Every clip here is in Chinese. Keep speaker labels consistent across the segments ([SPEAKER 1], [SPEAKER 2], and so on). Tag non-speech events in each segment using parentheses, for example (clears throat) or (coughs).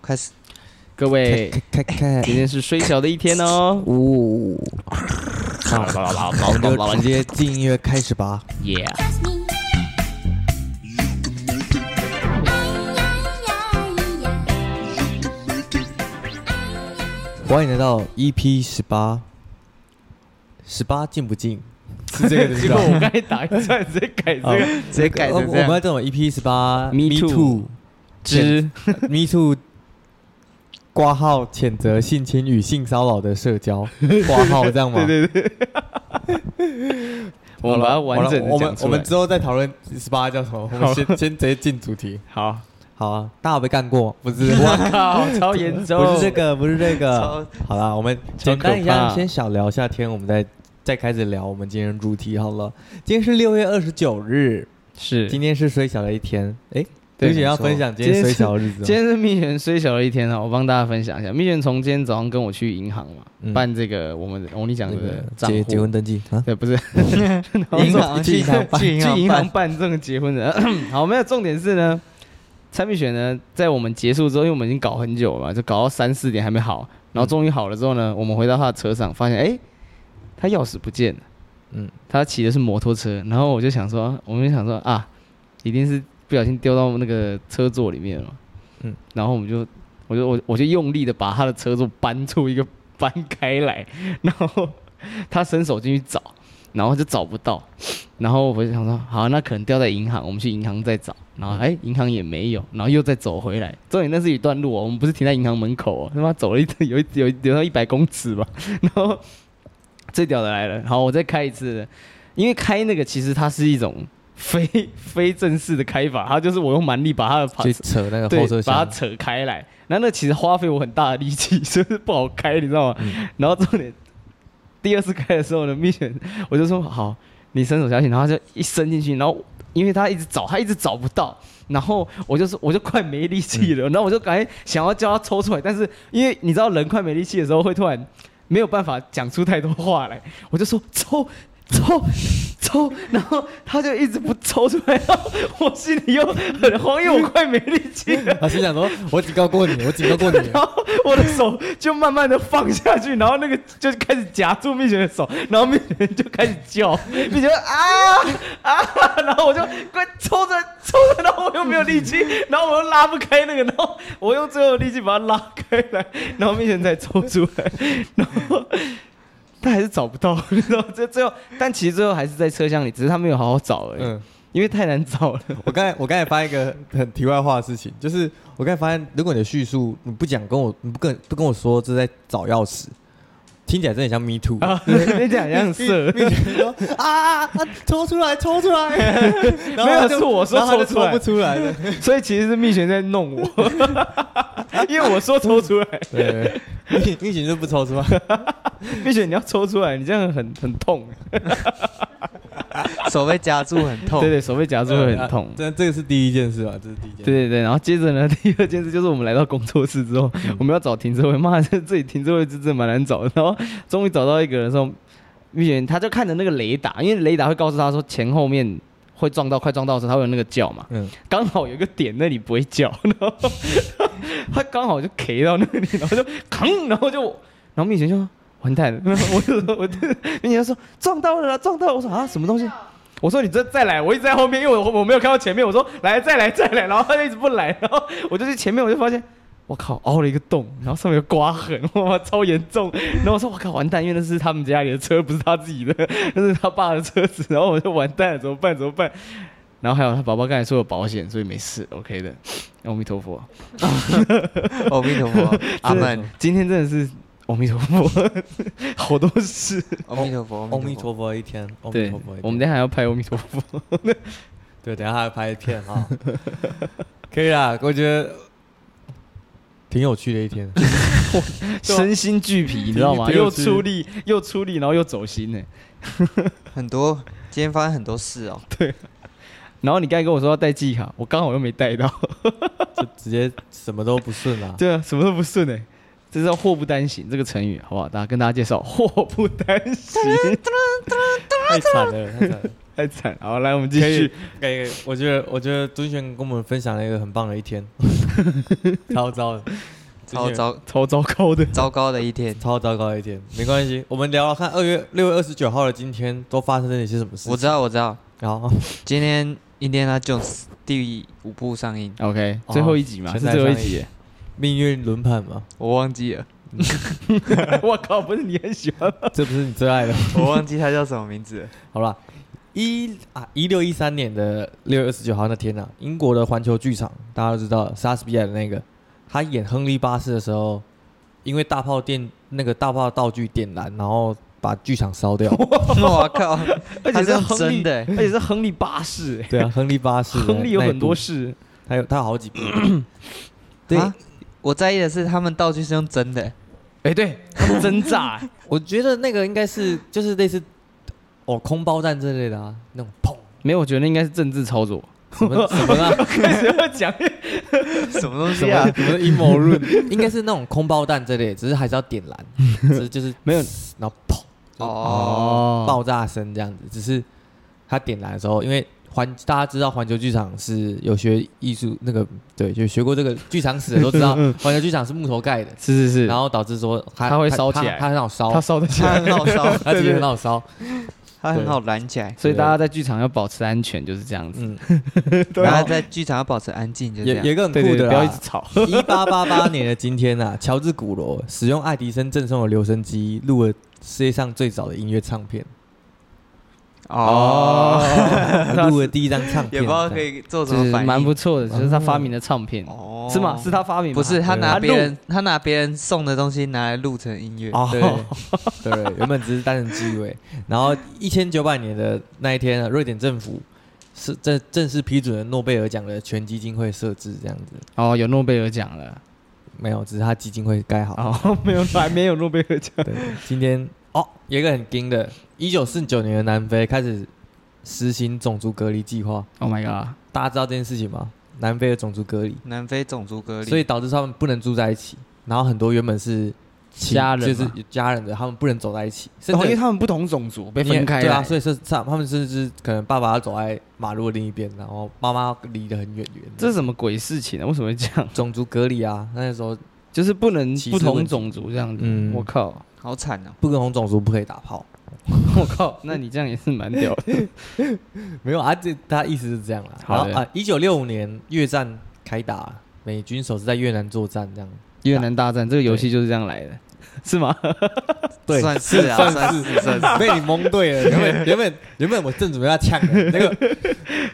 [SPEAKER 1] 开始，
[SPEAKER 2] 各位，
[SPEAKER 1] 开开
[SPEAKER 2] 今天是睡小的一天哦。
[SPEAKER 1] 五，
[SPEAKER 2] 好了好了好了
[SPEAKER 1] 我
[SPEAKER 2] 好
[SPEAKER 1] 们
[SPEAKER 2] 了好
[SPEAKER 1] 就
[SPEAKER 2] 了
[SPEAKER 1] 直接进音乐开始吧。
[SPEAKER 2] 耶！
[SPEAKER 1] 欢迎来到 EP 十八，十八进不进？是这个对
[SPEAKER 2] 结果
[SPEAKER 1] 吧？
[SPEAKER 2] 我刚才打一串，直接改这个
[SPEAKER 1] 哦
[SPEAKER 3] 直接
[SPEAKER 2] 哎
[SPEAKER 3] 改
[SPEAKER 1] 我
[SPEAKER 3] 成
[SPEAKER 1] 我
[SPEAKER 3] 这
[SPEAKER 1] 们
[SPEAKER 3] 样。
[SPEAKER 1] 要这种 EP 十八
[SPEAKER 2] Me too 之
[SPEAKER 1] Me Too (laughs) 挂号谴责性侵与性骚扰的社交挂号这样
[SPEAKER 2] (laughs)
[SPEAKER 1] 吗？对对，
[SPEAKER 2] 我们要完整的
[SPEAKER 1] 我们
[SPEAKER 2] 讲出
[SPEAKER 1] 我们
[SPEAKER 2] 来。
[SPEAKER 1] 之后再讨论十八叫什么，我们先
[SPEAKER 2] (laughs)
[SPEAKER 1] 先直接进主题。
[SPEAKER 2] 好，
[SPEAKER 1] 好啊，大家有被干过吗？不
[SPEAKER 2] (laughs)
[SPEAKER 1] 是，
[SPEAKER 2] 靠，超严重！
[SPEAKER 1] 不是这个，不是这个
[SPEAKER 3] 超。
[SPEAKER 1] 好啦，我们
[SPEAKER 2] (laughs) 超
[SPEAKER 1] 简单一下，
[SPEAKER 2] 可怕
[SPEAKER 1] 先小聊一下天，我们再再开始聊我们今天的主题好了。今天是六月二十九日，
[SPEAKER 2] 是
[SPEAKER 1] 今天是虽小的一天。哎，对
[SPEAKER 2] 对
[SPEAKER 1] 不起，
[SPEAKER 2] 没
[SPEAKER 1] 要
[SPEAKER 3] 错
[SPEAKER 1] 分享今天虽小的日子吗。
[SPEAKER 2] 今天是蜜璇睡小的一天啊，我帮大家分享一下。蜜璇从今天早上跟我去银行嘛，
[SPEAKER 1] 嗯
[SPEAKER 2] 办这个我们我跟你讲
[SPEAKER 1] 那
[SPEAKER 2] 的
[SPEAKER 1] 个
[SPEAKER 2] 账
[SPEAKER 1] 结结婚
[SPEAKER 2] 户，
[SPEAKER 1] 登记啊，
[SPEAKER 2] 对，不是 (laughs)
[SPEAKER 3] 银行
[SPEAKER 1] 去银
[SPEAKER 3] 去
[SPEAKER 1] 行办
[SPEAKER 3] 去
[SPEAKER 2] 去银行
[SPEAKER 3] 银行
[SPEAKER 2] 办证结婚的。 (coughs) 好，没有重点是呢，蔡蜜雪呢，在我们结束之后，因为我们已经搞很久了嘛，就搞到三四点还没好，然后
[SPEAKER 1] 嗯
[SPEAKER 2] 终于好了之后呢，我们回到他的车上，发现哎、诶他钥匙不见了，
[SPEAKER 1] 嗯，
[SPEAKER 2] 他骑的是摩托车，然后我就想说，我们就想说啊，一定是不小心丢到那个车座里面了嘛，
[SPEAKER 1] 嗯，
[SPEAKER 2] 然后我们就，我就我我就用力的把他的车座搬出一个搬开来，然后他伸手进去找，然后就找不到，然后我就想说，好，那可能掉在银行，我们去银行再找。然后哎，银行也没有，然后又再走回来。重点那是一段路哦，我们不是停在银行门口哦，他妈走了一有一有有到一百公尺吧。 (laughs) 然后最屌的来了，好，我再开一次，因为开那个其实它是一种非非正式的开法，它就是我用蛮力把它的
[SPEAKER 1] 去
[SPEAKER 2] 盘
[SPEAKER 1] 扯那个
[SPEAKER 2] 对
[SPEAKER 1] 后车，
[SPEAKER 2] 把
[SPEAKER 1] 厢
[SPEAKER 2] 它。扯开来。那那其实花费我很大的力气， (laughs) 所以是不好开，你知道吗？
[SPEAKER 1] 嗯
[SPEAKER 2] 然后重点，第二次开的时候呢，蜜雪我就说好，你伸手下去，然后他就一伸进去，然后因为他一直找，他一直找不到。然后我就说，我就快没力气了，然后我就赶快想要叫他抽出来，但是因为你知道人快没力气的时候会突然没有办法讲出太多话来，我就说抽抽抽，然后他就一直不抽出来，然后我心里又很慌，因为我快没力气了，
[SPEAKER 1] (laughs) 他心想说：“我警告过你，我警告过 (laughs) 你。
[SPEAKER 2] 然后我的手就慢慢的放下去，然后那个就开始夹住蜜雪的手，然后蜜雪就开始叫，蜜雪啊啊，然后我就快抽着抽着，然后我又没有力气，然后我又拉不开那个，然后我用最后的力气把它拉开来，然后蜜雪才抽出来，然后。他还是找不到，你知道吗？这最后，但其实最后还是在车厢里，只是他没有好好找”而已，
[SPEAKER 1] 嗯，
[SPEAKER 2] 因为太难找了。
[SPEAKER 1] 我刚才我刚才发现一个很题外话的事情，就是我刚才发现，如果你的叙述你不讲跟我，你不跟不跟我说这是在找钥匙，听起来真的很像 Me Too。
[SPEAKER 2] 啊，你讲像色，
[SPEAKER 1] 蜜雪说啊啊，抽出来，抽出
[SPEAKER 2] (laughs)
[SPEAKER 1] 来，然后他
[SPEAKER 2] 没
[SPEAKER 1] 就
[SPEAKER 2] 有是我说
[SPEAKER 1] 然后他就
[SPEAKER 2] 抽出来
[SPEAKER 1] 不出来的。
[SPEAKER 2] 所以其实是蜜璇在弄我， (laughs) 因为我说抽出来，
[SPEAKER 1] 对，蜜蜜雪就不抽出
[SPEAKER 2] (laughs)
[SPEAKER 1] 来，
[SPEAKER 2] 蜜璇你要抽出来，你这样很很痛，
[SPEAKER 3] 手被夹住很痛。
[SPEAKER 2] 对对，手被夹住会很痛。
[SPEAKER 1] 啊这这个是第一件事吧？这是第一件
[SPEAKER 2] 对。对对，然后接着呢，第二件事就是我们来到工作室之后，我们要找停车位，妈这这里停车位真的蛮难找的。然后终于找到一个人的时候，蜜璇他就看着那个雷达，因为雷达会告诉他说前后面会撞到，快撞到的时候，他会有那个叫嘛。
[SPEAKER 1] 嗯，
[SPEAKER 2] 刚好有一个点那里不会叫， (laughs) 然后他刚好就 K 到那里，然后就扛， (laughs) 然后就然后蜜雪就说完蛋了，然 (laughs) 后我就说我就蜜雪就说撞到了啦，撞到了，我说啊什么东西？我说你这再来，我一直在后面，因为我我没有看到前面，我说来再来再来，然后他就一直不来， (laughs) 然后我就去前面，我就发现。我靠，凹了一个洞，然后上面有刮痕， (laughs) 哇，超严重。然后我说，我靠，完蛋，因为那是他们家里的车，不是他自己的， (laughs) 那是他爸的车子。然后我就完蛋了，怎么办？怎么办？然后还有他宝宝刚才说有保险，所以没事，OK (laughs) 的。阿弥陀佛，
[SPEAKER 3] (laughs) 阿弥陀佛，阿
[SPEAKER 2] 真的
[SPEAKER 3] 门，，
[SPEAKER 2] 今天真的是阿弥陀佛， (laughs) 好多事。
[SPEAKER 3] 阿弥陀佛，
[SPEAKER 1] 阿弥
[SPEAKER 3] 佛。
[SPEAKER 1] 陀佛一天，阿弥
[SPEAKER 2] 对
[SPEAKER 1] 陀佛一，
[SPEAKER 2] 我
[SPEAKER 1] 天。
[SPEAKER 2] 们等一下还要拍阿弥陀佛。
[SPEAKER 1] 对，等一下还要拍片哈，
[SPEAKER 2] (laughs)
[SPEAKER 1] 可以啦，我觉得挺有趣的一天。
[SPEAKER 2] 身心俱疲，你知道吗？
[SPEAKER 1] 挺有
[SPEAKER 2] 又
[SPEAKER 1] 趣
[SPEAKER 2] 出力，又出力，然后又走心呢。
[SPEAKER 3] 很多，今天发生很多事哦。
[SPEAKER 2] 然后你刚才跟我说要带记忆卡，我刚好又没带到。
[SPEAKER 1] 就直接什么都不顺啦。
[SPEAKER 2] (laughs) 对啊，什么都不顺哎。这叫祸不单行这个成 (laughs) 语，好不好？大家跟大家介绍，祸不单行。
[SPEAKER 1] 太惨了，太惨了。
[SPEAKER 2] 太惨。好，来我们继
[SPEAKER 1] 可以
[SPEAKER 2] 续。
[SPEAKER 1] 可以，可以我觉得我觉得朱轩跟我们分享了一个很棒的一
[SPEAKER 2] (laughs)
[SPEAKER 1] 天，超糟的，朱
[SPEAKER 3] 超
[SPEAKER 1] 轩
[SPEAKER 3] 糟
[SPEAKER 2] 超糟糕的，
[SPEAKER 3] 糟糕的一天。
[SPEAKER 1] 超糟糕的一天。没关系，我们聊聊看二月六月二十九号的今天都发生了一些什么事
[SPEAKER 3] 我。知道，我知道，
[SPEAKER 1] 然后
[SPEAKER 3] 今天《Indiana Jones》第五部上映，
[SPEAKER 2] OK，
[SPEAKER 1] 哦
[SPEAKER 2] 最后一集嘛，
[SPEAKER 1] 全
[SPEAKER 2] 是
[SPEAKER 1] 在
[SPEAKER 2] 最后一
[SPEAKER 1] 上
[SPEAKER 2] 集耶。
[SPEAKER 1] 命运轮盘嘛，
[SPEAKER 3] 我忘记了，
[SPEAKER 2] (laughs) 我靠，不是你很喜欢吗？
[SPEAKER 1] (laughs) 这不是你最爱的吗？
[SPEAKER 3] 我忘记它叫什么名字了。
[SPEAKER 1] (laughs) 好啦，一啊一六一三年的六月二十九号那天啊，英国的环球剧场大家都知道，莎士比亚的那个，他演亨利八世的时候，因为大炮电那个大炮道具点燃，然后把剧场烧掉。
[SPEAKER 3] (laughs) 我靠， (laughs)
[SPEAKER 2] 而且
[SPEAKER 3] 它
[SPEAKER 2] 是
[SPEAKER 3] 用
[SPEAKER 2] 亨利
[SPEAKER 3] 真的欸，
[SPEAKER 2] 而且是亨利八世 (laughs)
[SPEAKER 1] (laughs)
[SPEAKER 2] 耶。
[SPEAKER 1] 对啊，亨利八世的那一部，
[SPEAKER 2] 亨利有很多事，
[SPEAKER 1] 他有他有好几 (coughs) 部。对，
[SPEAKER 3] 啊我在意的是他们道具是用真的欸，
[SPEAKER 2] 哎，对，他们真炸欸，
[SPEAKER 1] 我觉得那个应该是就是类似哦空包弹之类的啊，那种砰
[SPEAKER 2] (laughs) 没有，我觉得应该是政治操作。
[SPEAKER 1] 什 (laughs) 么什么啊
[SPEAKER 2] 开始要 (laughs) 讲
[SPEAKER 3] 什么东啊
[SPEAKER 1] 什么什么阴谋论，应该是那种空包弹之类的，只是还是要点 (laughs) 燃，只是就是
[SPEAKER 2] 没有
[SPEAKER 1] 然后砰
[SPEAKER 3] (laughs) 哦，
[SPEAKER 1] 爆炸声这样子，只是他点燃的时候，因为环大家知道环球剧场是有学艺术那个对，就学过这个剧场史的都知道，环球剧场是木头盖的，
[SPEAKER 2] 是是是，
[SPEAKER 1] 然后哎导致说嗯它
[SPEAKER 2] 它会烧起
[SPEAKER 1] 它
[SPEAKER 2] 来
[SPEAKER 1] 它它很好烧，
[SPEAKER 2] 他烧得起
[SPEAKER 3] 它
[SPEAKER 2] 来，
[SPEAKER 3] 很好烧，
[SPEAKER 1] (laughs)
[SPEAKER 3] (laughs)
[SPEAKER 1] 它其实很好烧，
[SPEAKER 3] 它很好燃起来，
[SPEAKER 2] 所以大家在剧场要保持安全，就是这样子。
[SPEAKER 1] 嗯，
[SPEAKER 3] 然后在剧场要保持安静，就这
[SPEAKER 1] 也
[SPEAKER 3] 样。
[SPEAKER 1] 也个很
[SPEAKER 2] 对
[SPEAKER 1] 酷
[SPEAKER 2] 对，
[SPEAKER 1] 的啊
[SPEAKER 2] 对
[SPEAKER 1] 啦，
[SPEAKER 2] 不要一直吵。
[SPEAKER 1] 一八八八年的今天啊，乔治·古罗使用爱迪生赠送的留声机录了世界上最早的音乐唱 (laughs) 片，
[SPEAKER 3] 哦，
[SPEAKER 1] (laughs) 录了第一张唱
[SPEAKER 3] 也
[SPEAKER 1] 片，
[SPEAKER 3] 不知道可以做什
[SPEAKER 2] 就是
[SPEAKER 3] 么反应，
[SPEAKER 2] 蛮不错的，就是他发明的唱片，
[SPEAKER 3] 哦，
[SPEAKER 2] 是吗？是他发明吗？
[SPEAKER 3] 不是他
[SPEAKER 1] 对
[SPEAKER 3] 拿
[SPEAKER 2] 啊他
[SPEAKER 3] 别
[SPEAKER 2] 录
[SPEAKER 3] 人他拿别人送的东西拿来录成音乐，
[SPEAKER 1] 哦，
[SPEAKER 3] 对，
[SPEAKER 1] (laughs) 对，原本只是单纯自以为。然后一千九百年的那一天啊，瑞典政府是正正式批准了诺贝尔奖的全基金会设置，这样子
[SPEAKER 2] 哦，有诺贝尔奖了，
[SPEAKER 1] 没有，只是他基金会盖好。
[SPEAKER 2] 哦，没有，还没有诺贝尔奖。
[SPEAKER 1] 对，今天哦，有一个很惊的，一九四九年的南非开始实行种族隔离计划，
[SPEAKER 2] Oh my god！
[SPEAKER 1] 大家知道这件事情吗？南非的种族隔离，
[SPEAKER 3] 南非种族隔离，
[SPEAKER 1] 所以导致他们不能住在一起，然后很多原本是亲
[SPEAKER 2] 家人啊
[SPEAKER 1] 就是
[SPEAKER 2] 嘛
[SPEAKER 1] 家人的，他们不能走在一起，甚
[SPEAKER 2] 哦，因为
[SPEAKER 1] 至
[SPEAKER 2] 他们不同种族被
[SPEAKER 1] 你也
[SPEAKER 2] 分开
[SPEAKER 1] 对啊，
[SPEAKER 2] 了，
[SPEAKER 1] 所以是他他们甚至可能爸爸走在马路的另一边，然后妈妈离得很远远的。
[SPEAKER 2] 这是什么鬼事情呢？啊为什么会这样？ (laughs)
[SPEAKER 1] 种族隔离啊，那时候
[SPEAKER 2] 就是不能
[SPEAKER 1] 歧视
[SPEAKER 2] 不
[SPEAKER 1] 问题
[SPEAKER 2] 同种族这样子。
[SPEAKER 1] 嗯
[SPEAKER 2] 我靠， (laughs)
[SPEAKER 3] 好惨哦。
[SPEAKER 1] 不跟红种族不可以打炮，
[SPEAKER 2] 我靠，那你这样也是蛮屌 (laughs) 的。
[SPEAKER 1] 没有啊，这他意思是这样啦。然
[SPEAKER 2] 好
[SPEAKER 1] 后
[SPEAKER 2] 的
[SPEAKER 1] 啊，一九六五年越战开打，美军首次在越南作战，这样
[SPEAKER 2] 越南大战这个游戏就是这样来的，是吗？
[SPEAKER 1] 对
[SPEAKER 3] 算是啊，
[SPEAKER 1] 算
[SPEAKER 3] 算是算是。
[SPEAKER 1] 被你蒙对
[SPEAKER 2] (laughs)
[SPEAKER 1] 了。原本原本原本我正准备要呛你，那个
[SPEAKER 2] (laughs)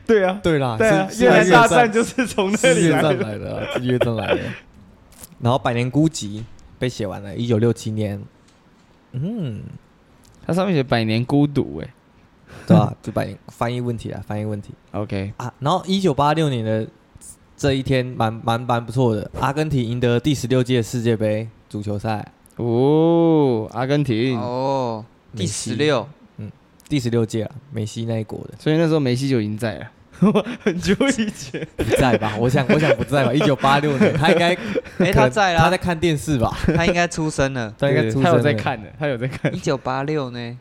[SPEAKER 2] 对啊，
[SPEAKER 1] 对啦，
[SPEAKER 2] 对啊，
[SPEAKER 1] 是
[SPEAKER 2] 越南大
[SPEAKER 1] 是越
[SPEAKER 2] 战就是从那
[SPEAKER 1] 是
[SPEAKER 2] 里
[SPEAKER 1] 越
[SPEAKER 2] 来
[SPEAKER 1] 战
[SPEAKER 2] 的。
[SPEAKER 1] 来的啊，是越战来的。然后《百年孤寂》被写完了，一九六七年，嗯，
[SPEAKER 2] 它上面写百年孤独，哎
[SPEAKER 1] 对
[SPEAKER 2] (laughs)
[SPEAKER 1] 吧、就百年翻译问题啊，翻译问题
[SPEAKER 2] ，OK，
[SPEAKER 1] 啊。然后一九八六年的这一天，蛮蛮蛮不错的，阿根廷赢得第十六届世界杯足球赛，
[SPEAKER 2] 哦，阿根廷，
[SPEAKER 3] 哦，第
[SPEAKER 1] 梅
[SPEAKER 3] 十
[SPEAKER 1] 西
[SPEAKER 3] 六，
[SPEAKER 1] 第十六届啊，梅西那一国的
[SPEAKER 2] 所以那时候梅西就已经在了， (laughs) 很久以前。
[SPEAKER 1] 不在吧？我想我想不在吧。一九八六年，他应该可
[SPEAKER 3] 哎，(laughs) 他
[SPEAKER 1] 能
[SPEAKER 3] 在
[SPEAKER 1] 他
[SPEAKER 3] 啦
[SPEAKER 1] 在，看电视吧？
[SPEAKER 3] 他应该出生了。
[SPEAKER 1] (laughs) 他应该
[SPEAKER 2] (laughs) 对
[SPEAKER 1] 出
[SPEAKER 2] 他有
[SPEAKER 1] 生
[SPEAKER 2] 在
[SPEAKER 1] 了
[SPEAKER 2] 看的，他有在看
[SPEAKER 3] 一。九八六呢，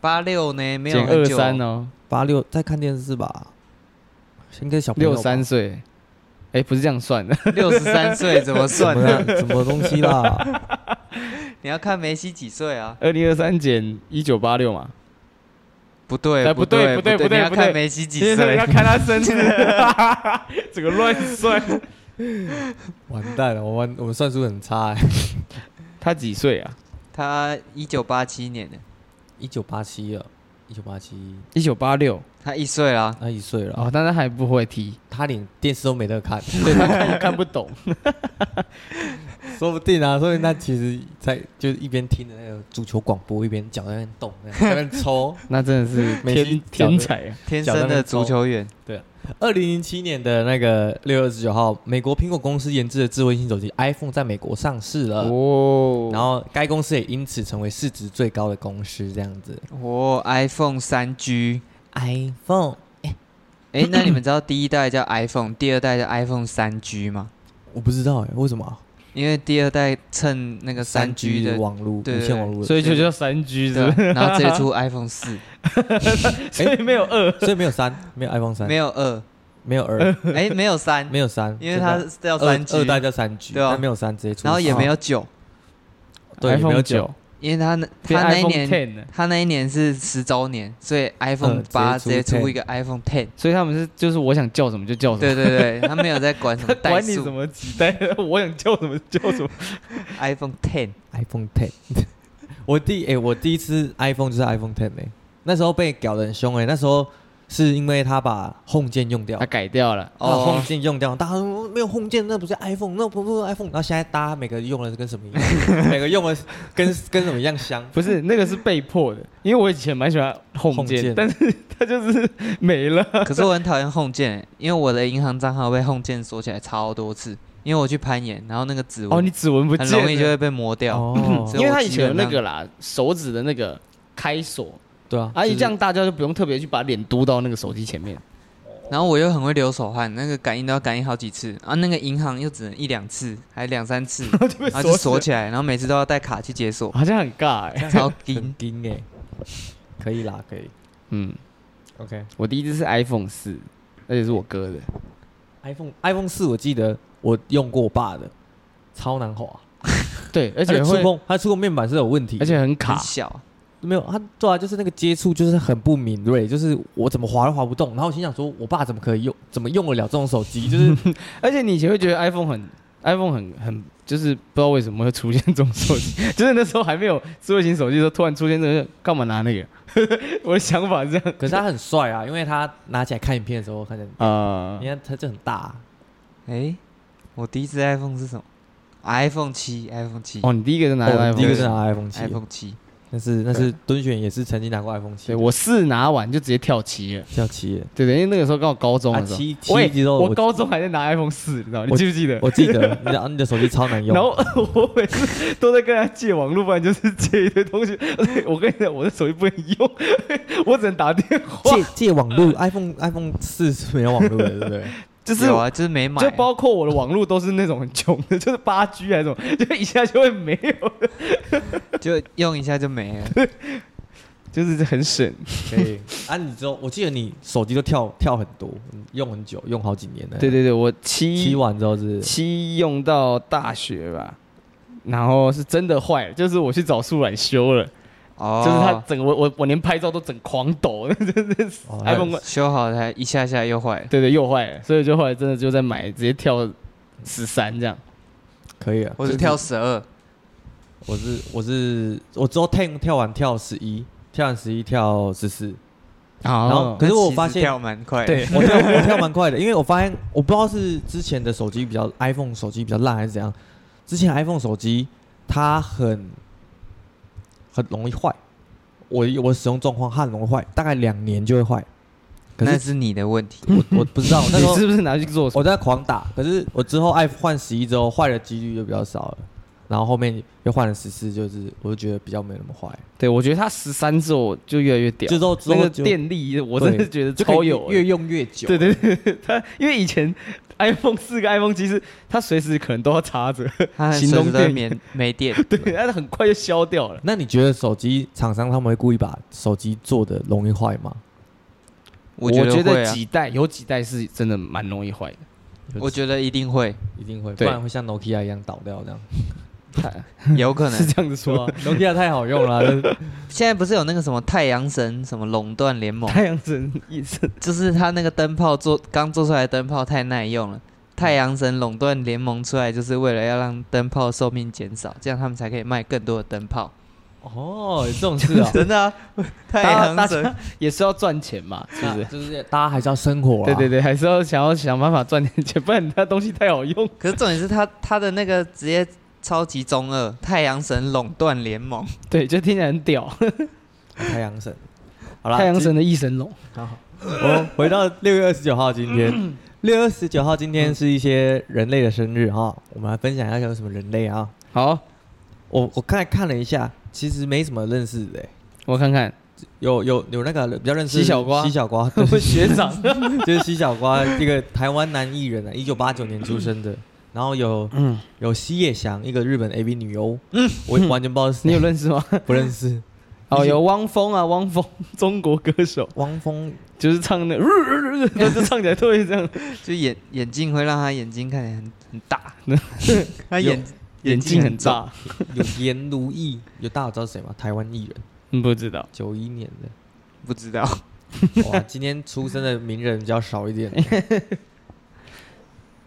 [SPEAKER 3] 八六呢，没有
[SPEAKER 2] 减二
[SPEAKER 3] 很久
[SPEAKER 2] 三
[SPEAKER 3] 哦，
[SPEAKER 2] 哦，
[SPEAKER 1] 八六在看电视吧？应该是小朋友
[SPEAKER 2] 六
[SPEAKER 1] 吧
[SPEAKER 2] 三岁，哎，不是这样算的， (laughs)
[SPEAKER 3] 六十三岁怎么算
[SPEAKER 1] 什么 (laughs)
[SPEAKER 3] 呢？ (laughs)
[SPEAKER 1] 啦什么东西 (laughs) 啦？
[SPEAKER 3] 你要看梅西几岁啊？
[SPEAKER 2] 二零二三减一九八六嘛，
[SPEAKER 3] 不对，
[SPEAKER 2] 哎不对
[SPEAKER 3] 不
[SPEAKER 2] 不对不
[SPEAKER 3] 你
[SPEAKER 2] 对
[SPEAKER 3] 要
[SPEAKER 2] 不对
[SPEAKER 3] 看梅西几
[SPEAKER 2] 你 (laughs)
[SPEAKER 3] 岁
[SPEAKER 2] 要？看他生日， (laughs) 整个乱算。
[SPEAKER 1] 完蛋了，我玩我们算术很差哎、
[SPEAKER 2] 他几岁啊？
[SPEAKER 3] 他一九八七年的，
[SPEAKER 1] 一九八七了，一九八七，
[SPEAKER 2] 一九八六
[SPEAKER 3] 他一岁啦。
[SPEAKER 1] 他一岁了，
[SPEAKER 2] 哦，但他还不会踢，
[SPEAKER 1] 他连电视都没得 (laughs) 看，
[SPEAKER 2] 对他看看不懂。
[SPEAKER 1] 说不定啊，说不定他其实在就是一边听着那个足球广播，一边脚在那边动，在那边抽。
[SPEAKER 2] (laughs) 那真的是
[SPEAKER 1] 梅西
[SPEAKER 2] 天天才啊！
[SPEAKER 3] 天生的足球员，
[SPEAKER 1] 二零零七年的那个六月二十九号，美国苹果公司研制的智慧型手机 iPhone 在美国上市了。
[SPEAKER 2] 哦
[SPEAKER 1] 然后该公司也因此成为市值最高的公司，这样子。
[SPEAKER 3] 哦，iPhone 三 G。
[SPEAKER 1] iPhone，
[SPEAKER 3] 哎，那你们知道第一代叫 iPhone，第二代叫 iPhone 三 G 吗？
[SPEAKER 1] 我不知道哎、为什么啊？
[SPEAKER 3] 因为第二代趁那个三 G 的，
[SPEAKER 1] 网络，无
[SPEAKER 3] 对对
[SPEAKER 1] 线网络的，
[SPEAKER 2] 所以就叫三 G 是
[SPEAKER 3] 对
[SPEAKER 2] 不是，
[SPEAKER 3] 啊，然后直接出 iPhone 四，
[SPEAKER 2] (laughs) 所以没有二，
[SPEAKER 1] 所以没有三，没有 iPhone 三，
[SPEAKER 3] 没有二，
[SPEAKER 1] 没有
[SPEAKER 3] (laughs)
[SPEAKER 1] 二，
[SPEAKER 3] 哎，没有三，
[SPEAKER 1] 没有三，
[SPEAKER 3] 因为它
[SPEAKER 1] 真的
[SPEAKER 3] 是叫
[SPEAKER 1] 二
[SPEAKER 3] 三 G，
[SPEAKER 1] 二代叫三 G，
[SPEAKER 3] 对啊
[SPEAKER 1] 但没有三直接出，啊
[SPEAKER 3] 然后也没有九，
[SPEAKER 1] 对也没
[SPEAKER 2] iPhone
[SPEAKER 1] 有
[SPEAKER 2] 九，
[SPEAKER 3] 因为他那
[SPEAKER 2] 变
[SPEAKER 3] 他那一
[SPEAKER 2] iPhone
[SPEAKER 3] 年
[SPEAKER 2] Ten 啊了，
[SPEAKER 3] 他那一年是十周年，所以 iPhone
[SPEAKER 1] 嗯
[SPEAKER 3] 八直
[SPEAKER 1] 直
[SPEAKER 3] 接
[SPEAKER 1] 接出
[SPEAKER 3] 出一个 iPhone Ten。
[SPEAKER 2] 所以他们是就是我想叫什么就叫什么，
[SPEAKER 3] 对对对，他没有在管什么
[SPEAKER 2] (laughs)
[SPEAKER 3] 代
[SPEAKER 2] 管你什
[SPEAKER 3] 数
[SPEAKER 2] 么几代，我想叫什么就叫什 (laughs) 么。
[SPEAKER 3] ，iPhone Ten。
[SPEAKER 1] iPhone Ten。我第哎、我第一次 iPhone 就是 iPhone Ten 哎、那时候被搞得很凶哎、那时候是因为他把 Home 键用掉
[SPEAKER 2] 他，改掉了，
[SPEAKER 1] 他把
[SPEAKER 3] 哦
[SPEAKER 1] Home 键用掉，大家说没有 Home 键，那不是 iPhone，那不是 iPhone。然后现在大家每个用的跟什么一样， (laughs) 每个用的跟跟什么一样香。
[SPEAKER 2] 不是那个是被迫的，因为我以前蛮喜欢 Home
[SPEAKER 1] Home
[SPEAKER 2] 键，
[SPEAKER 1] 键
[SPEAKER 2] 但是它就是没了。
[SPEAKER 3] 可是我很讨厌 Home 键，因为我的银行账号被 Home 键锁起来超多次，因为我去攀岩，然后那个指
[SPEAKER 2] 哦，你
[SPEAKER 3] 纹
[SPEAKER 2] 指纹不
[SPEAKER 3] 很
[SPEAKER 2] 见
[SPEAKER 3] 容易就
[SPEAKER 2] 了，
[SPEAKER 3] 会被磨掉。
[SPEAKER 1] 哦
[SPEAKER 3] (laughs) 所
[SPEAKER 2] 因为他
[SPEAKER 3] 我
[SPEAKER 2] 以
[SPEAKER 3] 基
[SPEAKER 2] 前有
[SPEAKER 3] 本
[SPEAKER 2] 那
[SPEAKER 3] 上
[SPEAKER 2] 个啦，手指的那个开锁，
[SPEAKER 1] (laughs) 对啊，
[SPEAKER 2] 啊，
[SPEAKER 1] 就
[SPEAKER 2] 一
[SPEAKER 1] 是
[SPEAKER 2] 这样大家就不用特别去把脸嘟到那个手机前面。
[SPEAKER 3] 然后我又很会流手汗，那个感应都要感应好几次，啊，那个银行又只能一两次，还两三次，
[SPEAKER 2] (laughs) 被
[SPEAKER 3] 然后就
[SPEAKER 2] 锁
[SPEAKER 3] 锁起来，然后每次都要带卡去解锁，
[SPEAKER 2] 好像很尬哎、
[SPEAKER 3] 超硬
[SPEAKER 1] 很。硬哎、可以啦，可以。
[SPEAKER 2] 嗯，
[SPEAKER 1] (laughs) OK，
[SPEAKER 2] 我第一只是 iPhone 四，而且是我哥的。
[SPEAKER 1] iPhone iPhone 四我记得我用过我爸的，超难滑，
[SPEAKER 2] 对，而
[SPEAKER 1] 而
[SPEAKER 2] 且
[SPEAKER 1] 触
[SPEAKER 2] 会，
[SPEAKER 1] 碰它触控面板是有问题，
[SPEAKER 2] 而且很
[SPEAKER 3] 很
[SPEAKER 2] 卡。
[SPEAKER 3] 小，
[SPEAKER 1] 没有它对啊，就是那个接触就是很不敏锐，就是我怎么滑都滑不动。然后我心想说，我爸怎么可以用，怎么用得了这种手机？就是
[SPEAKER 2] 而且你以前会觉得 iPhone 很，iPhone 很很，就是不知道为什么会出现这种手机， (laughs) 就是那时候还没有智慧型手机的时候，突然出现这个，干嘛拿那个？ (laughs) 我的想法是这样
[SPEAKER 1] 可是他很帅啊，因为他拿起来看影片的时候，看着
[SPEAKER 2] 啊、
[SPEAKER 1] 你看他就很大啊、
[SPEAKER 3] 哎，我第一只 iPhone 是什么？iPhone 七，iPhone 七
[SPEAKER 2] 哦，你第一个是拿
[SPEAKER 1] 哦
[SPEAKER 2] 的
[SPEAKER 1] 你
[SPEAKER 2] iPhone，
[SPEAKER 1] 第一个是拿 iPhone 七，
[SPEAKER 3] ，iPhone 七。
[SPEAKER 1] 那是那是敦选也是曾经拿过 iPhone 七
[SPEAKER 2] 对，，我四拿完就直接跳七了。
[SPEAKER 1] 叫七耶，
[SPEAKER 2] 对对，因为那个时候刚好高中的时
[SPEAKER 1] 啊
[SPEAKER 2] 候
[SPEAKER 1] 七，七
[SPEAKER 2] 我也
[SPEAKER 1] 级之后
[SPEAKER 2] 我
[SPEAKER 1] 我
[SPEAKER 2] 高中还在拿 iPhone 四，你知道？你记不记得？
[SPEAKER 1] 我记得你的你的手机超难用
[SPEAKER 2] 然，后我每次都在跟他借网络，不然就是借一堆东西。 (laughs) 我跟你讲，我的手机不能用， (laughs) 我只能打电话。
[SPEAKER 1] 借借网络 iPhone iPhone 四是没有网络的，对不对？
[SPEAKER 2] 就是
[SPEAKER 3] 有啊，就是没买啊、
[SPEAKER 2] 就包括我的网络都是那种很穷的，就是八 G 还是什么，就一下就会没有，
[SPEAKER 3] 就用一下就没
[SPEAKER 2] (laughs)
[SPEAKER 3] 了。
[SPEAKER 2] 就是很省。
[SPEAKER 1] 可以啊，你之后我记得你手机都跳跳很多，嗯用很久，用好几年了。
[SPEAKER 2] 对对对，我
[SPEAKER 1] 七
[SPEAKER 2] 七
[SPEAKER 1] 完之后是
[SPEAKER 2] 七用到大学吧，然后是真的坏了，就是我去找素软修了，
[SPEAKER 3] 哦，
[SPEAKER 2] 就是它整个我我我连拍照都整狂抖，
[SPEAKER 1] 哦
[SPEAKER 2] (laughs) iPhone
[SPEAKER 3] 修好它一下下又坏了。
[SPEAKER 2] 对对又坏了，所以就后来真的就在买直接跳十三这样。
[SPEAKER 1] 可以啊，
[SPEAKER 3] 我只跳十二，
[SPEAKER 1] 我是我是我之后 ten 跳完跳十一，跳完十一跳十
[SPEAKER 2] (laughs)
[SPEAKER 1] 四，
[SPEAKER 2] 啊
[SPEAKER 1] 然哦后可是我发现
[SPEAKER 3] 那其实跳蛮快的。
[SPEAKER 2] 对 (laughs)
[SPEAKER 1] 我跳我跳蛮快的，因为我发现我不知道是之前的手机比较 iPhone 手机比较烂还是怎样，之前 iPhone 手机它很很容易坏，我我使用状况它很容易坏，大概两年就会坏，可
[SPEAKER 3] 那
[SPEAKER 1] 是
[SPEAKER 3] 是你的问题。
[SPEAKER 1] 我我不知
[SPEAKER 2] (laughs)
[SPEAKER 1] 道那时
[SPEAKER 2] 你
[SPEAKER 1] 候
[SPEAKER 2] 是不是拿去做什么？
[SPEAKER 1] 我在狂打，可是我之后爱换十一之后坏的几率就比较少了，然后后面又换了十四，就是我就觉得比较没那么坏，
[SPEAKER 2] 对，我觉得它十三之后就越来越屌，
[SPEAKER 1] 就之后之
[SPEAKER 2] 那
[SPEAKER 1] 后
[SPEAKER 2] 个
[SPEAKER 1] 就
[SPEAKER 2] 电力，我真的
[SPEAKER 1] 对
[SPEAKER 2] 觉得
[SPEAKER 1] 就可以
[SPEAKER 2] 超有欸。
[SPEAKER 1] 越用越久，
[SPEAKER 2] 对对对，它因为以前 iPhone 四跟 iPhone 七是它随时可能都要插着，
[SPEAKER 3] 它
[SPEAKER 2] 行动电
[SPEAKER 3] 免没
[SPEAKER 2] (laughs)
[SPEAKER 3] 电，
[SPEAKER 2] 对，但是很快就消掉了。
[SPEAKER 1] 那你觉得手机厂商他们会故意把手机做的容易坏吗？
[SPEAKER 3] 我觉得会啊，
[SPEAKER 2] 几代有几代是真的蛮容易坏的。
[SPEAKER 3] 我觉得一定
[SPEAKER 2] (laughs)
[SPEAKER 3] 会，
[SPEAKER 1] 一定会，不
[SPEAKER 2] 对
[SPEAKER 1] 然会像 Nokia 一样倒掉这样。
[SPEAKER 3] 有可能
[SPEAKER 2] 是。这样子
[SPEAKER 1] (laughs)
[SPEAKER 2] 说，啊
[SPEAKER 1] ，Nokia 太好用了， (laughs) 就是
[SPEAKER 3] 现在不是有那个什么太阳神什么垄断联盟，
[SPEAKER 2] 太阳神也是
[SPEAKER 3] 就是它那个灯泡做刚做出来的灯泡太耐用了。太阳神垄断联盟出来，就是为了要让灯泡寿命减少，这样他们才可以卖更多的
[SPEAKER 2] (laughs)
[SPEAKER 3] 灯泡。，
[SPEAKER 1] 哦，有这种事哦
[SPEAKER 3] 真的啊， (laughs) 太
[SPEAKER 2] 大
[SPEAKER 3] 阳
[SPEAKER 2] 家
[SPEAKER 3] 神
[SPEAKER 2] 也是要赚钱嘛，是不
[SPEAKER 1] 那
[SPEAKER 2] 是？
[SPEAKER 1] 就是大家还是要生活啊。
[SPEAKER 2] 对对对，还是要想要想办法赚点钱，不然它东西太好用。
[SPEAKER 3] 可是重点是他他的那个职业超级中二，太阳神垄断联盟，
[SPEAKER 2] (laughs)
[SPEAKER 3] (laughs)
[SPEAKER 2] 对，就听起来很屌。
[SPEAKER 1] 对，太阳神。好啦，
[SPEAKER 2] (laughs) 太阳神的异神龙，
[SPEAKER 1] 好，我回到六月二十九号今 (laughs) 天，六月二十九号今天是一些人类的生日哈，我们来分享一下有什么人类啊。
[SPEAKER 2] 好，
[SPEAKER 1] 我我刚才看了一下，其实没什么认识的欸，
[SPEAKER 2] 我看看，
[SPEAKER 1] 有有有那个比较认识
[SPEAKER 2] 西小瓜
[SPEAKER 1] 西小瓜，
[SPEAKER 2] (laughs) 我们学长，
[SPEAKER 1] (laughs) 就是西小瓜，一个台湾男艺人啊，一九八九年出生的，然后有
[SPEAKER 2] 嗯，
[SPEAKER 1] 有西野翔，一个日本 AV 女优，嗯，我完全不知道是
[SPEAKER 2] 你有
[SPEAKER 1] 谁，
[SPEAKER 2] 认识 (laughs) 吗？
[SPEAKER 1] 不认识。
[SPEAKER 2] 哦，有汪峰啊，汪峰，中国歌 (laughs) 手，
[SPEAKER 1] 汪峰
[SPEAKER 2] 就是唱那， (laughs) 就唱起来都会这样，
[SPEAKER 3] 就眼眼镜会让他眼睛看起来很很大，他眼
[SPEAKER 2] (laughs) 眼睛很
[SPEAKER 3] 重，
[SPEAKER 2] 大，
[SPEAKER 1] 有颜如意，有大家知道是谁吗？台湾艺人，
[SPEAKER 2] 嗯不知道。
[SPEAKER 1] 九一年的。
[SPEAKER 3] 不知道。
[SPEAKER 1] (laughs) 哇，今天出生的名人比较少一
[SPEAKER 2] (laughs)
[SPEAKER 1] 点。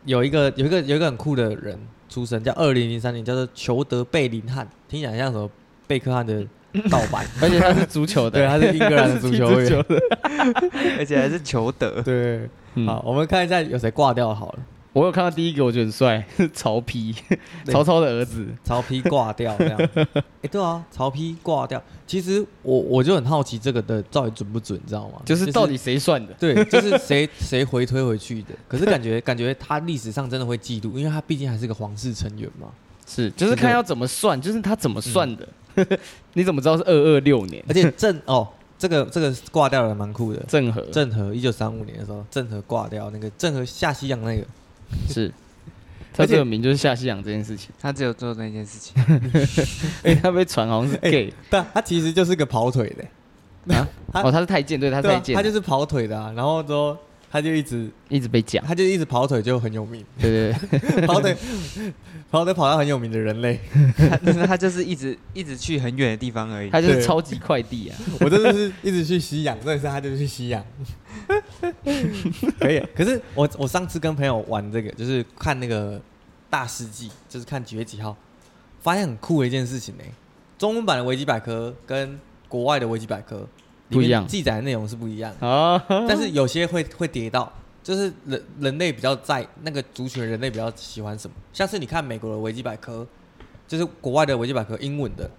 [SPEAKER 1] 有一个有一个有一个很酷的人出生，叫二零零三年，叫做裘德贝林汉，听起来像什么贝克汉的盗版，
[SPEAKER 2] 嗯 (laughs) 而且 (laughs) 他是足球的，
[SPEAKER 1] 对，他是英格兰的足球
[SPEAKER 2] (laughs) 他是踢
[SPEAKER 1] 员。
[SPEAKER 2] 的。
[SPEAKER 3] 而且还是求得。
[SPEAKER 1] (laughs) 对，
[SPEAKER 2] 嗯
[SPEAKER 1] 好，，我们看一下有谁挂掉好了，
[SPEAKER 2] 我有看到第一个，我觉得很帅， (laughs) 是曹丕，曹操的儿子。
[SPEAKER 1] 曹丕挂掉
[SPEAKER 2] (laughs)
[SPEAKER 1] 这样。哎、对啊，曹丕挂掉。其实我我就很好奇这个的到底准不准，你知道吗？
[SPEAKER 2] 就是到底谁算的？
[SPEAKER 1] (laughs) 对，就是谁谁回推回去的。可是感觉感觉他历史上真的会嫉妒，因为他毕竟还是个皇室成员嘛。
[SPEAKER 2] 是，就是嗯看要怎么算，就是他怎么算的。 (laughs) 你怎么知道是二二六年？
[SPEAKER 1] 而且郑哦，这个这个挂掉了蛮酷的。
[SPEAKER 2] 郑和
[SPEAKER 1] 郑和一九三五年的时候，郑和挂掉那个郑和下西洋那个，
[SPEAKER 2] (laughs) 是，他
[SPEAKER 1] 而且
[SPEAKER 2] 最有名就是下西洋这件事情。
[SPEAKER 3] 他只有做那件事情， (laughs)
[SPEAKER 2] 哎， (laughs) 他被传好像是 gay
[SPEAKER 1] 但他其实就是个跑腿的，
[SPEAKER 2] 啊，
[SPEAKER 1] 他
[SPEAKER 2] 哦，他是太监，对他是
[SPEAKER 1] 对
[SPEAKER 2] 太
[SPEAKER 1] 啊，
[SPEAKER 2] 监，
[SPEAKER 1] 他就是跑腿的、啊。然后之后他就一直
[SPEAKER 2] 一直被 (laughs) 讲，
[SPEAKER 1] 他就一直跑腿就很有名，
[SPEAKER 2] 对对对，
[SPEAKER 1] 跑腿跑腿跑到很有名的人类。
[SPEAKER 3] 他他就是一直一直去很远的地方而已。
[SPEAKER 2] 他就
[SPEAKER 1] 对
[SPEAKER 2] 是超级快递 (laughs) 啊，
[SPEAKER 1] 我真的是一直去西洋，真的是他就是去西洋。可以，可是我我上次跟朋友玩这个，就是看那个大世纪，就是看几月几号，发现很酷的一件事情呢、中文版的维基百科跟国外的维基百科里
[SPEAKER 2] 不一
[SPEAKER 1] 面
[SPEAKER 2] 样
[SPEAKER 1] 记载的内容是不一样的，
[SPEAKER 2] 啊，
[SPEAKER 1] 但是有些会会跌到。就是人人类比较在那个族群，人类比较喜欢什么？像是你看美国的维基百科，就是国外的维基百科英文的，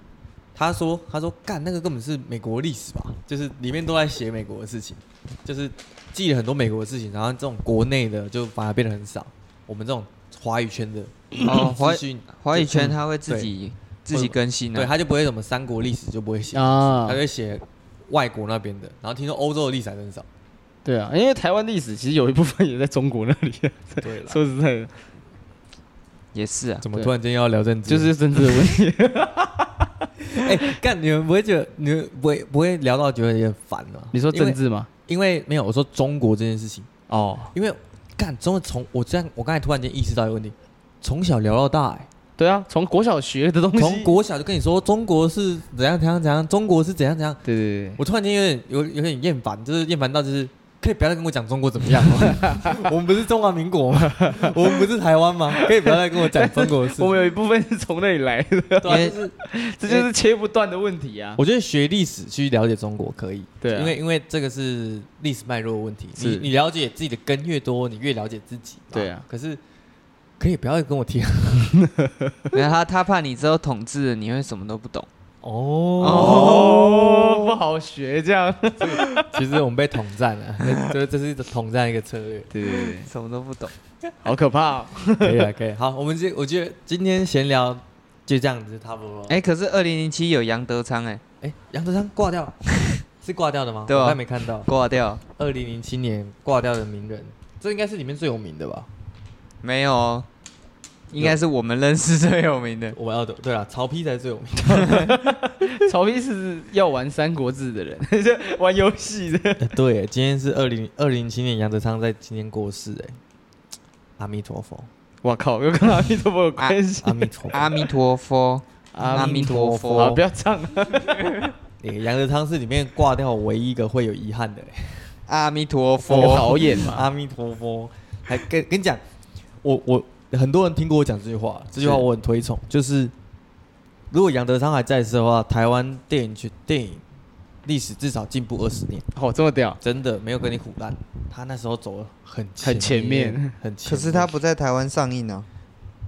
[SPEAKER 1] 他说他说干那个根本是美国历史吧，就是里面都在写美国的事情，就是记了很多美国的事情，然后这种国内的就反而变得很少。我们这种华语圈的
[SPEAKER 3] 哦华
[SPEAKER 1] 资讯，
[SPEAKER 3] 华语圈他会自己自己更新啊
[SPEAKER 1] 对
[SPEAKER 3] 的，
[SPEAKER 1] 他就不会什么三国历史就不会
[SPEAKER 3] 哦
[SPEAKER 1] 写，
[SPEAKER 2] 啊
[SPEAKER 1] 他就，会写外国那边的。然后听说欧洲的历史还真少，
[SPEAKER 2] 对啊，因为台湾历史其实有一部分也在中国那里啊，
[SPEAKER 1] 对了，
[SPEAKER 2] 说实在的，
[SPEAKER 3] 也是
[SPEAKER 1] (laughs)
[SPEAKER 3] 啊。
[SPEAKER 1] 怎么
[SPEAKER 2] 对
[SPEAKER 1] 突然间要聊政治？
[SPEAKER 2] 就是政治的 (laughs) 问题，
[SPEAKER 1] (laughs) 哎，干你们不会觉得你们不会不会聊到觉得有点烦吗？
[SPEAKER 2] 你说
[SPEAKER 1] 因为
[SPEAKER 2] 政治吗？
[SPEAKER 1] 因为没有我说中国这件事情。
[SPEAKER 2] 哦，
[SPEAKER 1] 因为干，真的从我这样，我刚才突然间意识到一个问题，从小聊到大、欸，
[SPEAKER 2] 对啊，从国小学的东西，
[SPEAKER 1] 从国小就跟你说中国是怎样怎样怎样，中国是怎样怎样，
[SPEAKER 2] 对对对，
[SPEAKER 1] 我突然间有点有有点厌烦，就是厌烦到就是可以不要再跟我讲中国怎么样吗？ (laughs) 我们不是中华民国吗？ (laughs) 我们不是台湾吗？可以不要再跟我讲中国的事
[SPEAKER 2] 我。们有一部分是从那里来的，
[SPEAKER 1] 对啊、就是
[SPEAKER 2] (laughs) 这就是切不断的问题啊。
[SPEAKER 1] 我觉得学历史去了解中国可以，
[SPEAKER 2] 对啊
[SPEAKER 1] 因为因为这个是历史脉络的问题，你
[SPEAKER 2] 是
[SPEAKER 1] 你了解自己的根越多，你越了解自己嘛。
[SPEAKER 2] 对啊
[SPEAKER 1] 可是可以不要再跟我提 (laughs)
[SPEAKER 3] 然后他他怕你之后统治了你会什么都不懂，
[SPEAKER 2] 哦， (laughs) 不好学这样，
[SPEAKER 1] 其实我们被统战了， (laughs) 这这是一种统战一个策略。
[SPEAKER 2] 对对对，
[SPEAKER 3] 什么都不懂。
[SPEAKER 2] 好可怕、哦。
[SPEAKER 1] 可以了，啊可以。 (laughs) 好，我们这我觉得今天闲聊就这样子差不多了。
[SPEAKER 3] 哎，可是二零零七有杨德昌哎
[SPEAKER 1] 哎，杨德昌挂掉了， (laughs) 是挂掉的吗？
[SPEAKER 3] 对啊
[SPEAKER 1] 我还没看到。
[SPEAKER 3] 挂掉，
[SPEAKER 1] 二零零七年挂掉的名人，这应该是里面最有名的吧？
[SPEAKER 3] 没有哦，应该是我们认识最有名的。
[SPEAKER 1] 我要的对了，曹丕才最有名。
[SPEAKER 2] 曹丕是要玩《三国志》的人， (laughs) 就玩游戏的。
[SPEAKER 1] (laughs) 对，今天是二零二零零七年，杨德昌在今天过世。哎，阿弥陀
[SPEAKER 2] (laughs)
[SPEAKER 1] 佛，
[SPEAKER 2] 我靠，又跟阿弥陀佛有关系。
[SPEAKER 1] 阿弥陀
[SPEAKER 2] 啊
[SPEAKER 1] 佛。
[SPEAKER 3] 阿弥陀佛，
[SPEAKER 2] 阿
[SPEAKER 3] 啊弥陀佛
[SPEAKER 2] 好，不要唱了。
[SPEAKER 1] 哎杨德昌是里面挂掉唯一一个会有遗憾的。哎
[SPEAKER 2] (laughs)
[SPEAKER 3] 阿弥陀
[SPEAKER 2] 有
[SPEAKER 3] 佛。
[SPEAKER 2] 导演嘛，
[SPEAKER 1] (laughs) 阿弥陀佛，还跟跟你讲，我我很多人听过我讲这句话，这句话我很推崇，就是如果杨德昌还在世的话，台湾电影去电影历史至少进步二十年，
[SPEAKER 2] 哦，这么屌，
[SPEAKER 1] 真的没有跟你苦烂。他那时候走了很
[SPEAKER 2] 很前面
[SPEAKER 1] 面，很前面。
[SPEAKER 3] 不在台湾上映啊呢，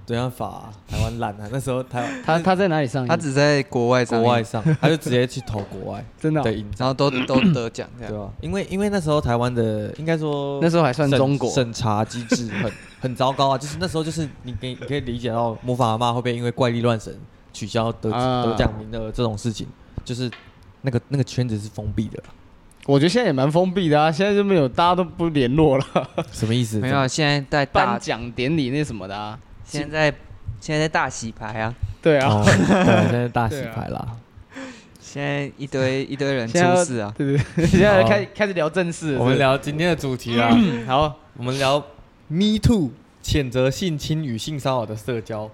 [SPEAKER 1] 没办法啊、台湾烂啊，那时候台
[SPEAKER 2] 他他在哪里上映？
[SPEAKER 3] 嗯他只在国外上
[SPEAKER 1] 国
[SPEAKER 3] 映，
[SPEAKER 1] 外上，他就直接去投国
[SPEAKER 2] (laughs)
[SPEAKER 1] 外
[SPEAKER 2] 真的哦
[SPEAKER 1] 的影展，
[SPEAKER 3] 然后都都得奖这
[SPEAKER 1] 对啊
[SPEAKER 3] 样。
[SPEAKER 1] 吧、因为因为那时候台湾的应该说
[SPEAKER 2] 啊那时候还算
[SPEAKER 1] 审
[SPEAKER 2] 中国，
[SPEAKER 1] 审查机制很 (laughs) 很糟糕啊，就是那时候就是你可以你可以理解到魔法阿妈会被因为怪力乱神取消得、
[SPEAKER 2] 啊
[SPEAKER 1] 得奖名额这种事情，就是那个那个圈子是封闭的，
[SPEAKER 2] 我觉得现在也蛮封闭的啊。现在就没有，大家都不联络了。啊
[SPEAKER 1] 什么意思？
[SPEAKER 3] 没有，现在在
[SPEAKER 2] 颁
[SPEAKER 3] 大
[SPEAKER 2] 奖典礼那什么的啊，
[SPEAKER 3] 现在现在大洗牌啊，
[SPEAKER 2] 对啊，
[SPEAKER 1] 哦对，现在大洗
[SPEAKER 2] 对啊
[SPEAKER 1] 牌啦。
[SPEAKER 3] 现在一堆一堆人出
[SPEAKER 2] 现在要
[SPEAKER 3] 事
[SPEAKER 2] (laughs)
[SPEAKER 3] 啊，
[SPEAKER 2] 对对对，现在
[SPEAKER 1] 好
[SPEAKER 2] 开开始聊正事了，
[SPEAKER 1] 我们
[SPEAKER 2] 是
[SPEAKER 1] 聊今天的主题啊，
[SPEAKER 2] 不是好，
[SPEAKER 1] 我们聊 Me Too，谴责性侵与性骚扰的社交。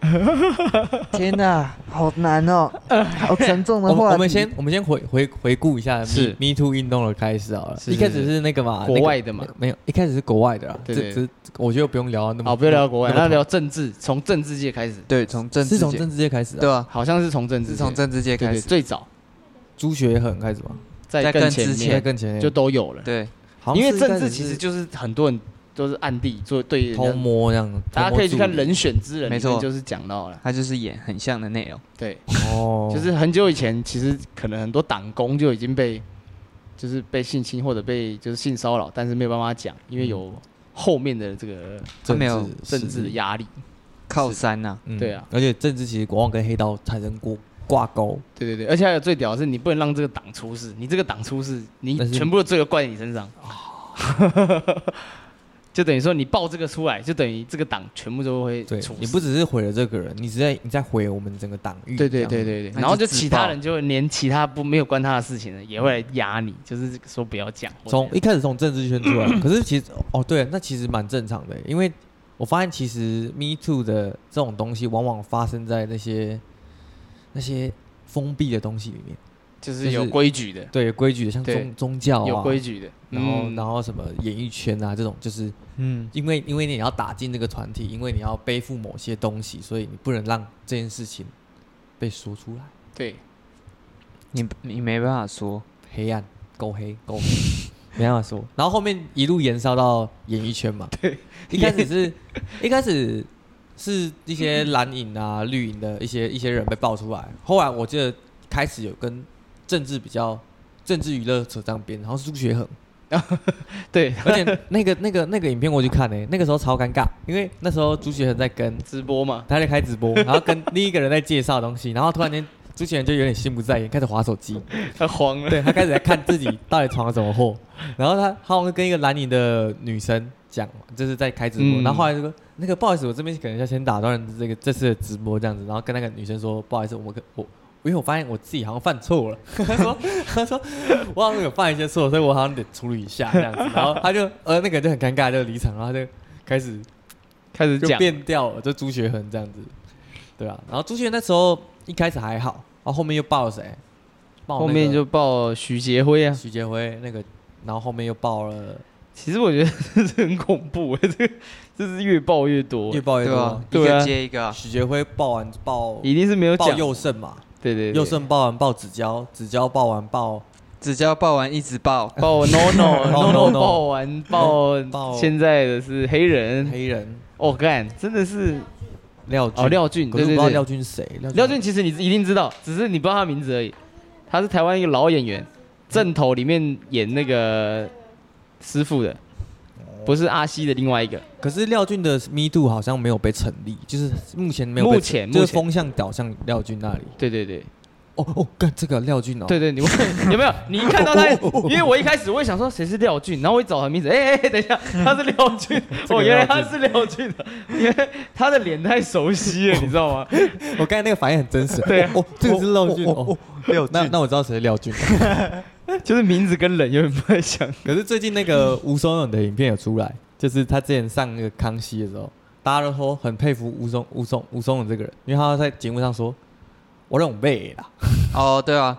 [SPEAKER 3] 天哪，好难 (laughs) 哦，好沉重
[SPEAKER 1] 我
[SPEAKER 3] 的
[SPEAKER 1] 们
[SPEAKER 3] 话
[SPEAKER 1] 我们先我们先回回回顾一下 Me
[SPEAKER 2] 是
[SPEAKER 1] Me Too 运动的开始好了，
[SPEAKER 2] 是
[SPEAKER 1] 一开始是那个
[SPEAKER 3] 啊
[SPEAKER 1] 嘛，
[SPEAKER 2] 国
[SPEAKER 1] 那个
[SPEAKER 2] 外的嘛，
[SPEAKER 1] 没有，一开始是国外的啦，
[SPEAKER 2] 对
[SPEAKER 1] 这
[SPEAKER 2] 对
[SPEAKER 1] 这我觉得不用聊到那么，
[SPEAKER 2] 好，不要聊国外，
[SPEAKER 1] 那么
[SPEAKER 2] 那聊政治，从政治界开始，
[SPEAKER 3] 对从政治
[SPEAKER 1] 是从
[SPEAKER 3] 界
[SPEAKER 1] 政治界开始啊，
[SPEAKER 3] 对啊，
[SPEAKER 2] 好像是从政治界，
[SPEAKER 3] 是从政治界
[SPEAKER 2] 对
[SPEAKER 3] 开
[SPEAKER 2] 对
[SPEAKER 3] 始，
[SPEAKER 2] 最早
[SPEAKER 1] 朱学恒开始嘛，
[SPEAKER 2] 在
[SPEAKER 3] 在
[SPEAKER 2] 更
[SPEAKER 3] 更
[SPEAKER 2] 前
[SPEAKER 3] 之
[SPEAKER 1] 在
[SPEAKER 2] 面
[SPEAKER 3] 前
[SPEAKER 1] 更前面
[SPEAKER 2] 就都有了，
[SPEAKER 3] 对，
[SPEAKER 1] 好像
[SPEAKER 2] 因为
[SPEAKER 1] 是
[SPEAKER 2] 政
[SPEAKER 1] 一开
[SPEAKER 2] 治
[SPEAKER 1] 始
[SPEAKER 2] 其实
[SPEAKER 1] 是
[SPEAKER 2] 就是很多人都是暗地做对人家
[SPEAKER 1] 偷摸这样，
[SPEAKER 2] 大家可以去看《
[SPEAKER 1] 人
[SPEAKER 2] 人选之人》，
[SPEAKER 3] 没
[SPEAKER 2] 里
[SPEAKER 3] 错
[SPEAKER 2] 面就是讲到了，
[SPEAKER 3] 他就是演很像的内容，
[SPEAKER 2] 对，
[SPEAKER 1] 哦，
[SPEAKER 2] (laughs) 就是很久以前，其实可能很多党工就已经被就是被性侵或者被就是性骚扰，但是没有办法讲，
[SPEAKER 1] 嗯
[SPEAKER 2] 因为有后面的这个
[SPEAKER 1] 政治
[SPEAKER 3] 他没有
[SPEAKER 2] 政治的压力。
[SPEAKER 3] 靠山呐，
[SPEAKER 1] 嗯
[SPEAKER 2] 对啊
[SPEAKER 1] 而且政治其实往往跟黑道产生过挂钩，
[SPEAKER 2] 对对对，而且还有最屌的是，你不能让这个党出事，你这个党出事，你
[SPEAKER 1] 但是哦
[SPEAKER 2] 全部的罪都怪在你身上。 (laughs) 就等于说你爆这个出来，就等于这个党全部都会
[SPEAKER 1] 对
[SPEAKER 2] 出事。
[SPEAKER 1] 你不只是毁了这个人，你是在你在毁我们整个党域，
[SPEAKER 2] 对对对
[SPEAKER 1] 这样，
[SPEAKER 2] 对
[SPEAKER 3] 那
[SPEAKER 2] 对，然后
[SPEAKER 3] 就
[SPEAKER 2] 就
[SPEAKER 3] 自
[SPEAKER 2] 其他
[SPEAKER 3] 爆
[SPEAKER 2] 人就会连其他不没有关他的事情的也会来压你，就是说不要啊讲。或者
[SPEAKER 1] 从一开始从政治圈出来，
[SPEAKER 2] (clears throat)
[SPEAKER 1] 可是其实哦对，那其实蛮正常的，欸因为我发现其实 Me Too 的这种东西往往发生在那些那些封闭的东西里面，
[SPEAKER 2] 就是
[SPEAKER 1] 是
[SPEAKER 2] 有规矩的，
[SPEAKER 1] 对有规矩的，像
[SPEAKER 2] 对
[SPEAKER 1] 宗宗教啊，
[SPEAKER 2] 有规矩的，
[SPEAKER 1] 然后
[SPEAKER 2] 嗯
[SPEAKER 1] 然后什么演艺圈啊这种，就是
[SPEAKER 3] 嗯，
[SPEAKER 1] 因为因为你要打进这个团体，因为你要背负某些东西，所以你不能让这件事情被说出来。
[SPEAKER 2] 对，
[SPEAKER 3] 你你没办法说，
[SPEAKER 1] 黑暗，够黑，够黑，没办法说。然后后面一路延烧到演艺圈嘛，对，一开始是，一开始是一些蓝营啊、绿营的一些一些人被爆出来，后来我记得开始有跟政治比较。政治娱乐扯上边，然后是朱学恒，
[SPEAKER 2] 对，
[SPEAKER 1] 而且那个那个那个影片我去看呢、那个时候超尴尬，因为那时候朱学恒在跟
[SPEAKER 2] 直播嘛，
[SPEAKER 1] 他在开直播，然后跟另一个人在介绍东西，然后突然间朱学恒就有点心不在焉，开始划手机，
[SPEAKER 2] 他慌 (laughs) 了，
[SPEAKER 1] 对他开始在看自己到底闯了什么祸，然后他他好像跟一个蓝领的女生讲，就是在开直播，
[SPEAKER 2] 嗯
[SPEAKER 1] 然后后来就说那个不好意思，我这边可能要先打断这个这次的直播这样子，然后跟那个女生说不好意思，我们可我。因为我发现我自己好像犯错了， (laughs) 他说：“他说我好像有犯一些错，所以我好像得处理一下这样子。”然后他就 (laughs) 呃那个人就很尴尬，就离场，然后他就开始
[SPEAKER 2] 开始
[SPEAKER 1] 就
[SPEAKER 2] 讲，
[SPEAKER 1] 变掉了，就朱学恒这样子，对啊。然后朱学恒那时候一开始还好，然后后面又爆了谁？爆
[SPEAKER 2] 后
[SPEAKER 1] 那
[SPEAKER 2] 面
[SPEAKER 1] 个
[SPEAKER 2] 就报许杰辉啊。
[SPEAKER 1] 徐杰辉那个，然后后面又爆了，
[SPEAKER 2] 其实我觉得 (laughs) 这是很恐怖，欸这个这是越报越多
[SPEAKER 1] 越，爆越
[SPEAKER 3] 对吧
[SPEAKER 1] 多。？
[SPEAKER 2] 对
[SPEAKER 3] 一
[SPEAKER 2] 啊
[SPEAKER 3] 个接一个啊，
[SPEAKER 1] 徐杰辉爆完爆
[SPEAKER 2] 一定是没有
[SPEAKER 1] 爆
[SPEAKER 2] 讲，
[SPEAKER 1] 佑胜嘛，
[SPEAKER 2] 对对，对
[SPEAKER 1] 佑胜爆完爆子娇，子娇爆完爆
[SPEAKER 3] 只叫爆完一
[SPEAKER 2] (laughs)
[SPEAKER 3] 直爆，
[SPEAKER 1] (laughs)
[SPEAKER 2] 报 no no (laughs) no
[SPEAKER 1] no
[SPEAKER 2] no
[SPEAKER 1] no
[SPEAKER 2] 报完报
[SPEAKER 1] 爆
[SPEAKER 2] 现在的是黑人，
[SPEAKER 1] 黑人
[SPEAKER 2] 哦干，真的是
[SPEAKER 1] 廖俊
[SPEAKER 2] 哦廖俊，
[SPEAKER 1] 可是
[SPEAKER 2] 对
[SPEAKER 1] 我不知
[SPEAKER 2] 对
[SPEAKER 1] 道
[SPEAKER 2] 对
[SPEAKER 1] 廖，俊谁，
[SPEAKER 2] 廖俊其实你一定知道，只是你不知道他名字而已。他是台湾一个老演员，正头里面演那个师傅的，
[SPEAKER 1] 哦
[SPEAKER 2] 不是阿西的另外一个。
[SPEAKER 1] 可是廖俊的 Me Too 好像没有被成立，就是目前没有被
[SPEAKER 2] 目前
[SPEAKER 1] 就
[SPEAKER 2] 目
[SPEAKER 1] 是
[SPEAKER 2] 前，
[SPEAKER 1] 风向导向廖俊那里。
[SPEAKER 2] 对对对
[SPEAKER 1] 哦哦，干这个廖俊哦，
[SPEAKER 2] 对对，你问有没有？你一看到他，
[SPEAKER 1] 哦
[SPEAKER 2] 因为我一开始我也想说谁是廖俊，然后我一找他名
[SPEAKER 1] (laughs)
[SPEAKER 2] 字，哎哎，哎等一下，他是廖俊，
[SPEAKER 1] 这个
[SPEAKER 2] 哦，原来
[SPEAKER 1] 廖
[SPEAKER 2] 他
[SPEAKER 1] 俊
[SPEAKER 2] 是廖俊的，因为他的脸太熟悉了，你知道吗？ (laughs)
[SPEAKER 1] 我刚才那个反应很真实。
[SPEAKER 2] 对啊
[SPEAKER 1] 哦，哦这个是廖俊哦，
[SPEAKER 3] 六
[SPEAKER 1] 那那我知道谁是廖俊。
[SPEAKER 2] 就是名字跟人有点不太像。
[SPEAKER 1] 可是最近那
[SPEAKER 2] 嗯
[SPEAKER 1] 个吴松勇的影片有出来，就是他之前上那个康熙的时候，大家都说很佩服吴松吴松吴松勇这个人，因为他在节目上说，我让我妹啦， (laughs)
[SPEAKER 3] 哦，对啊，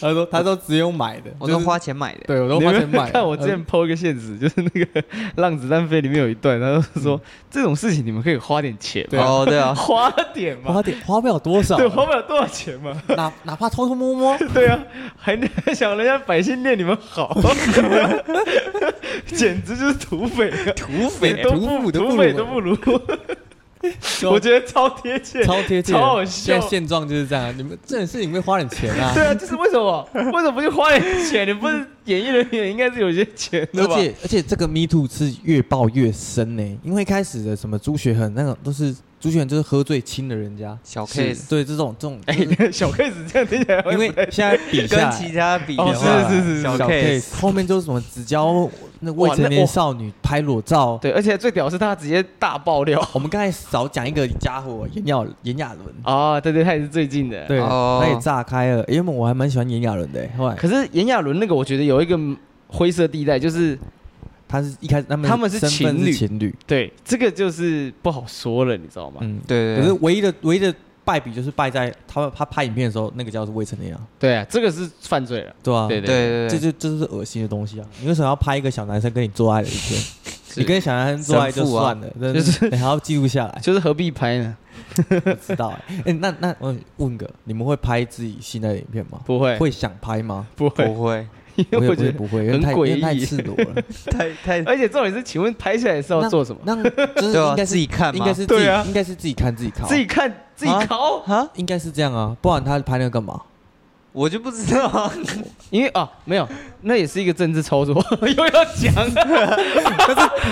[SPEAKER 1] 他说他说只有买的，
[SPEAKER 3] 我
[SPEAKER 1] 就
[SPEAKER 3] 都
[SPEAKER 1] 是
[SPEAKER 3] 花钱买的，
[SPEAKER 1] 对我都
[SPEAKER 2] 你
[SPEAKER 1] 花
[SPEAKER 2] 有没
[SPEAKER 1] 钱
[SPEAKER 2] 有
[SPEAKER 1] 买的。
[SPEAKER 2] 看我之前 PO 一个现实，就是那个《让子弹飞》里面有一段，他就说、这种事情你们可以花点钱
[SPEAKER 1] 对啊
[SPEAKER 2] 嘛，，
[SPEAKER 3] 哦，对啊
[SPEAKER 2] 嗯 (laughs) 花点
[SPEAKER 1] 呃
[SPEAKER 2] 嘛，
[SPEAKER 1] 花点花不了多少啊
[SPEAKER 2] (laughs) 对，，花不了多少钱嘛，
[SPEAKER 1] 哪哪怕偷偷摸摸，
[SPEAKER 2] (laughs) 对啊，还还想人家百姓念你们好， (laughs) 简直就是土匪啊，
[SPEAKER 1] 土
[SPEAKER 2] 谁都
[SPEAKER 1] 土
[SPEAKER 2] 不
[SPEAKER 1] 匪都
[SPEAKER 2] 土
[SPEAKER 1] 不
[SPEAKER 2] 匪
[SPEAKER 1] 如
[SPEAKER 2] 都
[SPEAKER 1] 我
[SPEAKER 2] 不如，我觉得超贴切，
[SPEAKER 1] 超贴切的，
[SPEAKER 2] 超好
[SPEAKER 1] 现
[SPEAKER 2] 笑
[SPEAKER 1] 在。现状就是这样，你们这种事情会花点钱啊。
[SPEAKER 2] 对啊，就是为
[SPEAKER 1] (laughs)
[SPEAKER 2] 什么？为什么不去花点钱？你不是演艺人员，应该是有些钱的
[SPEAKER 1] 而
[SPEAKER 2] 吧？
[SPEAKER 1] 且而且这个 Me Too 是越爆越深呢、因为一开始的什么朱学恒那种都是朱学恒就是喝醉亲了人家，
[SPEAKER 3] 小
[SPEAKER 2] 是
[SPEAKER 3] case
[SPEAKER 1] 对这种这种，
[SPEAKER 2] 哎、小 case 这样听起来会
[SPEAKER 1] 因为
[SPEAKER 2] 不太
[SPEAKER 1] 现在比下
[SPEAKER 3] 跟
[SPEAKER 1] 来
[SPEAKER 3] 其他比
[SPEAKER 2] 哦
[SPEAKER 3] 的
[SPEAKER 1] 比
[SPEAKER 3] 话，
[SPEAKER 1] 下来
[SPEAKER 2] 是是是是
[SPEAKER 3] 小
[SPEAKER 1] 小
[SPEAKER 3] case
[SPEAKER 1] case 后面就是什么只交那未成年少女拍裸照。
[SPEAKER 2] 对，而且最屌是他直接大爆料
[SPEAKER 1] 我们刚才少讲一个家伙，炎亚炎亚纶，
[SPEAKER 2] 啊、对对，他也是最近的。
[SPEAKER 1] 对，
[SPEAKER 3] 哦
[SPEAKER 1] 他也炸开了。因为我还蛮喜欢炎亚纶的，后来
[SPEAKER 2] 可是炎亚纶那个，我觉得有一个灰色地带，就是
[SPEAKER 1] 他是一开始他们
[SPEAKER 2] 他们是
[SPEAKER 1] 身份
[SPEAKER 2] 情侣
[SPEAKER 1] 情侣，
[SPEAKER 2] 对这个就是不好说了，你知道吗？
[SPEAKER 1] 嗯，
[SPEAKER 3] 对
[SPEAKER 1] 可
[SPEAKER 3] 对
[SPEAKER 1] 是
[SPEAKER 3] 对，
[SPEAKER 1] 唯一的唯一的败笔就是败在他他拍影片的时候，那个叫是未成年啊，
[SPEAKER 2] 对啊，这个是犯罪了。
[SPEAKER 1] 对吧、
[SPEAKER 2] 对
[SPEAKER 3] 对啊对
[SPEAKER 1] 这
[SPEAKER 3] 对，
[SPEAKER 1] 就这就是恶心的东西啊！你为什么要拍一个小男生跟你做爱的影片？
[SPEAKER 2] (laughs) 是啊
[SPEAKER 1] 你跟小男生做爱就算了，但是你还要记录下来，
[SPEAKER 2] 就是何必拍呢？
[SPEAKER 1] 不知道
[SPEAKER 2] (laughs)
[SPEAKER 1] 哎、哎那那我问个，你们会拍自己新的影片吗？
[SPEAKER 2] 不会，
[SPEAKER 1] 会想拍吗？
[SPEAKER 2] 不会，
[SPEAKER 3] 不会，
[SPEAKER 2] (laughs) 因
[SPEAKER 1] 我
[SPEAKER 2] 为
[SPEAKER 1] 也
[SPEAKER 2] 我
[SPEAKER 1] 我也
[SPEAKER 2] 觉得，
[SPEAKER 1] 不会，因为太因
[SPEAKER 2] 很诡异
[SPEAKER 1] 为太赤裸了。
[SPEAKER 3] 太 (laughs) 太
[SPEAKER 2] 而且重点是，请问拍下来是 (laughs) 要
[SPEAKER 1] 那
[SPEAKER 2] 做什么？
[SPEAKER 1] 那就是
[SPEAKER 3] 对啊
[SPEAKER 1] 应，该
[SPEAKER 3] 自
[SPEAKER 1] 是
[SPEAKER 3] 己看
[SPEAKER 1] 应
[SPEAKER 3] 嘛
[SPEAKER 1] 该，是自己
[SPEAKER 2] 对啊
[SPEAKER 1] 应该是自己看自己看，
[SPEAKER 2] 自己看，自己
[SPEAKER 1] 啊
[SPEAKER 2] 考。
[SPEAKER 3] 啊，
[SPEAKER 1] 应该是这样啊，不然他拍那个干嘛？
[SPEAKER 3] 我就不知道啊，
[SPEAKER 2] 因为啊，没有，那也是一个政治操
[SPEAKER 3] (laughs)
[SPEAKER 2] 作， (laughs) 又要讲、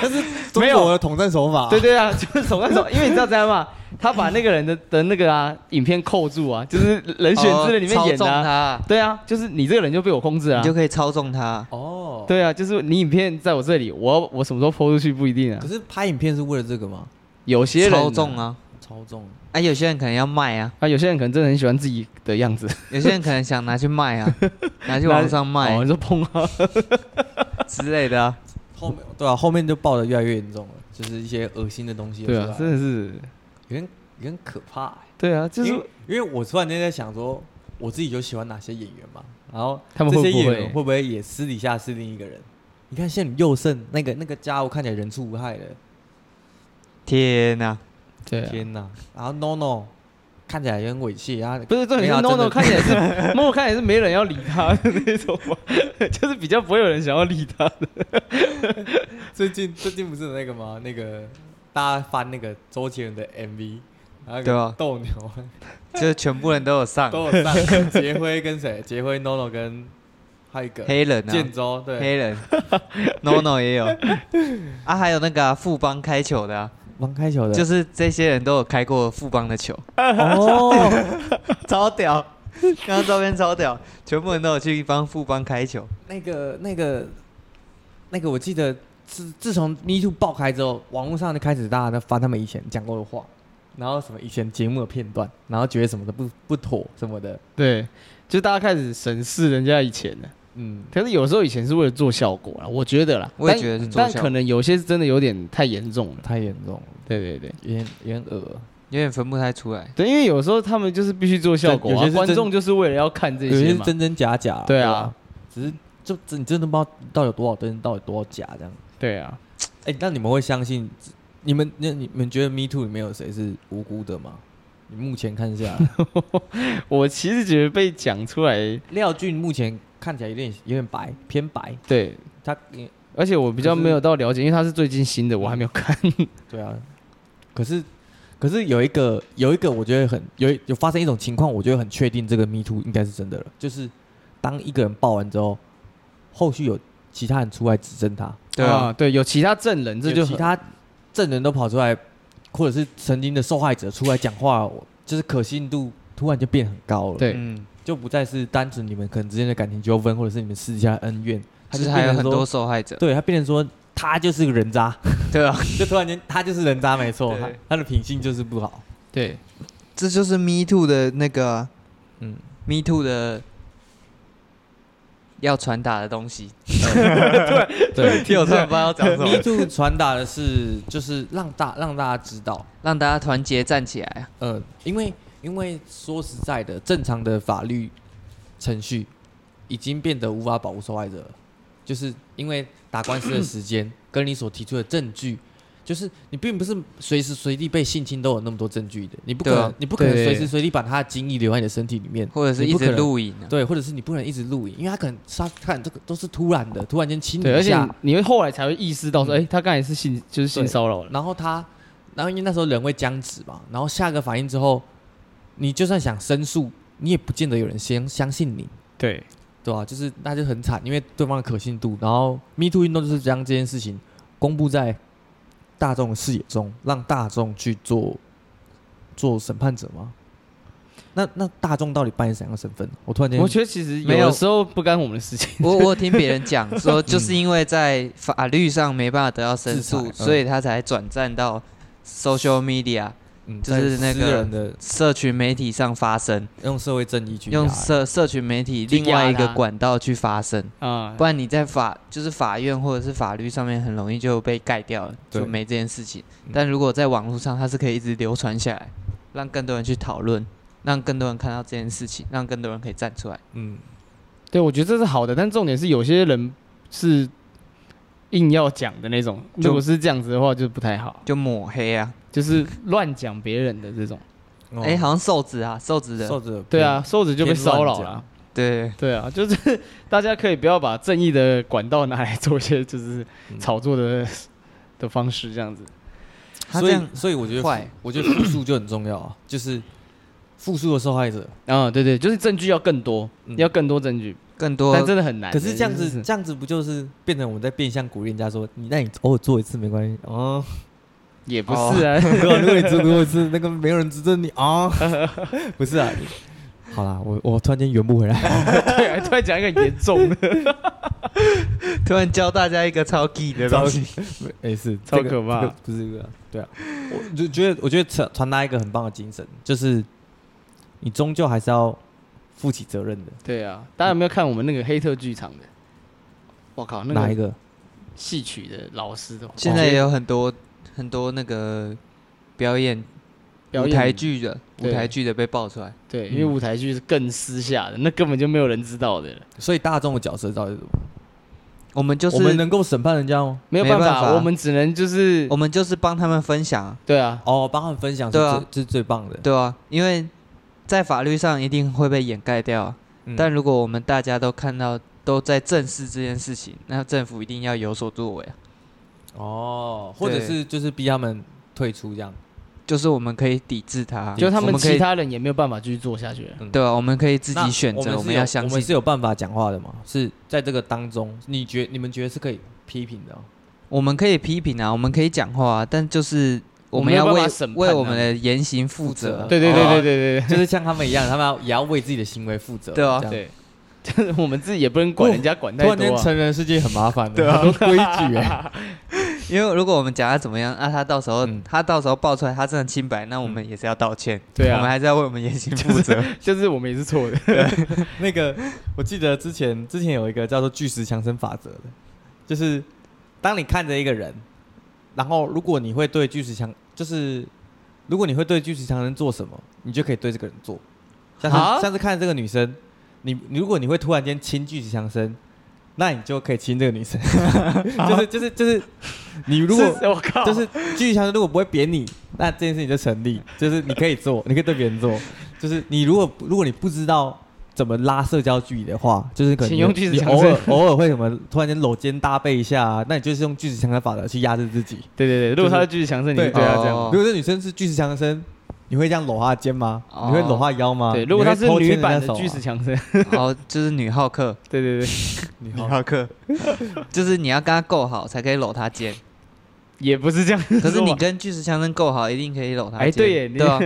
[SPEAKER 1] 但是
[SPEAKER 2] 没有
[SPEAKER 1] 中国的统战手法，
[SPEAKER 2] 对对啊，就是手那手，因为你知道怎样吗？他把那个人的的那个啊影片扣住啊，就是《人 (laughs) 选之人》里面
[SPEAKER 3] 哦
[SPEAKER 2] 演的、
[SPEAKER 3] 操纵
[SPEAKER 2] 啊，
[SPEAKER 3] 他，
[SPEAKER 2] 对啊，就是你这个人就被我控制啊
[SPEAKER 3] 你就。可以操纵他，
[SPEAKER 1] 哦，
[SPEAKER 2] 对啊，就是你影片在我这里，我我什么时候抛出去不一定啊
[SPEAKER 1] 可。是拍影片是为了这个吗？
[SPEAKER 2] 有些人啊
[SPEAKER 3] 操纵啊，
[SPEAKER 1] 操纵，
[SPEAKER 3] 啊，有些人可能要卖啊，
[SPEAKER 2] 啊，有些人可能真的很喜欢自己的样子，
[SPEAKER 3] 有些人可能想拿去
[SPEAKER 2] (laughs)
[SPEAKER 3] 卖啊，拿去网上卖
[SPEAKER 2] 哦，你说碰
[SPEAKER 3] (laughs)
[SPEAKER 2] 啊，
[SPEAKER 3] 之类的啊，
[SPEAKER 1] 后面对啊，后面就爆的越来越严重了，就是一些恶心的东西又
[SPEAKER 2] 对
[SPEAKER 1] 出
[SPEAKER 2] 啊
[SPEAKER 1] 来，
[SPEAKER 2] 真的是，
[SPEAKER 1] 有点有点可怕欸、
[SPEAKER 2] 对啊，就
[SPEAKER 1] 因
[SPEAKER 2] 是
[SPEAKER 1] 为因为我突然间在想说，我自己就喜欢哪些演员嘛，然后
[SPEAKER 2] 他们
[SPEAKER 1] 这
[SPEAKER 2] 会
[SPEAKER 1] 些
[SPEAKER 2] 不
[SPEAKER 1] 演
[SPEAKER 2] 会
[SPEAKER 1] 员会不会也私底下是另一个人？你看像你佑胜那个那个家伙看起来人畜无害的，
[SPEAKER 3] 天哪、
[SPEAKER 2] 对啊，
[SPEAKER 1] 天哪！然后 NONO 看起来也很猥亵，然后
[SPEAKER 2] 不是重
[SPEAKER 1] 没
[SPEAKER 2] 点
[SPEAKER 1] 有
[SPEAKER 2] 是
[SPEAKER 1] 啊
[SPEAKER 2] no
[SPEAKER 1] 真的
[SPEAKER 2] no 看起来
[SPEAKER 3] (laughs)
[SPEAKER 2] 是 no no 看起来是没人要理他的那种嘛， (laughs) 就是比较不会有人想要理他的。
[SPEAKER 1] (laughs) 最近最近不是有那个吗？那个大家翻那个周杰伦的 MV，然后那个
[SPEAKER 3] 对啊
[SPEAKER 1] 斗牛
[SPEAKER 3] 就是全部人都有上
[SPEAKER 1] 都有上 (laughs) 杰辉跟谁？杰辉 NONO 跟还有一个
[SPEAKER 3] 黑人
[SPEAKER 1] 建
[SPEAKER 3] 啊，
[SPEAKER 1] 州对，
[SPEAKER 3] 黑人，NONO 也有啊，还有那个啊、富邦开球的、啊，
[SPEAKER 1] 王开球的
[SPEAKER 3] 就是是这些人都有开过富邦
[SPEAKER 2] (laughs)
[SPEAKER 3] 的球，
[SPEAKER 1] 哦，
[SPEAKER 3] 超屌，刚刚照片超屌，全部人都有去帮富邦开球，
[SPEAKER 1] (laughs) 那个那个那个，我记得自自从 Me Too 爆开之后，网络上就开始大家在翻他们以前讲过的话，然后什么以前节目的片段，然后觉得什么的不不妥什么的，
[SPEAKER 2] 对，就大家开始审视人家以前的，
[SPEAKER 1] 嗯，
[SPEAKER 2] 可是有时候以前是为了做效果啦，我觉得啦，
[SPEAKER 3] 我也
[SPEAKER 2] 但
[SPEAKER 3] 觉得是做效
[SPEAKER 2] 但
[SPEAKER 3] 果
[SPEAKER 2] 可能有些是真的有点太严重了。
[SPEAKER 1] 太严重了，
[SPEAKER 2] 对对对
[SPEAKER 1] 有点有点恶。
[SPEAKER 3] 有点分不太出来。
[SPEAKER 2] 对，因为有时候他们就是必须做效果、
[SPEAKER 1] 有些
[SPEAKER 2] 啊，
[SPEAKER 1] 是
[SPEAKER 2] 观
[SPEAKER 1] 真
[SPEAKER 2] 众就是为了要看这
[SPEAKER 1] 有些
[SPEAKER 2] 些
[SPEAKER 1] 是
[SPEAKER 2] 嘛。
[SPEAKER 1] 真真假假啊，
[SPEAKER 2] 对啊
[SPEAKER 1] 吧，只是就真你真的不知道到底有多少真，到底有多少假这样。
[SPEAKER 2] 对啊，
[SPEAKER 1] 哎、那你们会相信？你们那你们觉得 Me Too 里面有谁是无辜的吗？你目前看 (laughs) 下来，
[SPEAKER 2] 我其实觉得被讲出来，
[SPEAKER 1] 廖俊目前看起来有点有点白，偏白。
[SPEAKER 2] 对，
[SPEAKER 1] 他
[SPEAKER 2] 而且我比较没有到了解，因为他是最近新的，我还没有
[SPEAKER 1] (laughs)
[SPEAKER 2] 看。
[SPEAKER 1] 对啊，可是可是有一个有一个，我觉得很有一有发生一种情况，我觉得很确定这个 Me Too 应该是真的了，就是当一个人爆完之后，后续有其他人出来指证他，
[SPEAKER 3] 对啊，
[SPEAKER 2] 对，有其他证人，这
[SPEAKER 1] 有
[SPEAKER 2] 就
[SPEAKER 1] 其
[SPEAKER 2] 很
[SPEAKER 1] 他证人都跑出来，或者是曾经的受害者出来讲话，我就是可信度突然就变很高了。
[SPEAKER 2] 对
[SPEAKER 3] 嗯，
[SPEAKER 1] 就不再是单纯你们可能之间的感情纠纷，或者是你们私底下的恩怨，他
[SPEAKER 3] (laughs) 就
[SPEAKER 1] 就是变
[SPEAKER 3] 嗯还有
[SPEAKER 1] 成
[SPEAKER 3] 很
[SPEAKER 1] 说
[SPEAKER 3] 多
[SPEAKER 2] (laughs)
[SPEAKER 3] 受害者，
[SPEAKER 1] 对他变成说他就是个人渣， (laughs)
[SPEAKER 3] 对啊，
[SPEAKER 1] 就突然间他就是人渣，没错，他
[SPEAKER 3] 对
[SPEAKER 1] 他的品性就是不
[SPEAKER 3] (laughs)
[SPEAKER 1] 好。
[SPEAKER 2] 对
[SPEAKER 3] 这就是 Me Too 的那个啊、
[SPEAKER 1] 嗯，
[SPEAKER 3] Me Too 的要传达的东西。
[SPEAKER 1] 对
[SPEAKER 3] 听我突然不知道要讲什
[SPEAKER 1] ，Me
[SPEAKER 3] 么，
[SPEAKER 1] Too 传达的是就是让大让大家知道，
[SPEAKER 3] (laughs) 让大家团结站起来啊。
[SPEAKER 1] 呃，因为因为说实在的，正常的法律程序已经变得无法保护受害者了，就是因为打官司的时间跟你所提出的证据，就是你并不是随时随地被性侵都有那么多证据的，你不可
[SPEAKER 3] 对啊
[SPEAKER 1] 能、你不可能
[SPEAKER 2] 对
[SPEAKER 1] 随时随地把他的精液留在你的身体里面，
[SPEAKER 3] 或者是
[SPEAKER 1] 你
[SPEAKER 3] 一直
[SPEAKER 1] 不可能。
[SPEAKER 3] 录影啊。
[SPEAKER 1] 对，或者是你不能一直录影，因为他可能他看这个都是突然的，突然间亲你
[SPEAKER 2] 对，
[SPEAKER 1] 一
[SPEAKER 2] 而且
[SPEAKER 1] 下
[SPEAKER 2] 你，你会后来才会意识到说，
[SPEAKER 1] 嗯
[SPEAKER 2] 哎、他刚才是性就是性
[SPEAKER 1] 对
[SPEAKER 2] 骚扰了。
[SPEAKER 1] 然后他，然后因为那时候人会僵直嘛，然后下个反应之后，你就算想申诉，你也不见得有人先相信你，
[SPEAKER 2] 对
[SPEAKER 1] 对吧、就是那就很惨，因为对方的可信度。然后 Me Too 运动就是将这件事情公布在大众的视野中，让大众去做做审判者嘛。那那大众到底扮演怎样的身份？我突然间，
[SPEAKER 2] 我觉得其实
[SPEAKER 3] 没
[SPEAKER 2] 有
[SPEAKER 3] 有
[SPEAKER 2] 的时候不干我们的事情。
[SPEAKER 3] 我我有听别人讲说，就是因为在法律上没办法得到申诉，
[SPEAKER 1] 制裁嗯
[SPEAKER 3] 所以他才转战到 social media
[SPEAKER 1] 嗯
[SPEAKER 3] 就是
[SPEAKER 1] 在
[SPEAKER 3] 那
[SPEAKER 1] 私
[SPEAKER 3] 个
[SPEAKER 1] 人的
[SPEAKER 3] 社群媒体上发声，
[SPEAKER 1] 用社会正义去
[SPEAKER 3] 用
[SPEAKER 1] 压
[SPEAKER 3] 社社群媒体
[SPEAKER 2] 去
[SPEAKER 3] 另外一
[SPEAKER 2] 压
[SPEAKER 3] 个
[SPEAKER 2] 他
[SPEAKER 3] 管道去发声，
[SPEAKER 1] (laughs)
[SPEAKER 2] 啊
[SPEAKER 3] 不，然你在法就是法院或者是法律上面很容易就被盖掉了，
[SPEAKER 1] 对
[SPEAKER 3] 就没这件事情
[SPEAKER 1] 嗯。
[SPEAKER 3] 但如果在网络上，它是可以一直流传下来，让更多人去讨论，让更多人看到这件事情，让更多人可以站出来。
[SPEAKER 1] 嗯，
[SPEAKER 2] 对，我觉得这是好的，但重点是有些人是硬要讲的那种，
[SPEAKER 3] 就
[SPEAKER 2] 如果是这样子的话，就不太好，
[SPEAKER 3] 就抹黑啊！
[SPEAKER 2] 就是乱讲别人的这种。
[SPEAKER 1] 哦
[SPEAKER 3] 哎、好像瘦子啊，瘦子的，
[SPEAKER 1] 受着
[SPEAKER 2] 对啊，瘦子就被
[SPEAKER 1] 偏乱
[SPEAKER 2] 骚扰
[SPEAKER 1] 讲
[SPEAKER 2] 了。
[SPEAKER 3] 对，
[SPEAKER 2] 对啊，就是 (laughs) 大家可以不要把正义的管道拿来做一些 (laughs) 就是
[SPEAKER 1] 嗯
[SPEAKER 2] 炒作的、的方式这样子。
[SPEAKER 3] 他
[SPEAKER 1] 所
[SPEAKER 3] 这
[SPEAKER 1] 以
[SPEAKER 3] 样，
[SPEAKER 1] 所以我觉得
[SPEAKER 3] 坏
[SPEAKER 1] 复，我觉得复述就很重要啊， (coughs) 就是复述的受害者。
[SPEAKER 2] 啊、对对，就是证据要更多，
[SPEAKER 1] 嗯
[SPEAKER 2] 要更多证据，
[SPEAKER 3] 更多
[SPEAKER 2] 但真的很
[SPEAKER 3] 哎
[SPEAKER 2] 难。欸
[SPEAKER 1] 可是这样
[SPEAKER 2] 就
[SPEAKER 1] 子，这样子不就是变成我们在变相鼓励人家说，你那你偶尔做一次没关系哦，
[SPEAKER 2] 也不是啊，
[SPEAKER 1] 对吧？如果你做做一次，那个没有人指正你啊， (laughs) 不是啊。好啦，我我突然间圆不回来，
[SPEAKER 2] (laughs) 对啊，突然讲一个很严重 (laughs) 的，
[SPEAKER 3] 突然教大家一个超 key 的东西，
[SPEAKER 1] (laughs) 没事，
[SPEAKER 2] 超
[SPEAKER 1] 这个
[SPEAKER 2] 可怕
[SPEAKER 1] 这个不是这个，对
[SPEAKER 2] (laughs)
[SPEAKER 1] 啊，我就觉得我觉得传传达一个很棒的精神，就是你终究还是要负起责任的。
[SPEAKER 2] 对啊，大家有没有看我们那个黑特剧场的？我靠，那
[SPEAKER 1] 哪一
[SPEAKER 2] 个
[SPEAKER 1] 个？
[SPEAKER 2] 戏曲的老师的
[SPEAKER 3] 现在也有很多很多那个表演
[SPEAKER 2] 表
[SPEAKER 3] 舞
[SPEAKER 2] 演
[SPEAKER 3] 台剧的舞
[SPEAKER 2] 对
[SPEAKER 3] 台剧的被爆出来，
[SPEAKER 2] 对，
[SPEAKER 1] 嗯
[SPEAKER 2] 因为舞台剧是更私下的，那根本就没有人知道的了，
[SPEAKER 1] 所以大众的角色到底是什么？
[SPEAKER 3] 我们就是
[SPEAKER 1] 我们能够审判人家吗？
[SPEAKER 2] 没有
[SPEAKER 3] 没
[SPEAKER 2] 办
[SPEAKER 3] 办法
[SPEAKER 2] 我们只能就是
[SPEAKER 3] 我们就是帮他们分享啊，
[SPEAKER 2] 对啊，
[SPEAKER 1] 哦，帮他们分享是
[SPEAKER 3] 对
[SPEAKER 1] 最、
[SPEAKER 3] 啊
[SPEAKER 1] 是最棒的。
[SPEAKER 3] 对啊，因为在法律上一定会被掩盖掉啊，
[SPEAKER 1] 嗯
[SPEAKER 3] 但如果我们大家都看到都在正视这件事情，那政府一定要有所作为啊，
[SPEAKER 1] 哦，或者
[SPEAKER 3] 对
[SPEAKER 1] 是就是逼他们退出这样。
[SPEAKER 3] 就是我们可以抵制它啊，
[SPEAKER 2] 就他
[SPEAKER 3] 我
[SPEAKER 2] 们
[SPEAKER 3] 可以
[SPEAKER 2] 其他人也没有办法继续做下去了。
[SPEAKER 3] 对啊，我们可以自己
[SPEAKER 1] 那
[SPEAKER 3] 选
[SPEAKER 1] 我
[SPEAKER 3] 择，
[SPEAKER 1] 们
[SPEAKER 3] 我
[SPEAKER 1] 是
[SPEAKER 3] 们
[SPEAKER 1] 有
[SPEAKER 3] 要相
[SPEAKER 1] 我们
[SPEAKER 3] 信
[SPEAKER 1] 是，有办法讲话的嘛？是在这个当中，你觉你们觉得是可以批评的哦、 (laughs)
[SPEAKER 3] 我们可以批评啊，我们可以讲话啊，但就是我
[SPEAKER 2] 我们
[SPEAKER 3] 们
[SPEAKER 2] 没有
[SPEAKER 3] 要
[SPEAKER 2] 办
[SPEAKER 3] 为
[SPEAKER 2] 法审判
[SPEAKER 3] 为
[SPEAKER 2] 啊
[SPEAKER 3] 我们的言行负责啊。
[SPEAKER 2] 对对对
[SPEAKER 1] 哦
[SPEAKER 2] 对对对
[SPEAKER 1] 就是像他们一样，他们要也要为自己的行为负责。
[SPEAKER 3] 对啊
[SPEAKER 1] 这样，
[SPEAKER 2] 对， (laughs) 就是我们自己也不能管
[SPEAKER 1] 哦
[SPEAKER 2] 人家管
[SPEAKER 1] 突
[SPEAKER 2] 太
[SPEAKER 1] 然间
[SPEAKER 2] 多啊。
[SPEAKER 1] 成人世界很麻烦的，对啊，很多规矩哎、
[SPEAKER 3] 因为如果我们讲他怎么样，那、啊他到时候、
[SPEAKER 1] 嗯
[SPEAKER 3] 他到时候爆出来他真的清白，那我们也是要道歉，
[SPEAKER 2] 嗯对啊
[SPEAKER 3] 我们还是要为我们言行
[SPEAKER 2] (laughs)
[SPEAKER 3] 负责。
[SPEAKER 2] 就是我们也是错的，
[SPEAKER 1] 那个，我记得之前之前有一个叫做巨石强森法则的，就是当你看着一个人，然后如果你会对巨石强，就是如果你会对巨石强森做什么，你就可以对这个人做。像是、
[SPEAKER 2] 啊
[SPEAKER 1] 像是看这个女生，你你如果你会突然间亲巨石强森，那你就可以亲这个女生， (laughs) 就是就是就是你如
[SPEAKER 2] (laughs)
[SPEAKER 1] 果
[SPEAKER 2] 是我靠，
[SPEAKER 1] 就是巨石强森如果不会扁你，那这件事情就成立，就是你可以做，你可以对别人做，就是你如果如果你不知道怎么拉社交距离的话，就是可能
[SPEAKER 2] 请
[SPEAKER 1] 你
[SPEAKER 2] 用巨石
[SPEAKER 1] 你
[SPEAKER 2] 强
[SPEAKER 1] 偶尔
[SPEAKER 2] 森
[SPEAKER 1] 偶尔会什么突然间搂肩搭背一下、啊，那你就是用巨石强森法则去压制自己。
[SPEAKER 2] 对对对，如果他继续强盛，你
[SPEAKER 1] 对
[SPEAKER 2] 会对他这样吗。
[SPEAKER 3] 哦
[SPEAKER 1] 如果这女生是巨石强森，你会这样搂她的肩吗？
[SPEAKER 3] 哦
[SPEAKER 1] 你会搂她的腰吗？
[SPEAKER 2] 对，如果他
[SPEAKER 1] 你
[SPEAKER 2] 是
[SPEAKER 1] 会偷牵
[SPEAKER 2] 女
[SPEAKER 1] 人家
[SPEAKER 2] 版的
[SPEAKER 1] 手啊
[SPEAKER 2] 巨石强森，
[SPEAKER 3] 然后就是女浩克，
[SPEAKER 2] (laughs) 对对对，
[SPEAKER 1] 你好
[SPEAKER 3] 克，哦 (laughs) 就是你要跟他够好才可以搂他肩，
[SPEAKER 2] 也不是这样说吧。
[SPEAKER 3] 可是你跟巨石强森够好，一定可以搂他肩。
[SPEAKER 2] 哎对耶你
[SPEAKER 3] 对啊，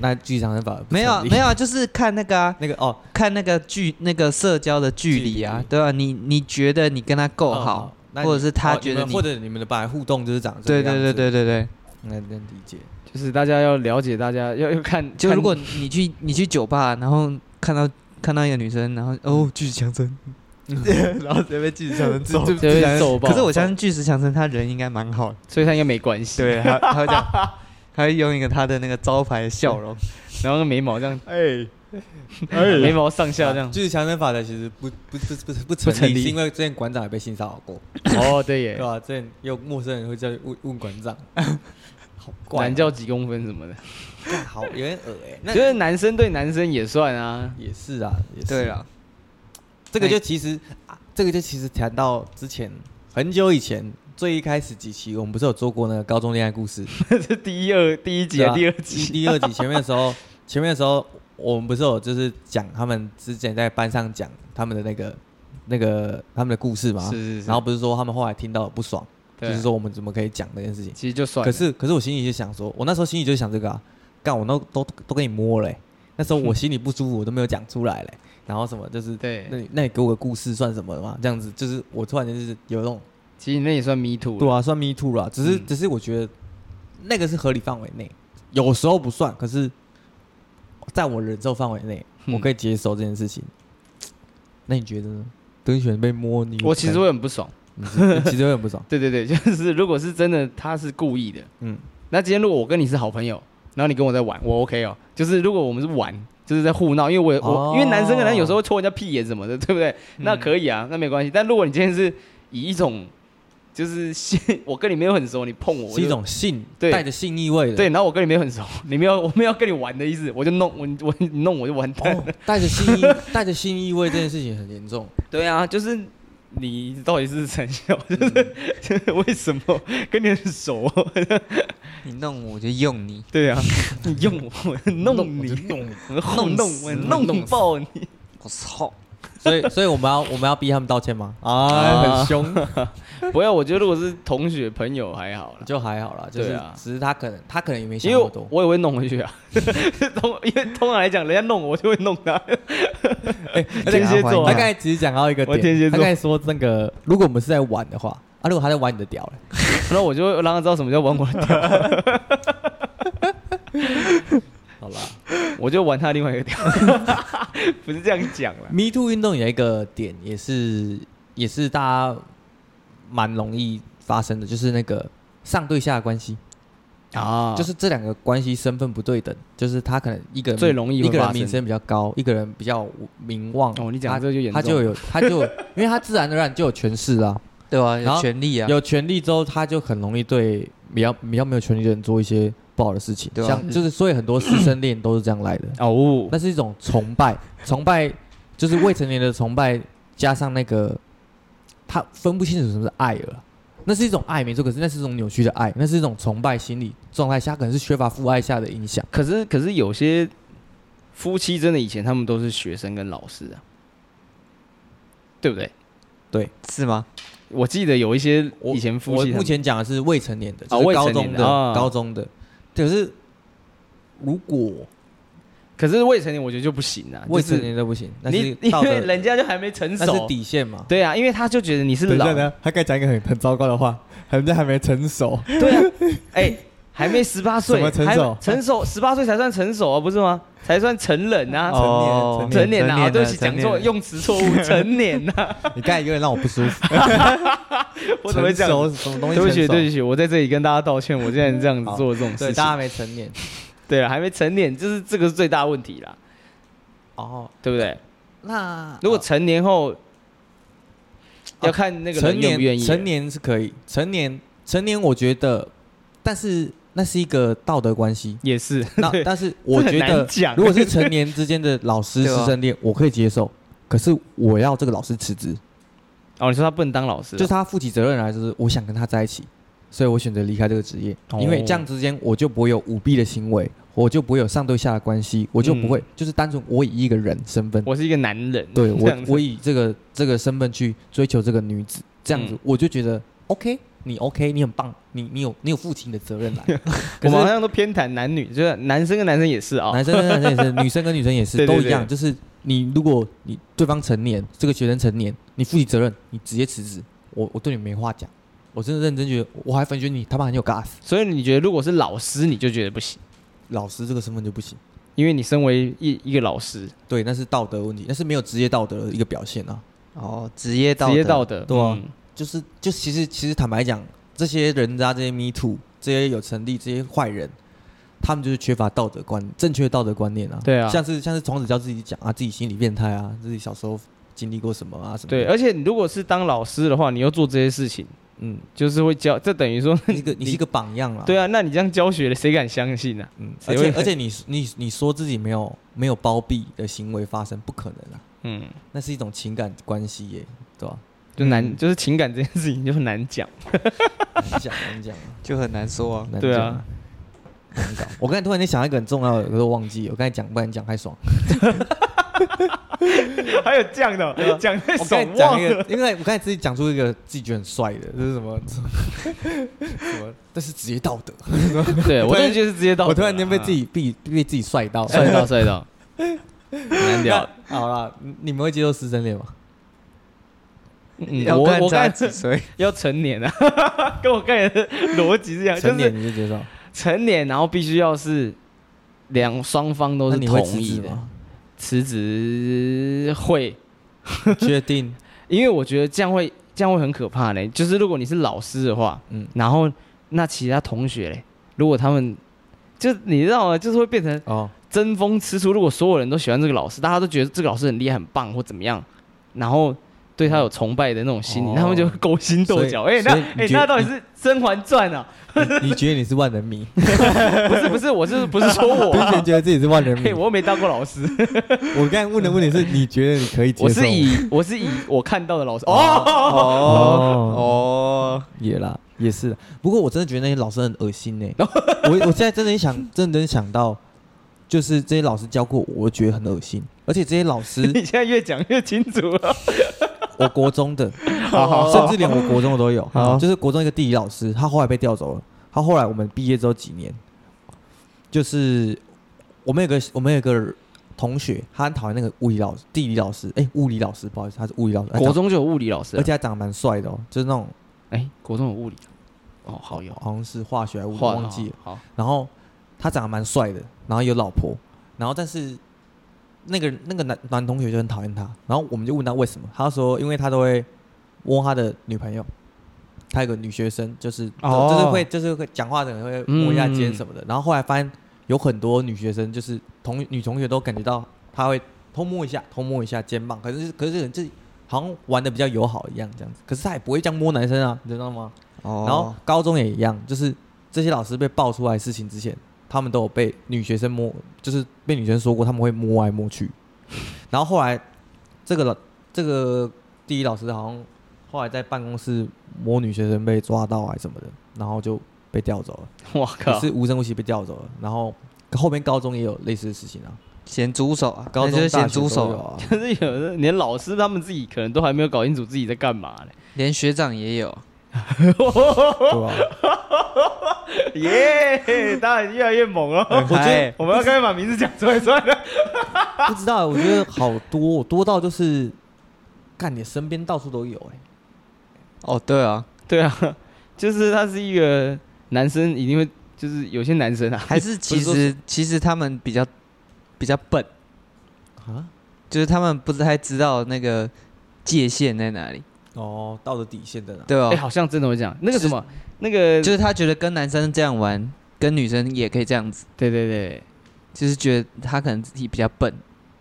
[SPEAKER 1] 那巨石强森法则不
[SPEAKER 3] 没有
[SPEAKER 1] 成立
[SPEAKER 3] 没有啊，就是看那个啊，
[SPEAKER 1] 那个哦，
[SPEAKER 3] 看那个距那个社交的距离啊
[SPEAKER 1] 距，离
[SPEAKER 3] 对啊，你你觉得你跟他够
[SPEAKER 1] 哦
[SPEAKER 3] 好，
[SPEAKER 1] 那你
[SPEAKER 3] 或者是他
[SPEAKER 1] 哦
[SPEAKER 3] 觉得
[SPEAKER 1] 们
[SPEAKER 3] 你
[SPEAKER 1] 或者你们的本来互动就是长这个
[SPEAKER 3] 对
[SPEAKER 1] 样
[SPEAKER 3] 对
[SPEAKER 1] 子
[SPEAKER 3] 对，对对对，
[SPEAKER 1] 能能理解。
[SPEAKER 2] 就是大家要了解，大家要要看，
[SPEAKER 3] 就
[SPEAKER 2] 看
[SPEAKER 3] 如果你去你去酒吧，然后看到看到一个女生，然后哦巨石强森，然 (laughs) 后直接被巨石
[SPEAKER 1] (laughs)
[SPEAKER 3] 强森揍
[SPEAKER 2] 就就被揍爆
[SPEAKER 3] 可是我相信巨石强森他人应该蛮好的，
[SPEAKER 2] 所以他应该没关系。，
[SPEAKER 3] 对他 (laughs) 他会这样，他会用一个他的那个招牌的笑容，
[SPEAKER 2] 然后眉毛这样，
[SPEAKER 1] 哎，
[SPEAKER 2] 眉毛上下
[SPEAKER 1] (laughs)
[SPEAKER 2] 这样。
[SPEAKER 1] 就是强森法则其实不不不不不
[SPEAKER 2] 不成
[SPEAKER 1] 成
[SPEAKER 2] 立
[SPEAKER 1] 立，是因为之前馆长也被性骚扰过，
[SPEAKER 2] 哦，对
[SPEAKER 1] 对啊
[SPEAKER 2] 耶，
[SPEAKER 1] 吧？之前有陌生人会叫问问馆
[SPEAKER 2] (laughs)
[SPEAKER 1] 长，好怪
[SPEAKER 2] 男
[SPEAKER 1] 哦，
[SPEAKER 2] 叫几公分什么的，
[SPEAKER 1] 干好有点恶哎。那
[SPEAKER 2] 就是男生对男生也算啊。
[SPEAKER 1] 也是啊，也是。
[SPEAKER 3] 对啊，，
[SPEAKER 1] 这个就其实啊，这个就其实谈到之前很久以前最一开始几期，我们不是有做过那个高中恋爱故
[SPEAKER 2] (laughs)
[SPEAKER 1] 事？
[SPEAKER 2] (laughs) 这是第一二第一集
[SPEAKER 1] 对
[SPEAKER 2] 啊，
[SPEAKER 1] 啊
[SPEAKER 2] 第二
[SPEAKER 1] 第
[SPEAKER 2] 集
[SPEAKER 1] 第二集前面的时候， (laughs) 前面的时候我们不是有就是讲他们之前在班上讲他们的那个那个他们的故事嘛？
[SPEAKER 2] 是是是，
[SPEAKER 1] 然后不是说他们后来听到了不爽，就
[SPEAKER 2] 对
[SPEAKER 1] 是说我们怎么可以讲这件事情？
[SPEAKER 2] 其实就算了。
[SPEAKER 1] 可是可是我心里就想说，我那时候心里就想这个啊，干我那都都给你摸了欸、那时候
[SPEAKER 2] (laughs)
[SPEAKER 1] 我心里不舒服，我都没有讲出来嘞。然后什么就是，
[SPEAKER 2] 对
[SPEAKER 1] 那，你那你给我个故事算什么嘛？这样子就是我突然间就是有那种，
[SPEAKER 2] 其实那也算迷途。
[SPEAKER 1] 对啊，算 me too 啦。只是、
[SPEAKER 2] 嗯
[SPEAKER 1] 只是我觉得那个是合理范围内，有时候不算，可是在我忍受范围内，
[SPEAKER 2] 嗯
[SPEAKER 1] 我可以接受这件事情。那你觉得呢？德选被摸你，
[SPEAKER 2] 我其实会很不爽。。
[SPEAKER 1] 你是你其实会很不爽
[SPEAKER 2] 对对 (laughs) 对，就是如果是真的，他是故意的。
[SPEAKER 1] 嗯，
[SPEAKER 2] 那今天如果我跟你是好朋友，然后你跟我在玩，我 OK 哦。就是如果我们是玩，就是在互闹，因为我、
[SPEAKER 1] 哦嗯
[SPEAKER 2] 我因为男生可能有时候会戳人家屁眼什么的，对不对？那可以啊，那没关系。但如果你今天是以一种就是性，我跟你没有很熟，你碰我，我
[SPEAKER 1] 是一
[SPEAKER 2] 就
[SPEAKER 1] 种性
[SPEAKER 2] 对
[SPEAKER 1] 带着性意味的，
[SPEAKER 2] 对，然后我跟你没有很熟，你没有我没有跟你玩的意思，我就弄我我你弄我就完蛋。
[SPEAKER 1] 哦，带着性意 (laughs) 带着性意味这件事情很严重。
[SPEAKER 2] 对啊，就是你到底是成效，就是、 (laughs) 为什么跟你很熟？ (laughs)
[SPEAKER 3] 你弄我我就用你，
[SPEAKER 2] 对啊，你用我，我弄你，
[SPEAKER 1] 弄，
[SPEAKER 2] 我糊弄
[SPEAKER 1] 弄
[SPEAKER 2] 我，
[SPEAKER 1] 死
[SPEAKER 2] 弄
[SPEAKER 1] 弄
[SPEAKER 2] 爆你。
[SPEAKER 3] 我操！
[SPEAKER 1] 所以所以我们要我们要逼他们道歉吗？
[SPEAKER 2] 啊
[SPEAKER 1] 啊，很凶，
[SPEAKER 2] (laughs) 不要，我觉得如果是同学朋友还好啦，
[SPEAKER 1] 就还好啦，就是、
[SPEAKER 2] 对啊
[SPEAKER 1] 只是他可能他可能也没想
[SPEAKER 2] 因
[SPEAKER 1] 那
[SPEAKER 2] 为
[SPEAKER 1] 么
[SPEAKER 2] 我
[SPEAKER 1] 多，
[SPEAKER 2] 我也会弄回 (laughs) 去啊。通因为通常来讲，人家弄我，我就会弄 (laughs) 他。
[SPEAKER 1] 哎而且
[SPEAKER 2] 天蝎座
[SPEAKER 1] 他
[SPEAKER 2] 啊
[SPEAKER 1] 刚才只是讲到一个
[SPEAKER 2] 我天蝎
[SPEAKER 1] 点，
[SPEAKER 2] 座
[SPEAKER 1] 他刚才说那个如果我们是在玩的话，啊，如果他在玩你的屌嘞，
[SPEAKER 2] 然后我就会让他知道什么叫玩我 (laughs) 的屌，
[SPEAKER 1] 好
[SPEAKER 2] (laughs)
[SPEAKER 1] 啦
[SPEAKER 2] 我就玩他另外 (laughs) 一个屌，不是这样讲啦。
[SPEAKER 1] ，Me Too 运动有一个点也是也是大家蛮容易发生的，就是那个上对下的关系。
[SPEAKER 2] 啊
[SPEAKER 1] 就是这两个关系身份不对等，就是他可能一个人
[SPEAKER 2] 最容易会
[SPEAKER 1] 一个人
[SPEAKER 2] 发生
[SPEAKER 1] 名声比较高，一个人比较名望。
[SPEAKER 2] 哦你讲
[SPEAKER 1] 他
[SPEAKER 2] 这就严重
[SPEAKER 1] 他就有他就因为他自然而然就有权势啦，
[SPEAKER 3] 对啊，
[SPEAKER 1] 然
[SPEAKER 3] 有
[SPEAKER 1] 后
[SPEAKER 3] 权利啊，
[SPEAKER 1] 有权利之后他就很容易对比较比较没有权利的人做一些不好的事情，
[SPEAKER 3] 对啊
[SPEAKER 1] 像就是所以很多师生恋都是这样来的，
[SPEAKER 2] 哦，
[SPEAKER 1] 那是一种崇 (laughs) 拜，崇拜就是未成年的崇拜加上那个他分不清楚什么是爱了。那是一种爱，没错，可是那是一种扭曲的爱，那是一种崇拜心理状态下，可能是缺乏父爱下的影响。
[SPEAKER 2] 可是可是有些夫妻真的以前他们都是学生跟老师啊，对不对？
[SPEAKER 3] 是吗？
[SPEAKER 2] 我记得有一些
[SPEAKER 1] 我
[SPEAKER 2] 以前夫
[SPEAKER 1] 我
[SPEAKER 2] 妻他
[SPEAKER 1] 目
[SPEAKER 2] 们
[SPEAKER 1] 前讲的是未成年的，就
[SPEAKER 2] 哦
[SPEAKER 1] 是
[SPEAKER 2] 未成
[SPEAKER 1] 高
[SPEAKER 2] 年
[SPEAKER 1] 中
[SPEAKER 2] 的
[SPEAKER 1] 的，
[SPEAKER 2] 啊
[SPEAKER 1] 高中的。可是如果
[SPEAKER 2] 可是未成年我觉得就不行啊，
[SPEAKER 1] 未
[SPEAKER 2] 就是
[SPEAKER 1] 成年的不行，那是
[SPEAKER 2] 你因
[SPEAKER 1] 道德
[SPEAKER 2] 为人家就还没成
[SPEAKER 1] 那是
[SPEAKER 2] 熟，
[SPEAKER 1] 底线嘛。
[SPEAKER 2] 对啊，因为他就觉得你是老，
[SPEAKER 1] 呢，他该讲一个很很糟糕的话，人家还没成熟。
[SPEAKER 2] 对啊，哎，还没十八岁，
[SPEAKER 1] 什么成
[SPEAKER 2] 还
[SPEAKER 1] 熟
[SPEAKER 2] 成熟十八岁才算成熟啊，不是吗？才算成人啊，
[SPEAKER 1] 哦
[SPEAKER 3] 哦
[SPEAKER 2] 成年啊，
[SPEAKER 3] 了
[SPEAKER 2] 对不起，讲
[SPEAKER 3] 成年
[SPEAKER 2] 错了
[SPEAKER 3] 了
[SPEAKER 2] 用
[SPEAKER 1] (laughs)
[SPEAKER 2] 词错误，成年呐，
[SPEAKER 1] 你刚才有点让我不舒服。
[SPEAKER 2] (laughs) 我怎么会这样？
[SPEAKER 1] 成熟什么东西
[SPEAKER 2] 对不
[SPEAKER 1] 成熟？
[SPEAKER 2] 起，对不起，我在这里跟大家道歉，我竟然这样子
[SPEAKER 1] 好
[SPEAKER 2] 做这种事
[SPEAKER 1] 对，
[SPEAKER 2] 情。
[SPEAKER 1] 大家没成年。
[SPEAKER 2] 对啊，还没成年，就是这个是最大的问题啦，
[SPEAKER 1] 哦，
[SPEAKER 2] 对不对？
[SPEAKER 1] 那
[SPEAKER 2] 如果成年后，要看那个
[SPEAKER 1] 啊成
[SPEAKER 2] 人愿不愿
[SPEAKER 1] 年
[SPEAKER 2] 意。啊
[SPEAKER 1] 成年是可以，成年成年我觉得，但是那是一个道德关
[SPEAKER 2] (laughs)
[SPEAKER 1] 系。
[SPEAKER 2] 也是，
[SPEAKER 1] 那
[SPEAKER 2] 对
[SPEAKER 1] 但是我
[SPEAKER 2] 这很
[SPEAKER 1] 觉
[SPEAKER 2] 难
[SPEAKER 1] 得
[SPEAKER 2] 讲，
[SPEAKER 1] 如果是成年之间的老师
[SPEAKER 3] 对啊
[SPEAKER 1] 师生恋，我可以接受。可是我要这个老师辞职，
[SPEAKER 2] (laughs) 哦，你说他不能当老师啊，
[SPEAKER 1] 就是他负起责任来，就是我想跟他在一起，所以我选择离开这个职业，
[SPEAKER 2] 哦
[SPEAKER 1] 因为这样之间我就不会有舞弊的行为，我就不会有上对下的关系，我就不
[SPEAKER 2] 嗯
[SPEAKER 1] 会、就是单纯我以一个人身份，
[SPEAKER 2] 我是一个男人，
[SPEAKER 1] (laughs) 对
[SPEAKER 2] 这
[SPEAKER 1] 我
[SPEAKER 2] 样子
[SPEAKER 1] 我以这个这个身份去追求这个女子，这样子
[SPEAKER 2] 嗯
[SPEAKER 1] 我就觉得、OK，你 OK，你很棒，你你有你有负起你的责任来。
[SPEAKER 2] (laughs)
[SPEAKER 1] 可
[SPEAKER 2] 我
[SPEAKER 1] 是
[SPEAKER 2] 们好像都偏袒男女，就是男生跟男生也是啊、
[SPEAKER 1] 男生跟男生也是，女生跟女生也
[SPEAKER 2] (laughs)
[SPEAKER 1] 是，
[SPEAKER 2] 对对
[SPEAKER 1] 都
[SPEAKER 2] 对
[SPEAKER 1] 一样。就是你如果你对方成年，这个学生成年，你负起责任，你直接辞职，我我对你没话讲。我真的认真觉得，我还反觉得你他妈很有 gas。
[SPEAKER 2] 所以你觉得如果是老师，你就觉得不行，
[SPEAKER 1] 老师这个身份就不行，
[SPEAKER 2] 因为你身为一一个老师，
[SPEAKER 1] 对，那是道德问题，那是没有职业道德的一个表现啊。
[SPEAKER 3] 哦，职业道
[SPEAKER 2] 职
[SPEAKER 3] 德，
[SPEAKER 2] 业道德，
[SPEAKER 1] 对啊
[SPEAKER 2] 嗯
[SPEAKER 1] 就是就其实其实坦白讲，这些人渣、这些 me too、这些有成立、这些坏人，他们就是缺乏道德观、正确道德观念啊。
[SPEAKER 2] 对啊
[SPEAKER 1] 像是像是黄子佼自己讲啊，自己心理变态啊，自己小时候经历过什么啊什么的。
[SPEAKER 2] 对，而且你如果是当老师的话，你又做这些事情，
[SPEAKER 1] 嗯，
[SPEAKER 2] 就是会教，这等于说，
[SPEAKER 1] 你是一
[SPEAKER 2] (laughs)
[SPEAKER 1] 个你是一个榜样啦。
[SPEAKER 2] 对啊，那你这样教学了，谁敢相信啊呢、
[SPEAKER 1] 嗯，
[SPEAKER 2] 谁
[SPEAKER 1] 而
[SPEAKER 2] 会
[SPEAKER 1] 且而且你你你说自己没有没有包庇的行为发生，不可能啊，
[SPEAKER 2] 嗯，
[SPEAKER 1] 那是一种情感关系耶，对吧、 (laughs)
[SPEAKER 2] 就难，
[SPEAKER 3] 嗯
[SPEAKER 2] 就是情感这件事情就很难讲。
[SPEAKER 1] 难讲难讲啊，
[SPEAKER 3] 就很难说啊。
[SPEAKER 1] 难
[SPEAKER 2] 对
[SPEAKER 1] 讲
[SPEAKER 2] 啊，
[SPEAKER 1] (laughs) 难搞。我刚才突然间想到一个很重要的，我都忘记了，我刚才讲不然讲太爽。
[SPEAKER 2] (laughs) 还有这样的哦，讲太 (laughs)
[SPEAKER 1] 我刚才
[SPEAKER 2] 爽
[SPEAKER 1] 讲
[SPEAKER 2] 忘
[SPEAKER 1] 一
[SPEAKER 2] 了。
[SPEAKER 1] 个，因为我刚才自己讲出一个自己觉得很帅的，这是什么？ (laughs) 什么？这是职业道德。
[SPEAKER 2] 对，
[SPEAKER 1] 我突
[SPEAKER 2] 我 (laughs)
[SPEAKER 1] 然
[SPEAKER 2] 就觉得是职业道德啊。
[SPEAKER 1] 我突然间被自己被被自己帅到，
[SPEAKER 2] 啊帅到帅到，很难聊。
[SPEAKER 1] 那 (laughs) 好啦，你你们会接受师生恋吗？
[SPEAKER 2] 嗯
[SPEAKER 3] 要
[SPEAKER 2] 我
[SPEAKER 3] 看
[SPEAKER 2] 我
[SPEAKER 3] 差
[SPEAKER 2] 刚
[SPEAKER 3] 几
[SPEAKER 2] 才
[SPEAKER 3] 岁，
[SPEAKER 2] 要成年啊，跟我刚才的逻辑是一样，
[SPEAKER 1] 成
[SPEAKER 2] 就是
[SPEAKER 1] 年你就接受，
[SPEAKER 2] 成年，然后必须要是两双方都
[SPEAKER 1] 那
[SPEAKER 2] 是
[SPEAKER 1] 你会
[SPEAKER 2] 同
[SPEAKER 1] 辞
[SPEAKER 2] 意
[SPEAKER 1] 职
[SPEAKER 2] 的。
[SPEAKER 1] 吗？
[SPEAKER 2] 辞职会，
[SPEAKER 1] 确定？
[SPEAKER 2] 因为我觉得这样会这样会很可怕呢。就是如果你是老师的话，
[SPEAKER 1] (laughs) 嗯，
[SPEAKER 2] 然后那其他同学嘞，如果他们就你知道吗？就是会变成
[SPEAKER 1] 哦，
[SPEAKER 2] 争风吃醋。如果所有人都喜欢这个老师，大家都觉得这个老师很厉害、很棒或怎么样，然后对他有崇拜的那种心理，
[SPEAKER 1] 哦
[SPEAKER 2] 他们就会勾心斗角。
[SPEAKER 1] 所以
[SPEAKER 2] 哎、那
[SPEAKER 1] 所以你
[SPEAKER 2] 哎、
[SPEAKER 1] 觉得
[SPEAKER 2] 那到底是《甄嬛传》啊？
[SPEAKER 1] 你你觉得你是万人
[SPEAKER 2] (laughs)
[SPEAKER 1] 迷？
[SPEAKER 2] 不是不是，我是不是说我、
[SPEAKER 1] (laughs) 冰
[SPEAKER 2] 啊
[SPEAKER 1] 泉？觉得自己是万人迷
[SPEAKER 2] 嘿，。我又没当过老师，
[SPEAKER 1] 我刚才问的问题是，你觉得你可以接受
[SPEAKER 2] 我
[SPEAKER 1] 吗？
[SPEAKER 2] 是以我是以我看到的老师 (laughs) 哦，
[SPEAKER 1] 哦
[SPEAKER 3] 哦，
[SPEAKER 1] 也啦，也是啦。不过我真的觉得那些老师很恶心呢、 (laughs) 我我现在真的一想，真的想到，就是这些老师教过我，我觉得很恶心。而且这些老
[SPEAKER 2] (laughs)
[SPEAKER 1] 师，
[SPEAKER 2] 你现在越讲越清楚了。哦
[SPEAKER 1] 我国中的，
[SPEAKER 2] 好好
[SPEAKER 1] 甚至连我国中的都有
[SPEAKER 2] 好。
[SPEAKER 1] 就是国中一个地理老师，他后来被调走了。他后来我们毕业之后几年，就是我们有个我们有个同学，他很讨厌那个物理老师、地理老师。哎、物理老师，不好意思，他是物理老师。
[SPEAKER 2] 国中就有物理老师
[SPEAKER 1] 哎而
[SPEAKER 2] 了，
[SPEAKER 1] 且他长得蛮帅的哦，就是那种
[SPEAKER 2] 哎、国中有物理，哦，好有，
[SPEAKER 1] 好像是化学还是物理，
[SPEAKER 2] 画
[SPEAKER 1] 忘记了。
[SPEAKER 2] 好，
[SPEAKER 1] 然后他长得蛮帅的，然后有老婆，然后但是那个那个男男同学就很讨厌他，然后我们就问他为什么，他说因为他都会摸他的女朋友，他有个女学生，就是、
[SPEAKER 2] 哦
[SPEAKER 1] 就是会就是会讲话的人会摸一下肩什么的，然后后来发现有很多女学生就是同女同学都感觉到他会偷摸一下偷摸一下肩膀，可是可是这好像玩的比较友好一样这样子，可是他也不会这样摸男生啊，你知道吗？
[SPEAKER 3] 然
[SPEAKER 1] 然后高中也一样，就是这些老师被爆出来事情之前，他们都有被女学生摸，就是被女生说过他们会摸来摸去。然后后来这个老这个第一老师好像后来在办公室摸女学生被抓到还是什么的，然后就被调走了，
[SPEAKER 2] 我
[SPEAKER 1] 也
[SPEAKER 2] 靠，
[SPEAKER 1] 是无声无息被调走了。然后后面高中也有类似的事情啊，
[SPEAKER 3] 咸猪手啊，
[SPEAKER 1] 高
[SPEAKER 3] 那就
[SPEAKER 1] 中
[SPEAKER 3] 是
[SPEAKER 1] 大
[SPEAKER 3] 咸
[SPEAKER 1] 学都
[SPEAKER 3] 猪手
[SPEAKER 1] 有
[SPEAKER 3] 啊，
[SPEAKER 1] 啊，
[SPEAKER 2] (laughs) 可是有的连老师他们自己可能都还没有搞清楚自己在干嘛呢。
[SPEAKER 3] 连学长也有。
[SPEAKER 1] 对啊吧、
[SPEAKER 2] (laughs) 耶，大家越来越猛了。
[SPEAKER 1] 我觉得
[SPEAKER 2] 哎我们要开始把名字讲出来算了。
[SPEAKER 1] 不知道，我觉得好多多到就是，看你身边到处都有哎、
[SPEAKER 3] 哦，对啊，
[SPEAKER 2] (laughs) 对啊，就是他是一个男生，一定会就是有些男生啊，
[SPEAKER 3] 还是其
[SPEAKER 2] 不
[SPEAKER 3] 实其实他们比较比较笨，
[SPEAKER 1] 啊，
[SPEAKER 3] 就是他们不太知道那个界限在哪里，
[SPEAKER 1] 哦，道德底线在哪？
[SPEAKER 3] 对啊
[SPEAKER 2] 哎、
[SPEAKER 3] 吧、
[SPEAKER 2] 好像真的会这样。那个什么，那个
[SPEAKER 3] 就是他觉得跟男生这样玩，跟女生也可以这样子，
[SPEAKER 2] 对对对，
[SPEAKER 3] 就是觉得他可能自己比较笨，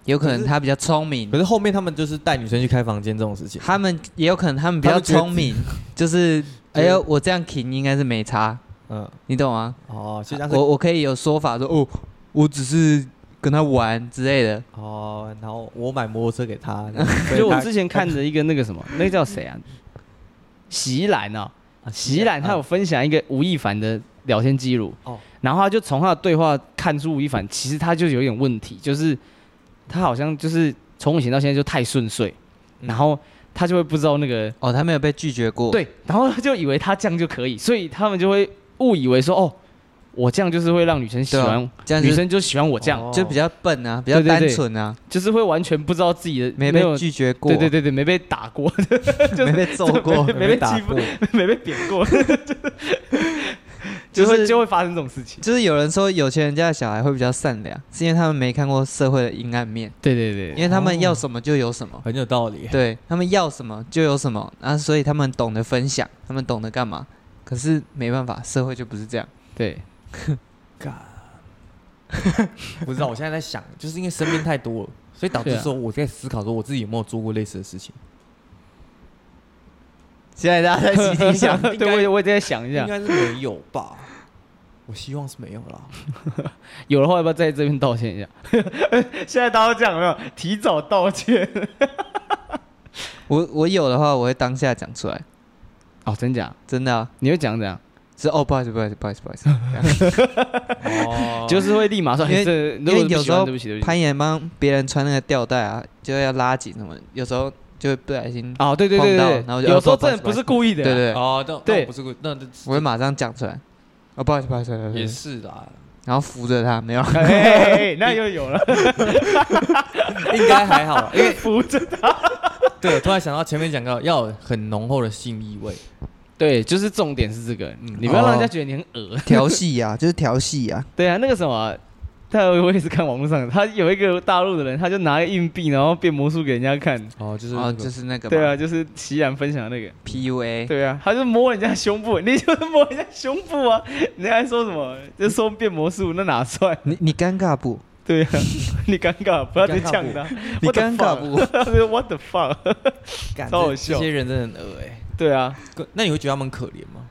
[SPEAKER 3] 有可
[SPEAKER 1] 可
[SPEAKER 3] 能
[SPEAKER 1] 是
[SPEAKER 3] 他比较聪明
[SPEAKER 1] 可，是后面他们就是带女生去开房间这种事情，
[SPEAKER 3] 他们也有可能他们比
[SPEAKER 1] 他
[SPEAKER 3] 较
[SPEAKER 1] 们觉得
[SPEAKER 3] 聪明，就是哎呦，我这样停应该是没差，
[SPEAKER 1] 嗯，
[SPEAKER 3] 你懂吗？
[SPEAKER 1] 哦，所以他是
[SPEAKER 3] 我我可以有说法说哦，我只是跟他玩之类的，
[SPEAKER 1] 哦，然后我买摩托车给 (laughs) 他，
[SPEAKER 2] 就我之前看的一个那个什么，那个叫谁啊？席兰啊，席兰他有分享一个吴亦凡的聊天记录，
[SPEAKER 1] 哦
[SPEAKER 2] 然后他就从他的对话看出吴亦凡其实他就有点问题，就是他好像就是从以前到现在就太顺遂，
[SPEAKER 1] 嗯
[SPEAKER 2] 然后他就会不知道那个
[SPEAKER 3] 哦，他没有被拒绝过，，
[SPEAKER 2] 对，然后他就以为他这样就可以，所以他们就会误以为说哦，我这样就是会让女生喜
[SPEAKER 3] 对啊
[SPEAKER 2] 欢，
[SPEAKER 3] 这样
[SPEAKER 2] 女
[SPEAKER 3] 就是
[SPEAKER 2] 生就喜欢我这样，
[SPEAKER 3] 就比较笨啊，比较
[SPEAKER 2] 对对
[SPEAKER 3] 单
[SPEAKER 2] 对
[SPEAKER 3] 纯啊，
[SPEAKER 2] 就是会完全不知道自己的
[SPEAKER 3] 没
[SPEAKER 2] 没
[SPEAKER 3] 被
[SPEAKER 2] 有
[SPEAKER 3] 拒绝过，啊
[SPEAKER 2] 对对对对没被打过，
[SPEAKER 3] 没被揍过
[SPEAKER 2] 没，
[SPEAKER 1] 没
[SPEAKER 2] 被
[SPEAKER 1] 被打
[SPEAKER 2] 欺负
[SPEAKER 1] 过，
[SPEAKER 2] (laughs) 没被贬过，
[SPEAKER 3] 就
[SPEAKER 2] 就是会就会发生这种事情。
[SPEAKER 3] 就是有人说有钱人家的小孩会比较善良，是因为他们没看过社会的阴暗面，
[SPEAKER 2] 对对
[SPEAKER 3] 因，为他们要什么就有什么，
[SPEAKER 1] 很有道理。
[SPEAKER 3] 对他们要什么就有什么，啊，所以他们懂得分享，他们懂得干嘛。可是没办法，社会就不是这样。
[SPEAKER 2] 对，
[SPEAKER 1] 不知道，我现在在想，就是因为身边太多了，所以导致
[SPEAKER 2] 对啊
[SPEAKER 1] 说我在思考说我自己有没有做过类似的事情。
[SPEAKER 3] 现在大家在集
[SPEAKER 2] (laughs)
[SPEAKER 3] 体想，
[SPEAKER 1] 应该
[SPEAKER 2] 对我也我也在想一
[SPEAKER 1] 应
[SPEAKER 2] 下，
[SPEAKER 1] 该是没有吧？我希望是没有啦。
[SPEAKER 2] 有的话要不要在这边道歉一下？ (laughs) 现在大家都这样有没有？提早道歉
[SPEAKER 3] 我我有的话，我会当下讲出来，
[SPEAKER 2] (laughs) 哦，真假？
[SPEAKER 3] 真的、啊、
[SPEAKER 2] 你会讲怎样？
[SPEAKER 3] 是哦，不好意思，不好意思，不好意思，不好意思。
[SPEAKER 2] (laughs)
[SPEAKER 1] 哦
[SPEAKER 2] 就是会立马说，
[SPEAKER 3] 因为
[SPEAKER 2] 哎这如
[SPEAKER 3] 因
[SPEAKER 2] 果
[SPEAKER 3] 为
[SPEAKER 2] 不
[SPEAKER 3] 有
[SPEAKER 2] 喜
[SPEAKER 3] 时
[SPEAKER 2] 欢
[SPEAKER 3] 候
[SPEAKER 2] 对不起对不起。
[SPEAKER 3] 攀岩帮别人穿那个吊带啊，就要拉紧什么，有时候就会不小心，
[SPEAKER 2] 哦，对对对
[SPEAKER 3] 碰到
[SPEAKER 2] 对
[SPEAKER 3] 然后
[SPEAKER 2] 对，
[SPEAKER 3] 就
[SPEAKER 2] 有时候
[SPEAKER 3] 哦不好
[SPEAKER 2] 真
[SPEAKER 3] 意
[SPEAKER 2] 的
[SPEAKER 3] 思
[SPEAKER 2] 不是故意的
[SPEAKER 3] 对
[SPEAKER 2] 啊，
[SPEAKER 3] 对，
[SPEAKER 1] 哦，那那
[SPEAKER 2] 对
[SPEAKER 1] 我不是故意那这
[SPEAKER 3] 我会马上讲出来。哦，不好意思，不好意思，不好意
[SPEAKER 1] 也
[SPEAKER 3] 思
[SPEAKER 1] 是啦，
[SPEAKER 3] 然后扶着他，没
[SPEAKER 2] (laughs)
[SPEAKER 3] 有，
[SPEAKER 2] 哎哎哎那又有了，
[SPEAKER 1] 应该还好，因为
[SPEAKER 2] 扶着。
[SPEAKER 1] 对，突然想到前面讲到要有很浓厚的性意味，
[SPEAKER 2] 对，就是重点是这个，
[SPEAKER 1] 嗯
[SPEAKER 2] 你不要让人家觉得你很恶。
[SPEAKER 3] 调戏呀，就是调戏呀。
[SPEAKER 2] 对啊，那个什么，他我也是看网络上的，他有一个大陆的人，他就拿个硬币，然后变魔术给人家看。
[SPEAKER 1] 哦，就是、
[SPEAKER 3] 哦，就是那个嘛
[SPEAKER 2] 对啊，就是席然分享的那个。
[SPEAKER 3] ，PUA，
[SPEAKER 2] 对啊，他就摸人家胸部， (laughs) 你就是摸人家胸部啊，人家还说什么？就说变魔术，那哪算？ (laughs)
[SPEAKER 3] 你你尴尬不？
[SPEAKER 2] 对啊，你尴尬，不要再呛他。
[SPEAKER 3] 你尴尬不？啊
[SPEAKER 2] What the fuck？ (laughs)
[SPEAKER 1] 干
[SPEAKER 2] 超好
[SPEAKER 1] 这
[SPEAKER 2] 笑
[SPEAKER 1] 这些人真的很恶哎、
[SPEAKER 2] 对啊，
[SPEAKER 1] 欸，那你会觉得他们可怜吗？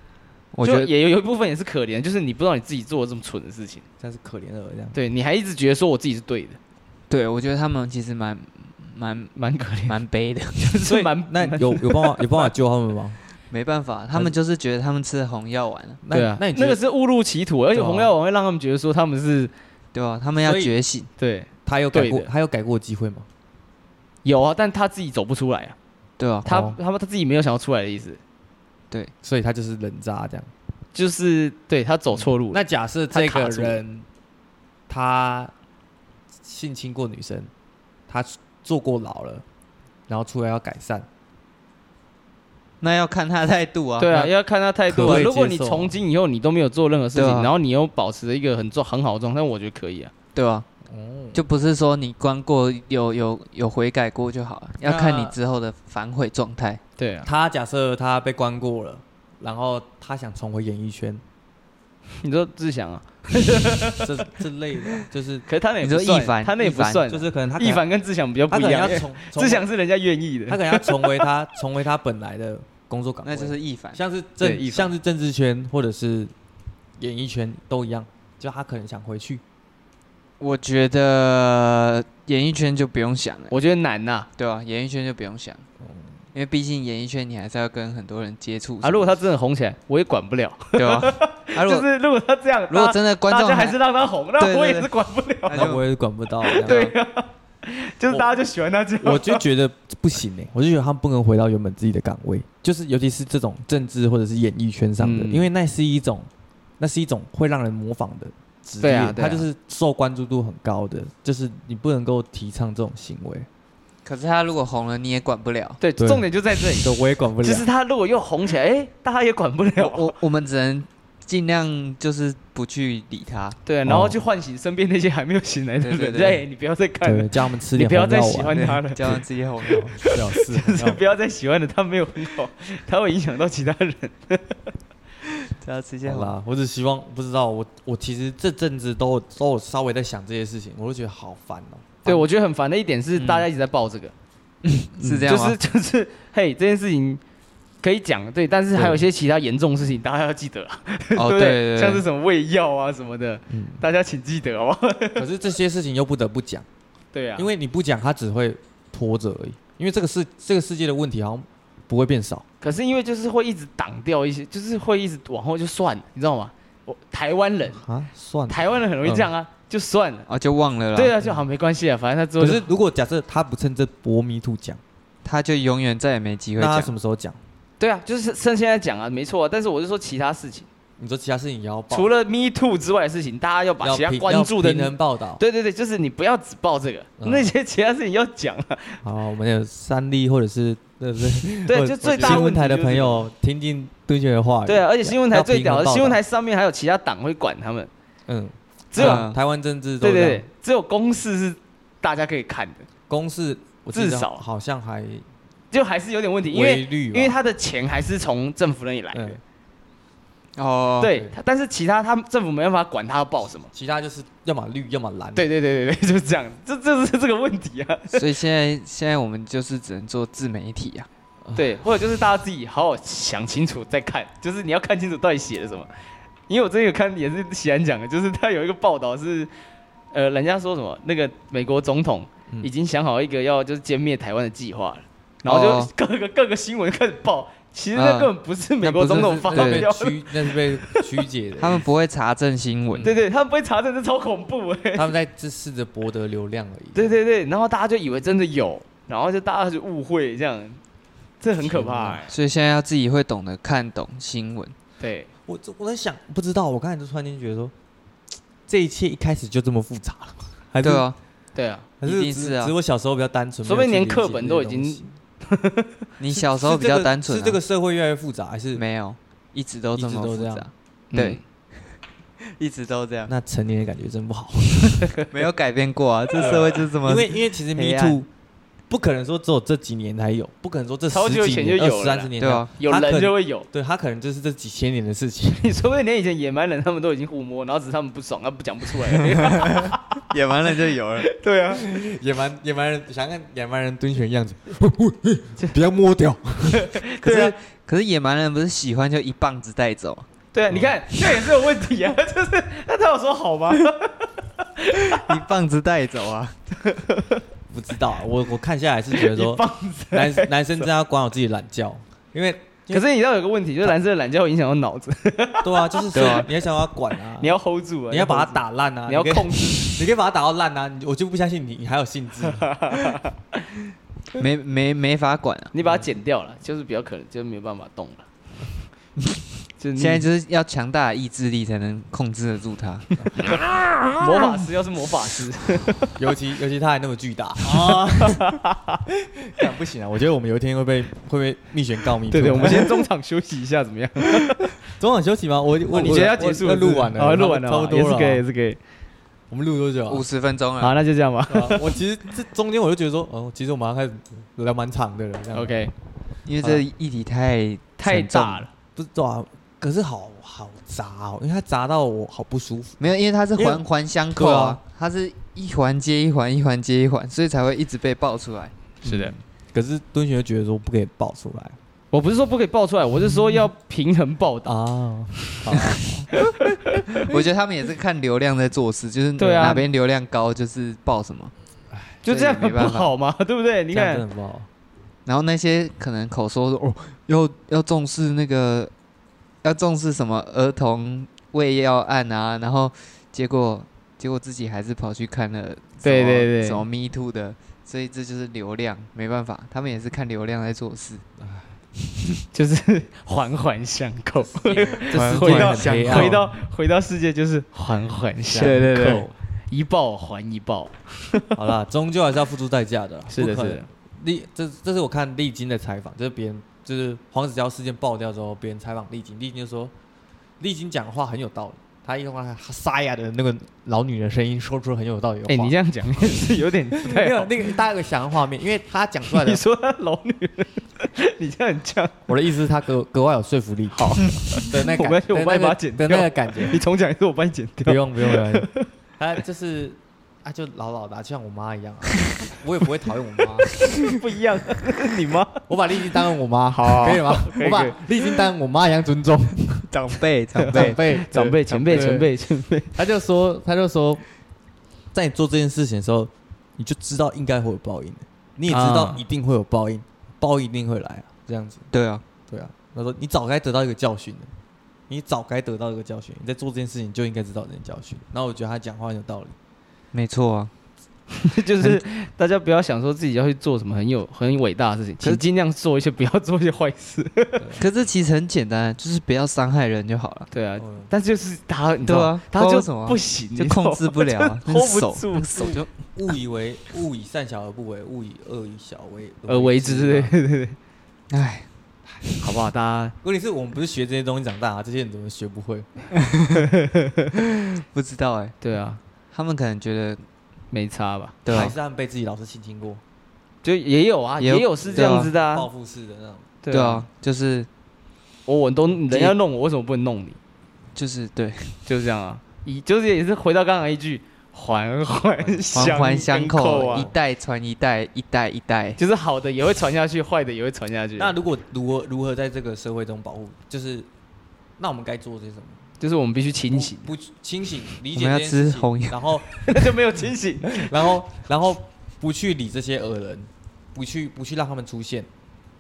[SPEAKER 3] 我觉
[SPEAKER 2] 就
[SPEAKER 3] 得
[SPEAKER 2] 也有有一部分也是可怜，就是你不知道你自己做了这么蠢的事情，
[SPEAKER 1] 像是可怜的恶 (laughs) 这样，
[SPEAKER 2] 对，你还一直觉得说我自己是对的，
[SPEAKER 3] 对，我觉得他们其实蛮蛮
[SPEAKER 2] 蛮可怜，
[SPEAKER 3] 蛮悲的，
[SPEAKER 2] (laughs)
[SPEAKER 3] (laughs)
[SPEAKER 2] 就是蛮
[SPEAKER 1] 那有有办法有办法救他 (laughs) 们吗？
[SPEAKER 3] 没办法，他们就是觉得他们吃了红药丸了，
[SPEAKER 1] 那
[SPEAKER 2] 对啊，
[SPEAKER 1] 那你觉
[SPEAKER 2] 那个
[SPEAKER 1] 得
[SPEAKER 2] 是误入歧途，而且
[SPEAKER 1] 对啊
[SPEAKER 2] 红药丸会让他们觉得说他们是
[SPEAKER 3] 对吧？他们要
[SPEAKER 1] 所以
[SPEAKER 3] 觉醒，
[SPEAKER 2] 对
[SPEAKER 1] 他有改
[SPEAKER 2] 对
[SPEAKER 1] 过
[SPEAKER 2] 的
[SPEAKER 1] 他有改过机会吗？
[SPEAKER 2] 有啊，但他自己走不出来啊，
[SPEAKER 3] 对吧？
[SPEAKER 2] 他
[SPEAKER 1] 哦
[SPEAKER 2] 他们他自己没有想要出来的意思，
[SPEAKER 1] 所以他就是人渣这样。
[SPEAKER 2] 就是对他走错路了，
[SPEAKER 1] (laughs) 那假设这个人他性侵过女生，他坐过牢了，然后出来要改善，
[SPEAKER 3] 那要看他态度啊。
[SPEAKER 2] 对啊，
[SPEAKER 1] 那
[SPEAKER 2] 要看他态度
[SPEAKER 1] 可不可
[SPEAKER 2] 啊。
[SPEAKER 1] 以
[SPEAKER 2] 如果你
[SPEAKER 1] 接受啊
[SPEAKER 2] 从今以后你都没有做任何事情
[SPEAKER 3] 对，啊
[SPEAKER 2] 然后你又保持着一个很状很好的状态，我觉得可以啊。
[SPEAKER 3] 对吧？
[SPEAKER 1] 哦，
[SPEAKER 3] 就不是说你关过有有有悔改过就好了，要看你之后的反悔状态。
[SPEAKER 2] 对啊，
[SPEAKER 1] 他假设他被关过了，然后他想重回演艺圈，
[SPEAKER 2] 你说志祥啊，
[SPEAKER 1] 这这类的， (laughs) 就是
[SPEAKER 2] 可是他那也
[SPEAKER 3] 你
[SPEAKER 2] 不
[SPEAKER 3] 说
[SPEAKER 2] 算
[SPEAKER 3] 一凡
[SPEAKER 2] 他那也不
[SPEAKER 3] 一凡
[SPEAKER 2] 算啊，
[SPEAKER 1] 就是可能他可
[SPEAKER 2] 一
[SPEAKER 1] 能
[SPEAKER 2] 凡跟志祥比较
[SPEAKER 1] 他
[SPEAKER 2] 不
[SPEAKER 1] 可
[SPEAKER 2] 一
[SPEAKER 1] 能
[SPEAKER 2] 样
[SPEAKER 1] 要，重
[SPEAKER 2] 志
[SPEAKER 1] 重
[SPEAKER 2] 祥是人家愿意的
[SPEAKER 1] 他，可能要重回他重回他本来的工作岗位，
[SPEAKER 3] 那就是一凡，
[SPEAKER 1] 像是
[SPEAKER 2] 对一
[SPEAKER 1] 政
[SPEAKER 2] 凡
[SPEAKER 1] 像是政治圈或者是演艺圈都一样，就他可能想回去，
[SPEAKER 3] 我觉得演艺圈就不用想了，
[SPEAKER 2] 我觉得难啊呐。
[SPEAKER 3] 对吧、演艺圈就不用想，因为毕竟演艺圈你还是要跟很多人接触
[SPEAKER 2] 啊，如果他真的红起来，我也管不了。
[SPEAKER 3] 对吧、啊，如
[SPEAKER 2] 就
[SPEAKER 3] 果
[SPEAKER 2] 是如果他这样，
[SPEAKER 3] 如果
[SPEAKER 2] 大
[SPEAKER 3] 真的观
[SPEAKER 2] 大
[SPEAKER 3] 众
[SPEAKER 2] 家还是让他红，
[SPEAKER 3] 对对
[SPEAKER 2] 那
[SPEAKER 3] 对
[SPEAKER 2] 我也是管不了。
[SPEAKER 3] 那
[SPEAKER 1] 那
[SPEAKER 3] 就
[SPEAKER 1] 我也管不到。
[SPEAKER 3] 对啊
[SPEAKER 2] 对啊，就是大家就喜欢他这样。
[SPEAKER 1] 我就
[SPEAKER 2] (laughs)
[SPEAKER 1] 觉得不行呢、欸我就觉得他们不能回到原本自己的岗位，就是尤其是这种政治或者是演艺圈上的，
[SPEAKER 2] 嗯
[SPEAKER 1] 因为那是一种，那是一种会让人模仿的职业，
[SPEAKER 2] 对啊对啊
[SPEAKER 1] 它就是受关注度很高的，就是你不能够提倡这种行为，
[SPEAKER 3] 可是他如果红了你也管不了，
[SPEAKER 2] 对，
[SPEAKER 1] 对
[SPEAKER 2] 重点就在这里，
[SPEAKER 1] 这我也管不了。
[SPEAKER 2] 就是他如果又红起来，哎，大家也管不了。
[SPEAKER 3] 我我们只能尽量就是不去理他。
[SPEAKER 2] 对啊，然后去唤醒身边那些还没有醒来的
[SPEAKER 3] 对对
[SPEAKER 2] 人，
[SPEAKER 3] 对对
[SPEAKER 2] 哎，你不要再看了
[SPEAKER 1] 对，，叫他们吃
[SPEAKER 2] 你
[SPEAKER 1] 点
[SPEAKER 2] 不要
[SPEAKER 1] 红
[SPEAKER 2] 再
[SPEAKER 1] 药
[SPEAKER 2] 喜
[SPEAKER 1] 丸，
[SPEAKER 2] 欢 (laughs) 他了。
[SPEAKER 3] 叫他自己红了。
[SPEAKER 1] 小事
[SPEAKER 2] (laughs) 就是不要再喜欢了，他没有很好，他会影响到其他人。
[SPEAKER 3] 叫他自己
[SPEAKER 1] 好
[SPEAKER 3] 红了。
[SPEAKER 1] 啦，我只希望不知道我我其实这阵子都有都有稍微在想这些事情，我就觉得好烦哦、 (laughs)
[SPEAKER 2] 对，我觉得很烦的一点是，
[SPEAKER 3] 嗯
[SPEAKER 2] 大家一直在报这个，
[SPEAKER 1] 嗯
[SPEAKER 3] 是这
[SPEAKER 2] 就
[SPEAKER 3] 样吗？
[SPEAKER 1] (laughs)
[SPEAKER 2] 是 (laughs) 就是，嘿，这件事情可以讲，对，但是还有一
[SPEAKER 1] 对
[SPEAKER 2] 些其他严重的事情，大家要记得啊。
[SPEAKER 3] 哦，
[SPEAKER 2] (laughs) 对
[SPEAKER 3] 对
[SPEAKER 2] 不对？
[SPEAKER 3] 对
[SPEAKER 2] 像是
[SPEAKER 3] 对，
[SPEAKER 2] 什么喂药啊什么的，
[SPEAKER 1] 嗯
[SPEAKER 2] 大家请记得哦。
[SPEAKER 1] 可是这些事情又不得不讲。
[SPEAKER 2] 对啊，
[SPEAKER 1] 因为你不讲，他只会拖着而已。因为这个世这个世界的问题好像不会变少，
[SPEAKER 2] 可是因为就是会一直挡掉一些，就是会一直往后就算了，你知道吗？我台湾人，
[SPEAKER 1] 啊，算了。
[SPEAKER 2] 台湾人很容易这样
[SPEAKER 1] 嗯
[SPEAKER 2] 啊，就算了。
[SPEAKER 3] 哦就忘了啦。
[SPEAKER 2] 对啊，就好没关系啊，反正他之后
[SPEAKER 1] 可
[SPEAKER 2] 就是
[SPEAKER 1] 如果假设他不趁这波迷兔讲，
[SPEAKER 3] 他就永远再也没机会
[SPEAKER 1] 那他
[SPEAKER 3] 讲。
[SPEAKER 1] 什么时候讲？
[SPEAKER 2] 对啊，就是趁现在讲啊，没错啊。但是我是说其他事情，
[SPEAKER 1] 你说其他事情也要报，
[SPEAKER 2] 除了 Me Too 之外的事情，大家要把
[SPEAKER 1] 要
[SPEAKER 2] 其他
[SPEAKER 1] 平
[SPEAKER 2] 关注的
[SPEAKER 1] 要平，衡报道。
[SPEAKER 2] 对对对，就是你不要只报这个，
[SPEAKER 1] 嗯哎
[SPEAKER 2] 那些其他事情要讲啊。
[SPEAKER 1] 好，我们有三例或者是对不对？
[SPEAKER 2] 对
[SPEAKER 1] 或
[SPEAKER 2] 就最大
[SPEAKER 1] 新
[SPEAKER 2] 问
[SPEAKER 1] 闻
[SPEAKER 2] 题
[SPEAKER 1] 台的
[SPEAKER 2] 就是
[SPEAKER 1] 朋友听进杜鹃的话语。
[SPEAKER 2] 对啊，而且新闻台
[SPEAKER 1] 要
[SPEAKER 2] 最
[SPEAKER 1] 平
[SPEAKER 2] 屌
[SPEAKER 1] 衡报
[SPEAKER 2] 的，
[SPEAKER 1] 道
[SPEAKER 2] 新闻台上面还有其他党会管他们，
[SPEAKER 1] 嗯，
[SPEAKER 2] 只有
[SPEAKER 3] 嗯
[SPEAKER 1] 台湾政治都
[SPEAKER 2] 对对
[SPEAKER 1] 这样
[SPEAKER 2] 对，只有公式是大家可以看的，
[SPEAKER 1] 公示我记得
[SPEAKER 2] 至少
[SPEAKER 1] 好像还
[SPEAKER 2] 就还是有点问题，因为
[SPEAKER 1] 微率吧，
[SPEAKER 2] 因为他的钱还是从政府那里来的，
[SPEAKER 1] 嗯，
[SPEAKER 3] 哦，
[SPEAKER 2] 对
[SPEAKER 1] 对，
[SPEAKER 2] 他但是其他他政府没办法管他要报什么，
[SPEAKER 1] 其他就是要么绿要么蓝。
[SPEAKER 2] 对对对对对，就是这样，这这是这个问题啊，
[SPEAKER 3] 所以现在现在我们就是只能做自媒体啊。
[SPEAKER 2] (laughs) 对，或者就是大家自己好好想清楚再看，就是你要看清楚到底写了什么，因为我之前有看也是喜安讲的，就是他有一个报道是，呃，人家说什么那个美国总统
[SPEAKER 1] 嗯
[SPEAKER 2] 已经想好一个要就是歼灭台湾的计划了，然后就
[SPEAKER 3] 哦
[SPEAKER 2] 各个各个新闻开始报。其实那
[SPEAKER 3] 嗯
[SPEAKER 2] 根本不是美国
[SPEAKER 3] 那不是
[SPEAKER 2] 总统
[SPEAKER 3] 是
[SPEAKER 2] 发
[SPEAKER 1] 那被
[SPEAKER 2] 表的，
[SPEAKER 1] 曲那是被曲解
[SPEAKER 2] (laughs)
[SPEAKER 1] 的。
[SPEAKER 3] 他们不会查证新闻，
[SPEAKER 2] 对对，他们不会查证，这超恐怖哎、
[SPEAKER 1] (laughs) 他们在只试着博得流量而已。
[SPEAKER 2] 对对对，然后大家就以为真的有，然后就大家就误会这样，这很可怕哎、
[SPEAKER 3] 所以现在要自己会懂得看懂新闻。
[SPEAKER 2] 对，
[SPEAKER 1] 我这我在想，不知道，我刚才就突然间觉得说，这一切一开始就这么复杂了？ (laughs) 还是
[SPEAKER 3] 对啊，
[SPEAKER 2] 对啊，
[SPEAKER 1] 还
[SPEAKER 3] 一
[SPEAKER 1] 是
[SPEAKER 3] 定
[SPEAKER 1] 只
[SPEAKER 3] 是啊
[SPEAKER 1] 只我小时候比较单纯，
[SPEAKER 2] 说不定
[SPEAKER 1] 没有去
[SPEAKER 2] 连课
[SPEAKER 1] 理解
[SPEAKER 2] 本
[SPEAKER 1] 这
[SPEAKER 2] 都
[SPEAKER 1] 些
[SPEAKER 2] 已经
[SPEAKER 1] 东西
[SPEAKER 3] 你小时候比较单纯、啊
[SPEAKER 1] 是这个社会越来越复杂，还是
[SPEAKER 3] 没有，一直都这么
[SPEAKER 1] 一直都
[SPEAKER 3] 复
[SPEAKER 1] 这
[SPEAKER 3] 杂
[SPEAKER 1] 样，
[SPEAKER 2] 嗯
[SPEAKER 1] 嗯
[SPEAKER 3] 对， (laughs) 一直都这样，
[SPEAKER 1] 那成年的感觉真不好？
[SPEAKER 3] 没有改变过啊，这社会就是这么
[SPEAKER 1] 因
[SPEAKER 3] (laughs)
[SPEAKER 1] 为因为其实 Me
[SPEAKER 3] 黑暗
[SPEAKER 1] Too 不可能说只有这几年才有，不可能说这
[SPEAKER 2] 超
[SPEAKER 1] 十
[SPEAKER 2] 久以
[SPEAKER 1] 几
[SPEAKER 2] 前
[SPEAKER 1] 年、
[SPEAKER 2] 就
[SPEAKER 1] 二
[SPEAKER 2] 有
[SPEAKER 1] 十
[SPEAKER 2] 了
[SPEAKER 1] 三
[SPEAKER 2] 啦
[SPEAKER 1] 十年
[SPEAKER 3] 对
[SPEAKER 1] 才
[SPEAKER 3] 啊，
[SPEAKER 2] 有
[SPEAKER 1] 他可
[SPEAKER 2] 人
[SPEAKER 1] 能
[SPEAKER 2] 就会有。 (laughs)
[SPEAKER 1] 对他可能就是这几千年的事情。 (laughs)
[SPEAKER 2] 你说不定连以前野蛮人他们都已经互摸，然后只是他们不爽，他啊不讲不出来。
[SPEAKER 3] 演完了就有了，
[SPEAKER 2] 对 (laughs) 啊，
[SPEAKER 1] 野蛮野蛮人，想看野蛮人蹲选的样
[SPEAKER 3] (laughs)
[SPEAKER 1] 子，不要摸掉。
[SPEAKER 3] 可
[SPEAKER 2] 对啊
[SPEAKER 3] 是可是野蛮人不是喜欢就一棒子带走，
[SPEAKER 2] (laughs) 对啊，你看这也是有问题啊， (laughs) 就是那他有说好吗？
[SPEAKER 3] 一棒子带走啊，
[SPEAKER 1] 不知道啊，我我看下来是觉得
[SPEAKER 2] (laughs)
[SPEAKER 1] 说
[SPEAKER 2] 一棒，
[SPEAKER 1] 男男生真的要管好自己的懒觉，因为
[SPEAKER 2] 可是你知道有个问题，就是蓝色的懒觉会影响到脑子，
[SPEAKER 1] 对
[SPEAKER 3] (laughs)
[SPEAKER 1] 啊，就是
[SPEAKER 3] 对啊
[SPEAKER 1] 你要想要管啊，
[SPEAKER 2] 你要 hold 住啊，
[SPEAKER 1] 你要把它
[SPEAKER 2] hold
[SPEAKER 1] 打烂啊，
[SPEAKER 2] 住，你要
[SPEAKER 1] 可以
[SPEAKER 2] 控制。
[SPEAKER 1] 你可以把它打到烂啊，你我就不相信你你还有兴致。
[SPEAKER 3] 没没没法管啊，
[SPEAKER 2] 你把它剪掉了，就是比较可能就没有办法动了。就是
[SPEAKER 3] 现在就是要强大的意志力才能控制得住他，
[SPEAKER 2] 魔法师，要是魔法师，
[SPEAKER 1] 尤其 (laughs) 尤其它还那么巨大
[SPEAKER 2] 哦
[SPEAKER 1] 啊！ (laughs) 干不行啊！我觉得我们有一天会被会被蜜旋告密。
[SPEAKER 2] 对对，我们先中场休息一下，怎么
[SPEAKER 1] (laughs)
[SPEAKER 2] 样？哦
[SPEAKER 1] 中场休息吗？我我
[SPEAKER 2] 你觉得要结束
[SPEAKER 1] 要
[SPEAKER 2] 了是不是？
[SPEAKER 1] 录完了，
[SPEAKER 2] 哦录完了
[SPEAKER 1] 差
[SPEAKER 2] 嘛，
[SPEAKER 1] 不多
[SPEAKER 2] 也是
[SPEAKER 1] 了。
[SPEAKER 2] 可以，也是可以。
[SPEAKER 1] 我们录多久啊
[SPEAKER 3] 五？十分钟了，
[SPEAKER 2] 好，那就这样吧。
[SPEAKER 1] 对 (laughs) 啊我其实 (laughs) 这中间我就觉得说，哦，其实我们要开始聊蛮长的了。这样
[SPEAKER 2] OK，
[SPEAKER 3] 因为这议题太
[SPEAKER 2] 太
[SPEAKER 3] 沉重
[SPEAKER 2] 大了，
[SPEAKER 1] 不是对啊？可是好好杂哦，因为它杂到我好不舒服。
[SPEAKER 3] 没有，因为它是
[SPEAKER 1] 因为
[SPEAKER 3] 环环相扣
[SPEAKER 1] 对
[SPEAKER 3] 啊
[SPEAKER 1] 啊，
[SPEAKER 3] 它是一环接一环，一环接一环，所以才会一直被爆出来。
[SPEAKER 2] 是的
[SPEAKER 1] 嗯。可是敦学觉得说不可以爆出来
[SPEAKER 2] 我不是说不可以爆出来，我是说要平衡报道。
[SPEAKER 1] 啊，
[SPEAKER 3] 我觉得他们也是看流量在做事，就是
[SPEAKER 2] 对啊
[SPEAKER 3] 哪边流量高就是爆什么。
[SPEAKER 1] 嗯
[SPEAKER 2] 就这样很
[SPEAKER 3] 没
[SPEAKER 2] 不
[SPEAKER 3] 办法
[SPEAKER 2] 好吗？对不对？你
[SPEAKER 1] 这样真
[SPEAKER 2] 看
[SPEAKER 1] 的，很不好。
[SPEAKER 3] 然后那些可能口说说哦，要要重视那个，要重视什么儿童喂药案啊，然后结果结果自己还是跑去看了什么
[SPEAKER 2] 对对对
[SPEAKER 3] 什么 Me Too 的，所以这就是流量，没办法，他们也是看流量在做事。
[SPEAKER 2] 就是环环相扣，
[SPEAKER 1] 这世
[SPEAKER 2] 回
[SPEAKER 1] 界
[SPEAKER 2] 到
[SPEAKER 1] 很黑暗。
[SPEAKER 2] 回到回到世界就是环环相扣，
[SPEAKER 1] 对对对，
[SPEAKER 2] 一报还一报，
[SPEAKER 1] 好啦，终究还是要付出代价的啦。
[SPEAKER 2] 是的，
[SPEAKER 1] 不可
[SPEAKER 2] 是的
[SPEAKER 1] 能。，历这这是我看丽晶的采访，就是别人就是黄子佼事件爆掉之后，别人采访丽晶，丽晶就说丽晶讲话很有道理，她用她她沙哑的那个老女人声音说出很有道理的话。
[SPEAKER 2] 哎，你这样讲也是有点不
[SPEAKER 1] 没
[SPEAKER 2] 太
[SPEAKER 1] 有
[SPEAKER 2] 好。
[SPEAKER 1] 那个大家有个想象画面，因为她讲出来
[SPEAKER 2] 你
[SPEAKER 1] 的，
[SPEAKER 2] 说他老女人，你这样很呛，
[SPEAKER 1] 我的意思是她格格外有说服力。好的
[SPEAKER 2] (laughs)
[SPEAKER 1] 那
[SPEAKER 2] 我帮
[SPEAKER 1] 感
[SPEAKER 2] 我
[SPEAKER 1] 的
[SPEAKER 2] 帮
[SPEAKER 1] 那
[SPEAKER 2] 你把
[SPEAKER 1] 个
[SPEAKER 2] 它剪
[SPEAKER 1] 的
[SPEAKER 2] 掉
[SPEAKER 1] 那个感
[SPEAKER 2] (laughs)
[SPEAKER 1] 觉，
[SPEAKER 2] 你重讲一次，我帮你剪
[SPEAKER 1] 不
[SPEAKER 2] 掉。
[SPEAKER 1] 用不用不用，她就是啊就老老的啊，就像我妈一样啊，我也不会讨厌我妈。啊
[SPEAKER 2] (laughs) 不一样，你妈
[SPEAKER 1] 我把丽晶当成我妈，
[SPEAKER 2] 好
[SPEAKER 1] 可以吗？
[SPEAKER 2] 可以
[SPEAKER 1] 我把
[SPEAKER 2] 可以
[SPEAKER 1] 丽晶当成我妈一样尊重，
[SPEAKER 3] 长辈 (laughs) 长
[SPEAKER 1] 长辈
[SPEAKER 2] (laughs) (laughs) 长辈、前辈、
[SPEAKER 1] 对
[SPEAKER 2] 前辈、前辈，
[SPEAKER 1] 他就说，他就说，在你做这件事情的时候，你就知道应该会有报应的，你也知道
[SPEAKER 2] 啊
[SPEAKER 1] 一定会有报应，报应一定会来啊，这样子，
[SPEAKER 3] 对啊，
[SPEAKER 1] 对啊。他说你早该得到一个教训的，你早该得到一个教训，你在做这件事情就应该知道这件教训。然后我觉得他讲话很有道理，
[SPEAKER 3] 没错啊。
[SPEAKER 2] (laughs) 就是大家不要想说自己要去做什么很有 (laughs) 很伟大的事情，
[SPEAKER 3] 可是
[SPEAKER 2] 请尽量做一些不要做一些坏 (laughs) 事。
[SPEAKER 3] 可是其实很简单，啊就是不要伤害人就好了，
[SPEAKER 2] 对啊，
[SPEAKER 1] 嗯
[SPEAKER 2] 但就是他，你知
[SPEAKER 3] 对
[SPEAKER 2] 道
[SPEAKER 3] 啊
[SPEAKER 2] 吗
[SPEAKER 3] 不知
[SPEAKER 2] 他
[SPEAKER 3] 道
[SPEAKER 2] 就
[SPEAKER 3] 为什么
[SPEAKER 2] 不行，
[SPEAKER 3] 就
[SPEAKER 2] 你知道吗
[SPEAKER 3] 控制不
[SPEAKER 2] (laughs)
[SPEAKER 3] 了啊，
[SPEAKER 2] 就
[SPEAKER 3] 那个
[SPEAKER 2] hold
[SPEAKER 3] 手
[SPEAKER 2] 不
[SPEAKER 3] 那
[SPEAKER 2] 住
[SPEAKER 3] 个，手就
[SPEAKER 1] 误以为勿以善小而不为，勿以恶以小为
[SPEAKER 2] 而为之，对
[SPEAKER 1] 嘛
[SPEAKER 2] 对对，
[SPEAKER 3] 哎，
[SPEAKER 2] 好不好？大家
[SPEAKER 1] 问题是我们不是学这些东西长大、啊，这些人怎么学不会？
[SPEAKER 3] 不知道哎、
[SPEAKER 2] 对啊，
[SPEAKER 3] 他们可能觉得
[SPEAKER 2] 没差吧？
[SPEAKER 3] 对
[SPEAKER 1] 还
[SPEAKER 3] 啊
[SPEAKER 1] 是，他们被自己老师性侵过，
[SPEAKER 2] 就也有啊，
[SPEAKER 3] 也有
[SPEAKER 2] 也有是这样子的
[SPEAKER 1] 报
[SPEAKER 2] 啊，
[SPEAKER 1] 复式的那种。
[SPEAKER 3] 对啊，，就是
[SPEAKER 2] 我我都人家弄我，为什么不能弄你？
[SPEAKER 3] 就是对，
[SPEAKER 2] 就是这样啊，以就是也是回到刚刚一句环环
[SPEAKER 3] 环环相
[SPEAKER 2] 扣
[SPEAKER 3] 扣，一
[SPEAKER 2] 啊，
[SPEAKER 3] 代传一代，一代一代，
[SPEAKER 2] 就是好的也会传下去，坏的也会传下去。
[SPEAKER 1] 那如果如何如何在这个社会中保护，就是那我们该做些什么？
[SPEAKER 2] 就是我们必须清
[SPEAKER 1] 不
[SPEAKER 2] 醒，
[SPEAKER 1] 不清醒，理
[SPEAKER 3] 我
[SPEAKER 1] 解
[SPEAKER 3] 们要
[SPEAKER 1] 这件事
[SPEAKER 3] 吃红
[SPEAKER 1] 情，
[SPEAKER 3] 药
[SPEAKER 1] 然后
[SPEAKER 2] (laughs) 那就没有清醒。
[SPEAKER 1] 然后然后不去理这些恶人，不去不去让他们出现。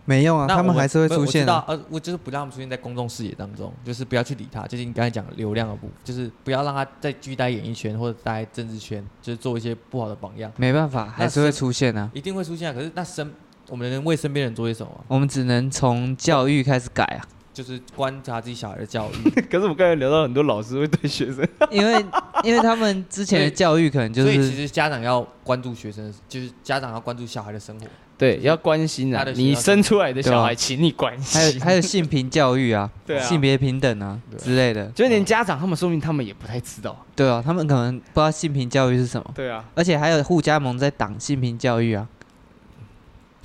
[SPEAKER 3] 没用啊，
[SPEAKER 1] 那
[SPEAKER 3] 他们
[SPEAKER 1] 我
[SPEAKER 3] 还是会
[SPEAKER 1] 没有
[SPEAKER 3] 出
[SPEAKER 1] 我知
[SPEAKER 3] 现、
[SPEAKER 1] 道
[SPEAKER 3] 啊，，
[SPEAKER 1] 呃，我就是不让他们出现在公众视野当中，就是不要去理他，就是你刚才讲的流量的部，就是不要让他再继续待演艺圈或者待政治圈，就是做一些不好的榜样，
[SPEAKER 3] 没办法，还是会出现啊。
[SPEAKER 1] 一定会出现啊。可是那身我们能为身边人做些什么啊？
[SPEAKER 3] 我们只能从教育开始改啊，
[SPEAKER 1] 就是观察自己小孩的教育，
[SPEAKER 2] (laughs) 可是我刚才聊到很多老师会对学生，
[SPEAKER 3] 因为因为他们之前的教育可能就
[SPEAKER 1] 所以其
[SPEAKER 3] 是
[SPEAKER 1] 实家长要关注学生的，就是家长要关注小孩的生活。
[SPEAKER 2] 对，要关心
[SPEAKER 1] 他
[SPEAKER 2] 啊
[SPEAKER 1] 的，学校
[SPEAKER 2] 你生出来的
[SPEAKER 3] 对
[SPEAKER 2] 小
[SPEAKER 3] 啊
[SPEAKER 2] 孩，请你关心。
[SPEAKER 3] 还有还有性平教育 (laughs) 啊，
[SPEAKER 2] 对啊
[SPEAKER 3] 性别平等啊
[SPEAKER 1] 对啊
[SPEAKER 3] 之类的，
[SPEAKER 2] 就是连家长他们说明他们也不太知道。
[SPEAKER 3] 对啊，他们可能不知道性平教育是什么，
[SPEAKER 2] 对啊，
[SPEAKER 3] 而且还有互加盟在挡性平教育啊，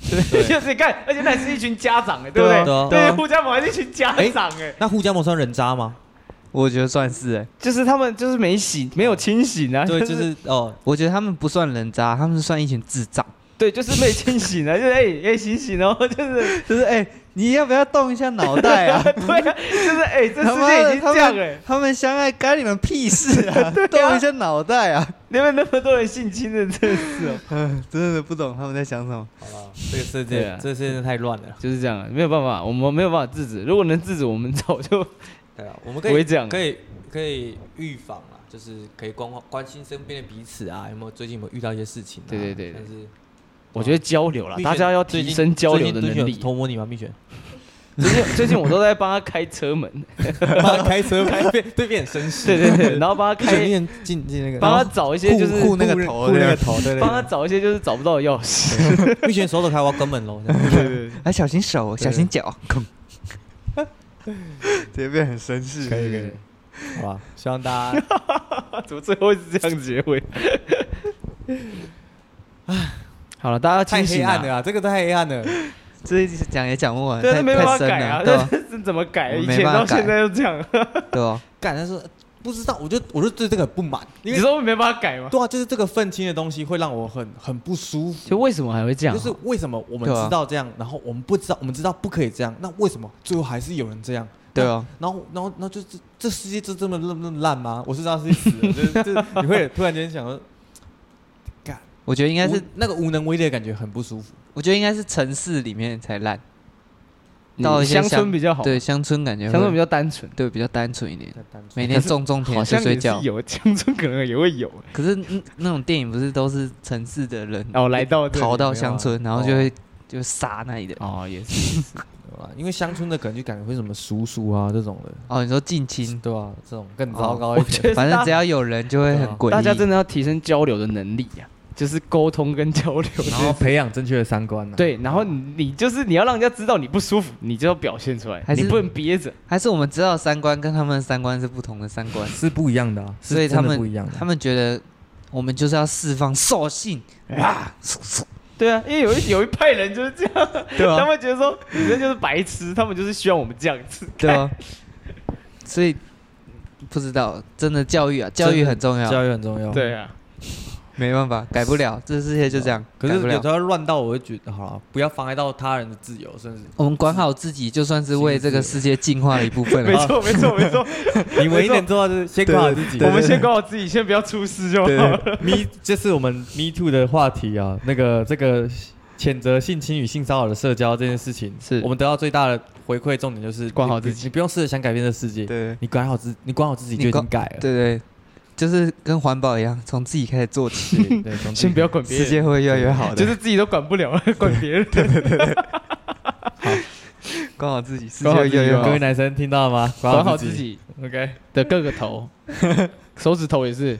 [SPEAKER 2] (laughs) 就是看，而且那是一群家长哎，对不
[SPEAKER 3] 对
[SPEAKER 2] 对
[SPEAKER 3] 啊？
[SPEAKER 1] 对啊
[SPEAKER 3] 对啊
[SPEAKER 2] 对，互家盟还是一群家长哎，
[SPEAKER 1] 那互加盟算人渣吗？
[SPEAKER 3] 我觉得算是哎、
[SPEAKER 2] 就是他们就是没醒，没有清醒啊，
[SPEAKER 1] 对，就是哦，
[SPEAKER 3] 我觉得他们不算人渣，他们算一群智障，
[SPEAKER 2] 对，就是没清醒啊，就是哎哎醒醒哦， (laughs) 就是
[SPEAKER 3] 就是哎、你要不要动一下脑袋啊？
[SPEAKER 2] 对啊，就是哎这
[SPEAKER 3] (laughs) 他
[SPEAKER 2] 世
[SPEAKER 3] 妈
[SPEAKER 2] 界
[SPEAKER 3] 的
[SPEAKER 2] 已经
[SPEAKER 3] 他
[SPEAKER 2] 这样哎
[SPEAKER 3] 们，他们相爱干你们屁事啊！动一下脑袋啊！
[SPEAKER 2] 你们那么多人性侵的，真的是哦，
[SPEAKER 3] 嗯，真的不懂他们在想什么。
[SPEAKER 1] 好了，这个世
[SPEAKER 2] 对
[SPEAKER 1] 界
[SPEAKER 2] 啊，
[SPEAKER 1] 这个世界太乱了。
[SPEAKER 2] 就是这样啊，没有办法，我们没有办法制止，如果能制止，我们早就
[SPEAKER 1] 对啊，我们
[SPEAKER 2] 不
[SPEAKER 1] 可以
[SPEAKER 2] 会这样。
[SPEAKER 1] 可以可以预防啊，就是可以关关心身边的彼此啊，有没有最近有没有遇到一些事情、啊？
[SPEAKER 2] 对对对对
[SPEAKER 1] 但是
[SPEAKER 2] (laughs) 我觉得交流啦，
[SPEAKER 1] 蜜雪
[SPEAKER 2] 大家要
[SPEAKER 1] 最
[SPEAKER 2] 提
[SPEAKER 1] 近
[SPEAKER 2] 升交流
[SPEAKER 1] 最
[SPEAKER 2] 的
[SPEAKER 1] 近
[SPEAKER 2] 能
[SPEAKER 1] 有
[SPEAKER 2] 力。
[SPEAKER 1] 偷摸你吗？蜜雪，
[SPEAKER 2] 最近最近我都在帮他开车 (laughs) 门，
[SPEAKER 1] 帮他开车开变对变绅士，
[SPEAKER 2] 对对对，然后帮他
[SPEAKER 1] 蜜雪
[SPEAKER 2] 开，
[SPEAKER 1] 念进进那个，
[SPEAKER 2] 帮他找一些就是
[SPEAKER 3] 护那个头
[SPEAKER 2] 啊
[SPEAKER 1] 护那
[SPEAKER 3] 对
[SPEAKER 1] 个头，对对
[SPEAKER 2] 帮他
[SPEAKER 1] 对
[SPEAKER 2] 找一些就是找不到的钥匙。 (laughs)
[SPEAKER 1] 对，蜜雪手抖开，我要关门喽。这样
[SPEAKER 3] 哎，小心手，
[SPEAKER 1] 对
[SPEAKER 3] 小心脚，空。 (laughs) 直接变很绅士
[SPEAKER 1] 可以可以，好吧，希望大家
[SPEAKER 2] 怎么最后是这样结尾？好了，大家
[SPEAKER 1] 太
[SPEAKER 2] 清
[SPEAKER 1] 黑
[SPEAKER 2] 醒
[SPEAKER 1] 暗了啊，这个太黑暗了。
[SPEAKER 3] 这一集讲也讲不完，
[SPEAKER 2] 对，那
[SPEAKER 3] 太
[SPEAKER 2] 没办
[SPEAKER 3] 太
[SPEAKER 2] 法
[SPEAKER 3] 深
[SPEAKER 2] 改啊
[SPEAKER 3] 了，，对
[SPEAKER 2] 这 (laughs)
[SPEAKER 3] 吧？
[SPEAKER 2] 这怎么改？
[SPEAKER 3] 我
[SPEAKER 2] 以
[SPEAKER 3] 没
[SPEAKER 2] 前
[SPEAKER 3] 办法
[SPEAKER 2] 到现
[SPEAKER 3] 改
[SPEAKER 2] 在就这样，
[SPEAKER 3] 对吧？
[SPEAKER 1] 干，但是不知道，我就我就对这个很不满，因
[SPEAKER 2] 你
[SPEAKER 1] 为
[SPEAKER 2] 说我没办法改吗？
[SPEAKER 1] 对啊，就是这个愤青的东西会让我很很不舒服。
[SPEAKER 2] 就为什么还会这样
[SPEAKER 1] 就是为什么我们
[SPEAKER 3] 对啊
[SPEAKER 1] 知道这样，然后我们不知道，我们知道不可以这样，那为什么最后还是有人这样？
[SPEAKER 3] 对啊，
[SPEAKER 1] 然后，然后，然后就这这世界就这么那么那么烂吗？我是知道是死了，就是就是你会突然间想说，干，
[SPEAKER 3] 我觉得应
[SPEAKER 1] 应
[SPEAKER 3] 该是，
[SPEAKER 1] 那个无能为力的感觉很不舒服。
[SPEAKER 3] 我觉得应该是城市里面才烂，
[SPEAKER 2] 嗯
[SPEAKER 3] 到一些
[SPEAKER 2] 乡村比较好，
[SPEAKER 3] 对，乡村感觉会，
[SPEAKER 2] 乡村比较单纯，
[SPEAKER 3] 对比较单纯
[SPEAKER 1] (laughs)
[SPEAKER 3] 一点，
[SPEAKER 1] 在单纯
[SPEAKER 3] 每天种种
[SPEAKER 2] 好
[SPEAKER 3] 田睡
[SPEAKER 2] 像
[SPEAKER 3] 睡
[SPEAKER 2] 也是
[SPEAKER 3] 觉。
[SPEAKER 2] 有，乡村可能也会
[SPEAKER 3] (laughs)
[SPEAKER 2] 有。
[SPEAKER 3] 可是嗯那种电影不是都是城市的人
[SPEAKER 2] 然后来到这里
[SPEAKER 3] 逃到
[SPEAKER 1] 没有啊
[SPEAKER 3] 乡村，然后就会就杀那里的人。
[SPEAKER 2] 哦，也是，
[SPEAKER 1] 对吧因为乡村的感觉感觉会什么叔叔啊这种的，
[SPEAKER 3] 哦，你说近亲，
[SPEAKER 1] 对吧？这种更
[SPEAKER 3] 哦
[SPEAKER 1] 糟糕一 (laughs)
[SPEAKER 2] 我
[SPEAKER 1] 点。
[SPEAKER 2] 觉得
[SPEAKER 3] 反正
[SPEAKER 2] 大
[SPEAKER 3] 只要有人就会很诡异。
[SPEAKER 2] (laughs) 大家真的要提升交流的能力呀、就是沟通跟交
[SPEAKER 3] (laughs)
[SPEAKER 2] 流。
[SPEAKER 1] 然后培养正确的三观、啊，
[SPEAKER 2] 对，然后你你就是你要让人家知道你不舒服，你就要表现出来，
[SPEAKER 3] 还是
[SPEAKER 2] 你不能憋着。
[SPEAKER 3] 还是我们知道三观跟他们的三观是不同的三观，
[SPEAKER 1] 是不一样的、啊，
[SPEAKER 3] 所以他们
[SPEAKER 1] 是真的不一样的。
[SPEAKER 3] 他们觉得我们就是要释放兽性啊，
[SPEAKER 2] 对啊，因为有一有一派人就是这样，
[SPEAKER 3] (laughs) 对啊
[SPEAKER 2] (laughs) 他
[SPEAKER 3] 吧？
[SPEAKER 2] 们觉得说女生就是白痴，他们就是希望我们这样子。
[SPEAKER 3] 对吧？ (laughs) 所以不知道，真的教育啊，教育很重要，
[SPEAKER 1] 教育很重
[SPEAKER 3] 哦
[SPEAKER 1] 要。
[SPEAKER 2] 对啊，
[SPEAKER 3] 没办法，改不了，这世界就这样，
[SPEAKER 1] 可
[SPEAKER 3] 改
[SPEAKER 1] 是
[SPEAKER 3] 不
[SPEAKER 1] 有
[SPEAKER 3] 了
[SPEAKER 1] 时。候乱到，我会觉得好了，不要妨碍到他人的自由，甚至
[SPEAKER 3] 我们管好自己，就算是为这个世界进化了一部
[SPEAKER 2] (laughs)
[SPEAKER 3] 分
[SPEAKER 2] 没
[SPEAKER 3] 了。
[SPEAKER 2] 错没错没错，
[SPEAKER 1] 你唯一能做到就是先管好自己。
[SPEAKER 2] (laughs) 我们先管好自己，先不要出事就好了。
[SPEAKER 1] Me，这是我们 Me Too 的话题啊。那个这个谴责性侵与性骚扰的社交这件事情，
[SPEAKER 2] 是
[SPEAKER 1] 我们得到最大的回馈重点就是
[SPEAKER 2] 管好自己
[SPEAKER 1] 你，你不用试着想改变这世界，
[SPEAKER 3] 对
[SPEAKER 1] 你管好自，你管好自己
[SPEAKER 3] 你
[SPEAKER 1] 就已
[SPEAKER 3] 管
[SPEAKER 1] 经改了。
[SPEAKER 3] 对对，就是跟环保一样，从自己开始做起，
[SPEAKER 1] 对对，从自己
[SPEAKER 2] 先不要管 (laughs) 别
[SPEAKER 3] 世
[SPEAKER 2] 人，
[SPEAKER 3] 界会越来越好的。
[SPEAKER 2] 就是自己都管不了， (laughs) 管别人。
[SPEAKER 3] 管好自己，世界
[SPEAKER 2] 管好
[SPEAKER 3] 会
[SPEAKER 2] 自己哦
[SPEAKER 3] 越来越
[SPEAKER 2] 就
[SPEAKER 3] 好
[SPEAKER 1] 各。位男生听到了吗？
[SPEAKER 2] 管好
[SPEAKER 1] 好
[SPEAKER 2] 自
[SPEAKER 1] 己。
[SPEAKER 2] 己，OK 的各个
[SPEAKER 3] (laughs)
[SPEAKER 2] 头，手指头也是，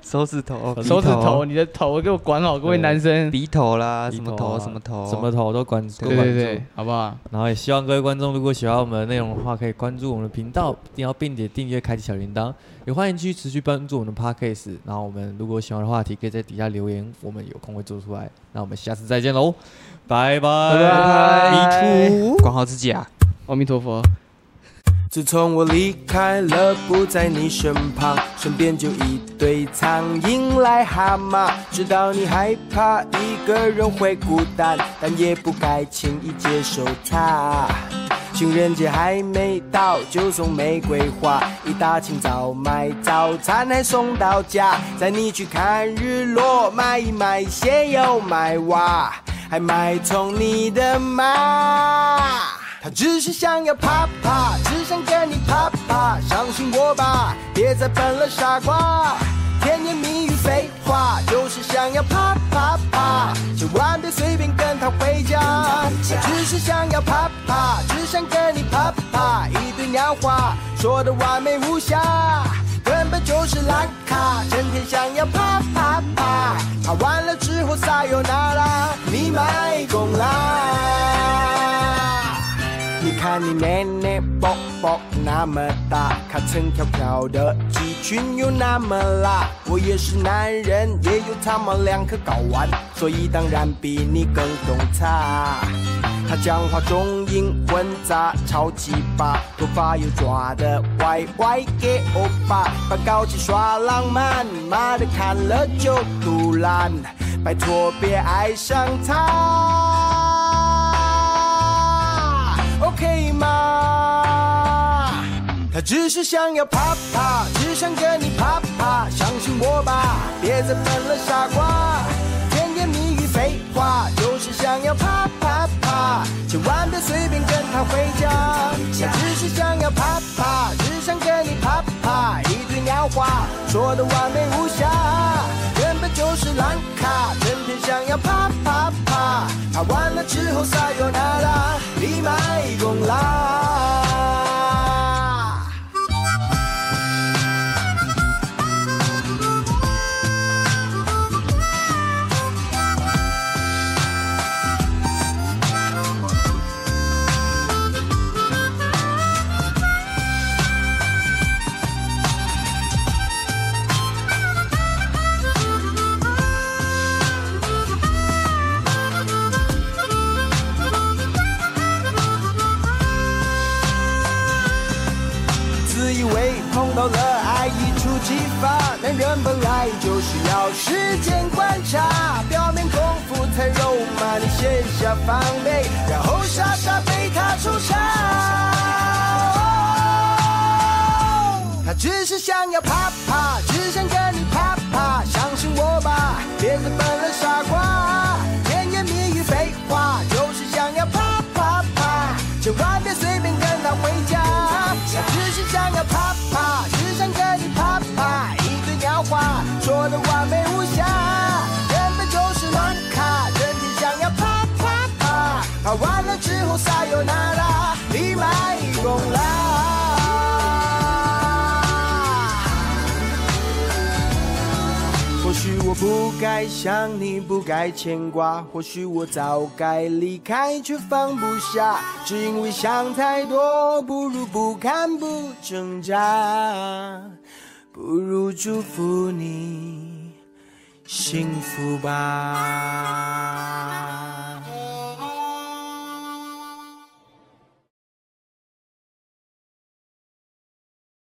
[SPEAKER 3] 手指头、
[SPEAKER 2] 哦手指
[SPEAKER 3] 鼻
[SPEAKER 2] 头，你的头给我管好，各位
[SPEAKER 1] 对
[SPEAKER 2] 男生。
[SPEAKER 3] 鼻头啦，
[SPEAKER 1] 鼻
[SPEAKER 3] 什么
[SPEAKER 1] 头
[SPEAKER 3] 头
[SPEAKER 1] 啊
[SPEAKER 3] 什么头，
[SPEAKER 1] 什么头都关注，
[SPEAKER 2] 对
[SPEAKER 1] 都关
[SPEAKER 2] 对
[SPEAKER 1] 注
[SPEAKER 2] 对，好不好？
[SPEAKER 1] 然后也希望各位观众，如果喜欢我们的内容的话，可以关注我们的频道，一定要并且订阅、开启小铃铛。也欢迎继续持续关注我们的 podcast。然后我们如果喜欢的话题，可以在底下留言，我们有空会做出来。那我们下次再见喽，拜拜
[SPEAKER 2] 拜拜
[SPEAKER 1] Me too
[SPEAKER 3] 哎管好自己啊。
[SPEAKER 2] 阿弥陀佛。
[SPEAKER 4] 自从我离开了，不在你身旁，身边就一堆苍蝇来蛤蟆。知道你害怕一个人会孤单，但也不该轻易接受它。情人节还没到，就送玫瑰花，一大清早买早餐还送到家，载你去看日落，买一买鞋又买袜，还买宠你的妈。他只是想要啪啪，只想跟你啪啪，相信我吧，别再笨了傻瓜。甜言蜜语废话，就是想要啪啪啪，千万别随便跟他回家。他只是想要啪啪，只想跟你啪啪啪，一堆鸟话，说的完美无瑕，根本就是烂卡，整天想要啪啪啪，啪完了之后撒又那拉，你卖公啦。你看你奶奶包包那么大，卡成条条的，鸡群又那么辣。我也是男人，也有他们两颗睾丸，所以当然比你更懂他。他讲话中英混杂，超级巴，头发又抓的歪歪给欧巴，把高级耍浪漫，妈的看了就肚烂，拜托别爱上他。OK 吗？他只是想要啪啪，只想跟你啪啪，相信我吧，别再笨了傻瓜。甜言蜜语废话，就是想要啪啪啪，千万别随便跟他回家。他只是想要啪啪，只想跟你啪啪，一堆鸟话说的完美无瑕，根本就是烂卡，整天想要啪啪啪，啪完了之后撒又那拉，你卖公啦。自以为碰到了爱一触即发，男人本来就是要时间观察，表面功夫才肉麻，你卸下防备，然后傻傻被他出杀。他只是想要啪啪，只想跟你啪啪，相信我吧，别再笨了傻瓜，甜言蜜语废话，就是想要啪啪啪，千万别随便跟他回家。他只是想要啪啪，只想跟你啪啪，一堆鸟话说的完美无瑕，根本就是乱卡，整天想要啪啪啪，啪完了之后撒又那拉，你卖公啦。或许我不该想你，不该牵挂；或许我早该离开，却放不下，只因为想太多，不如不看不挣扎，不如祝福你幸福吧。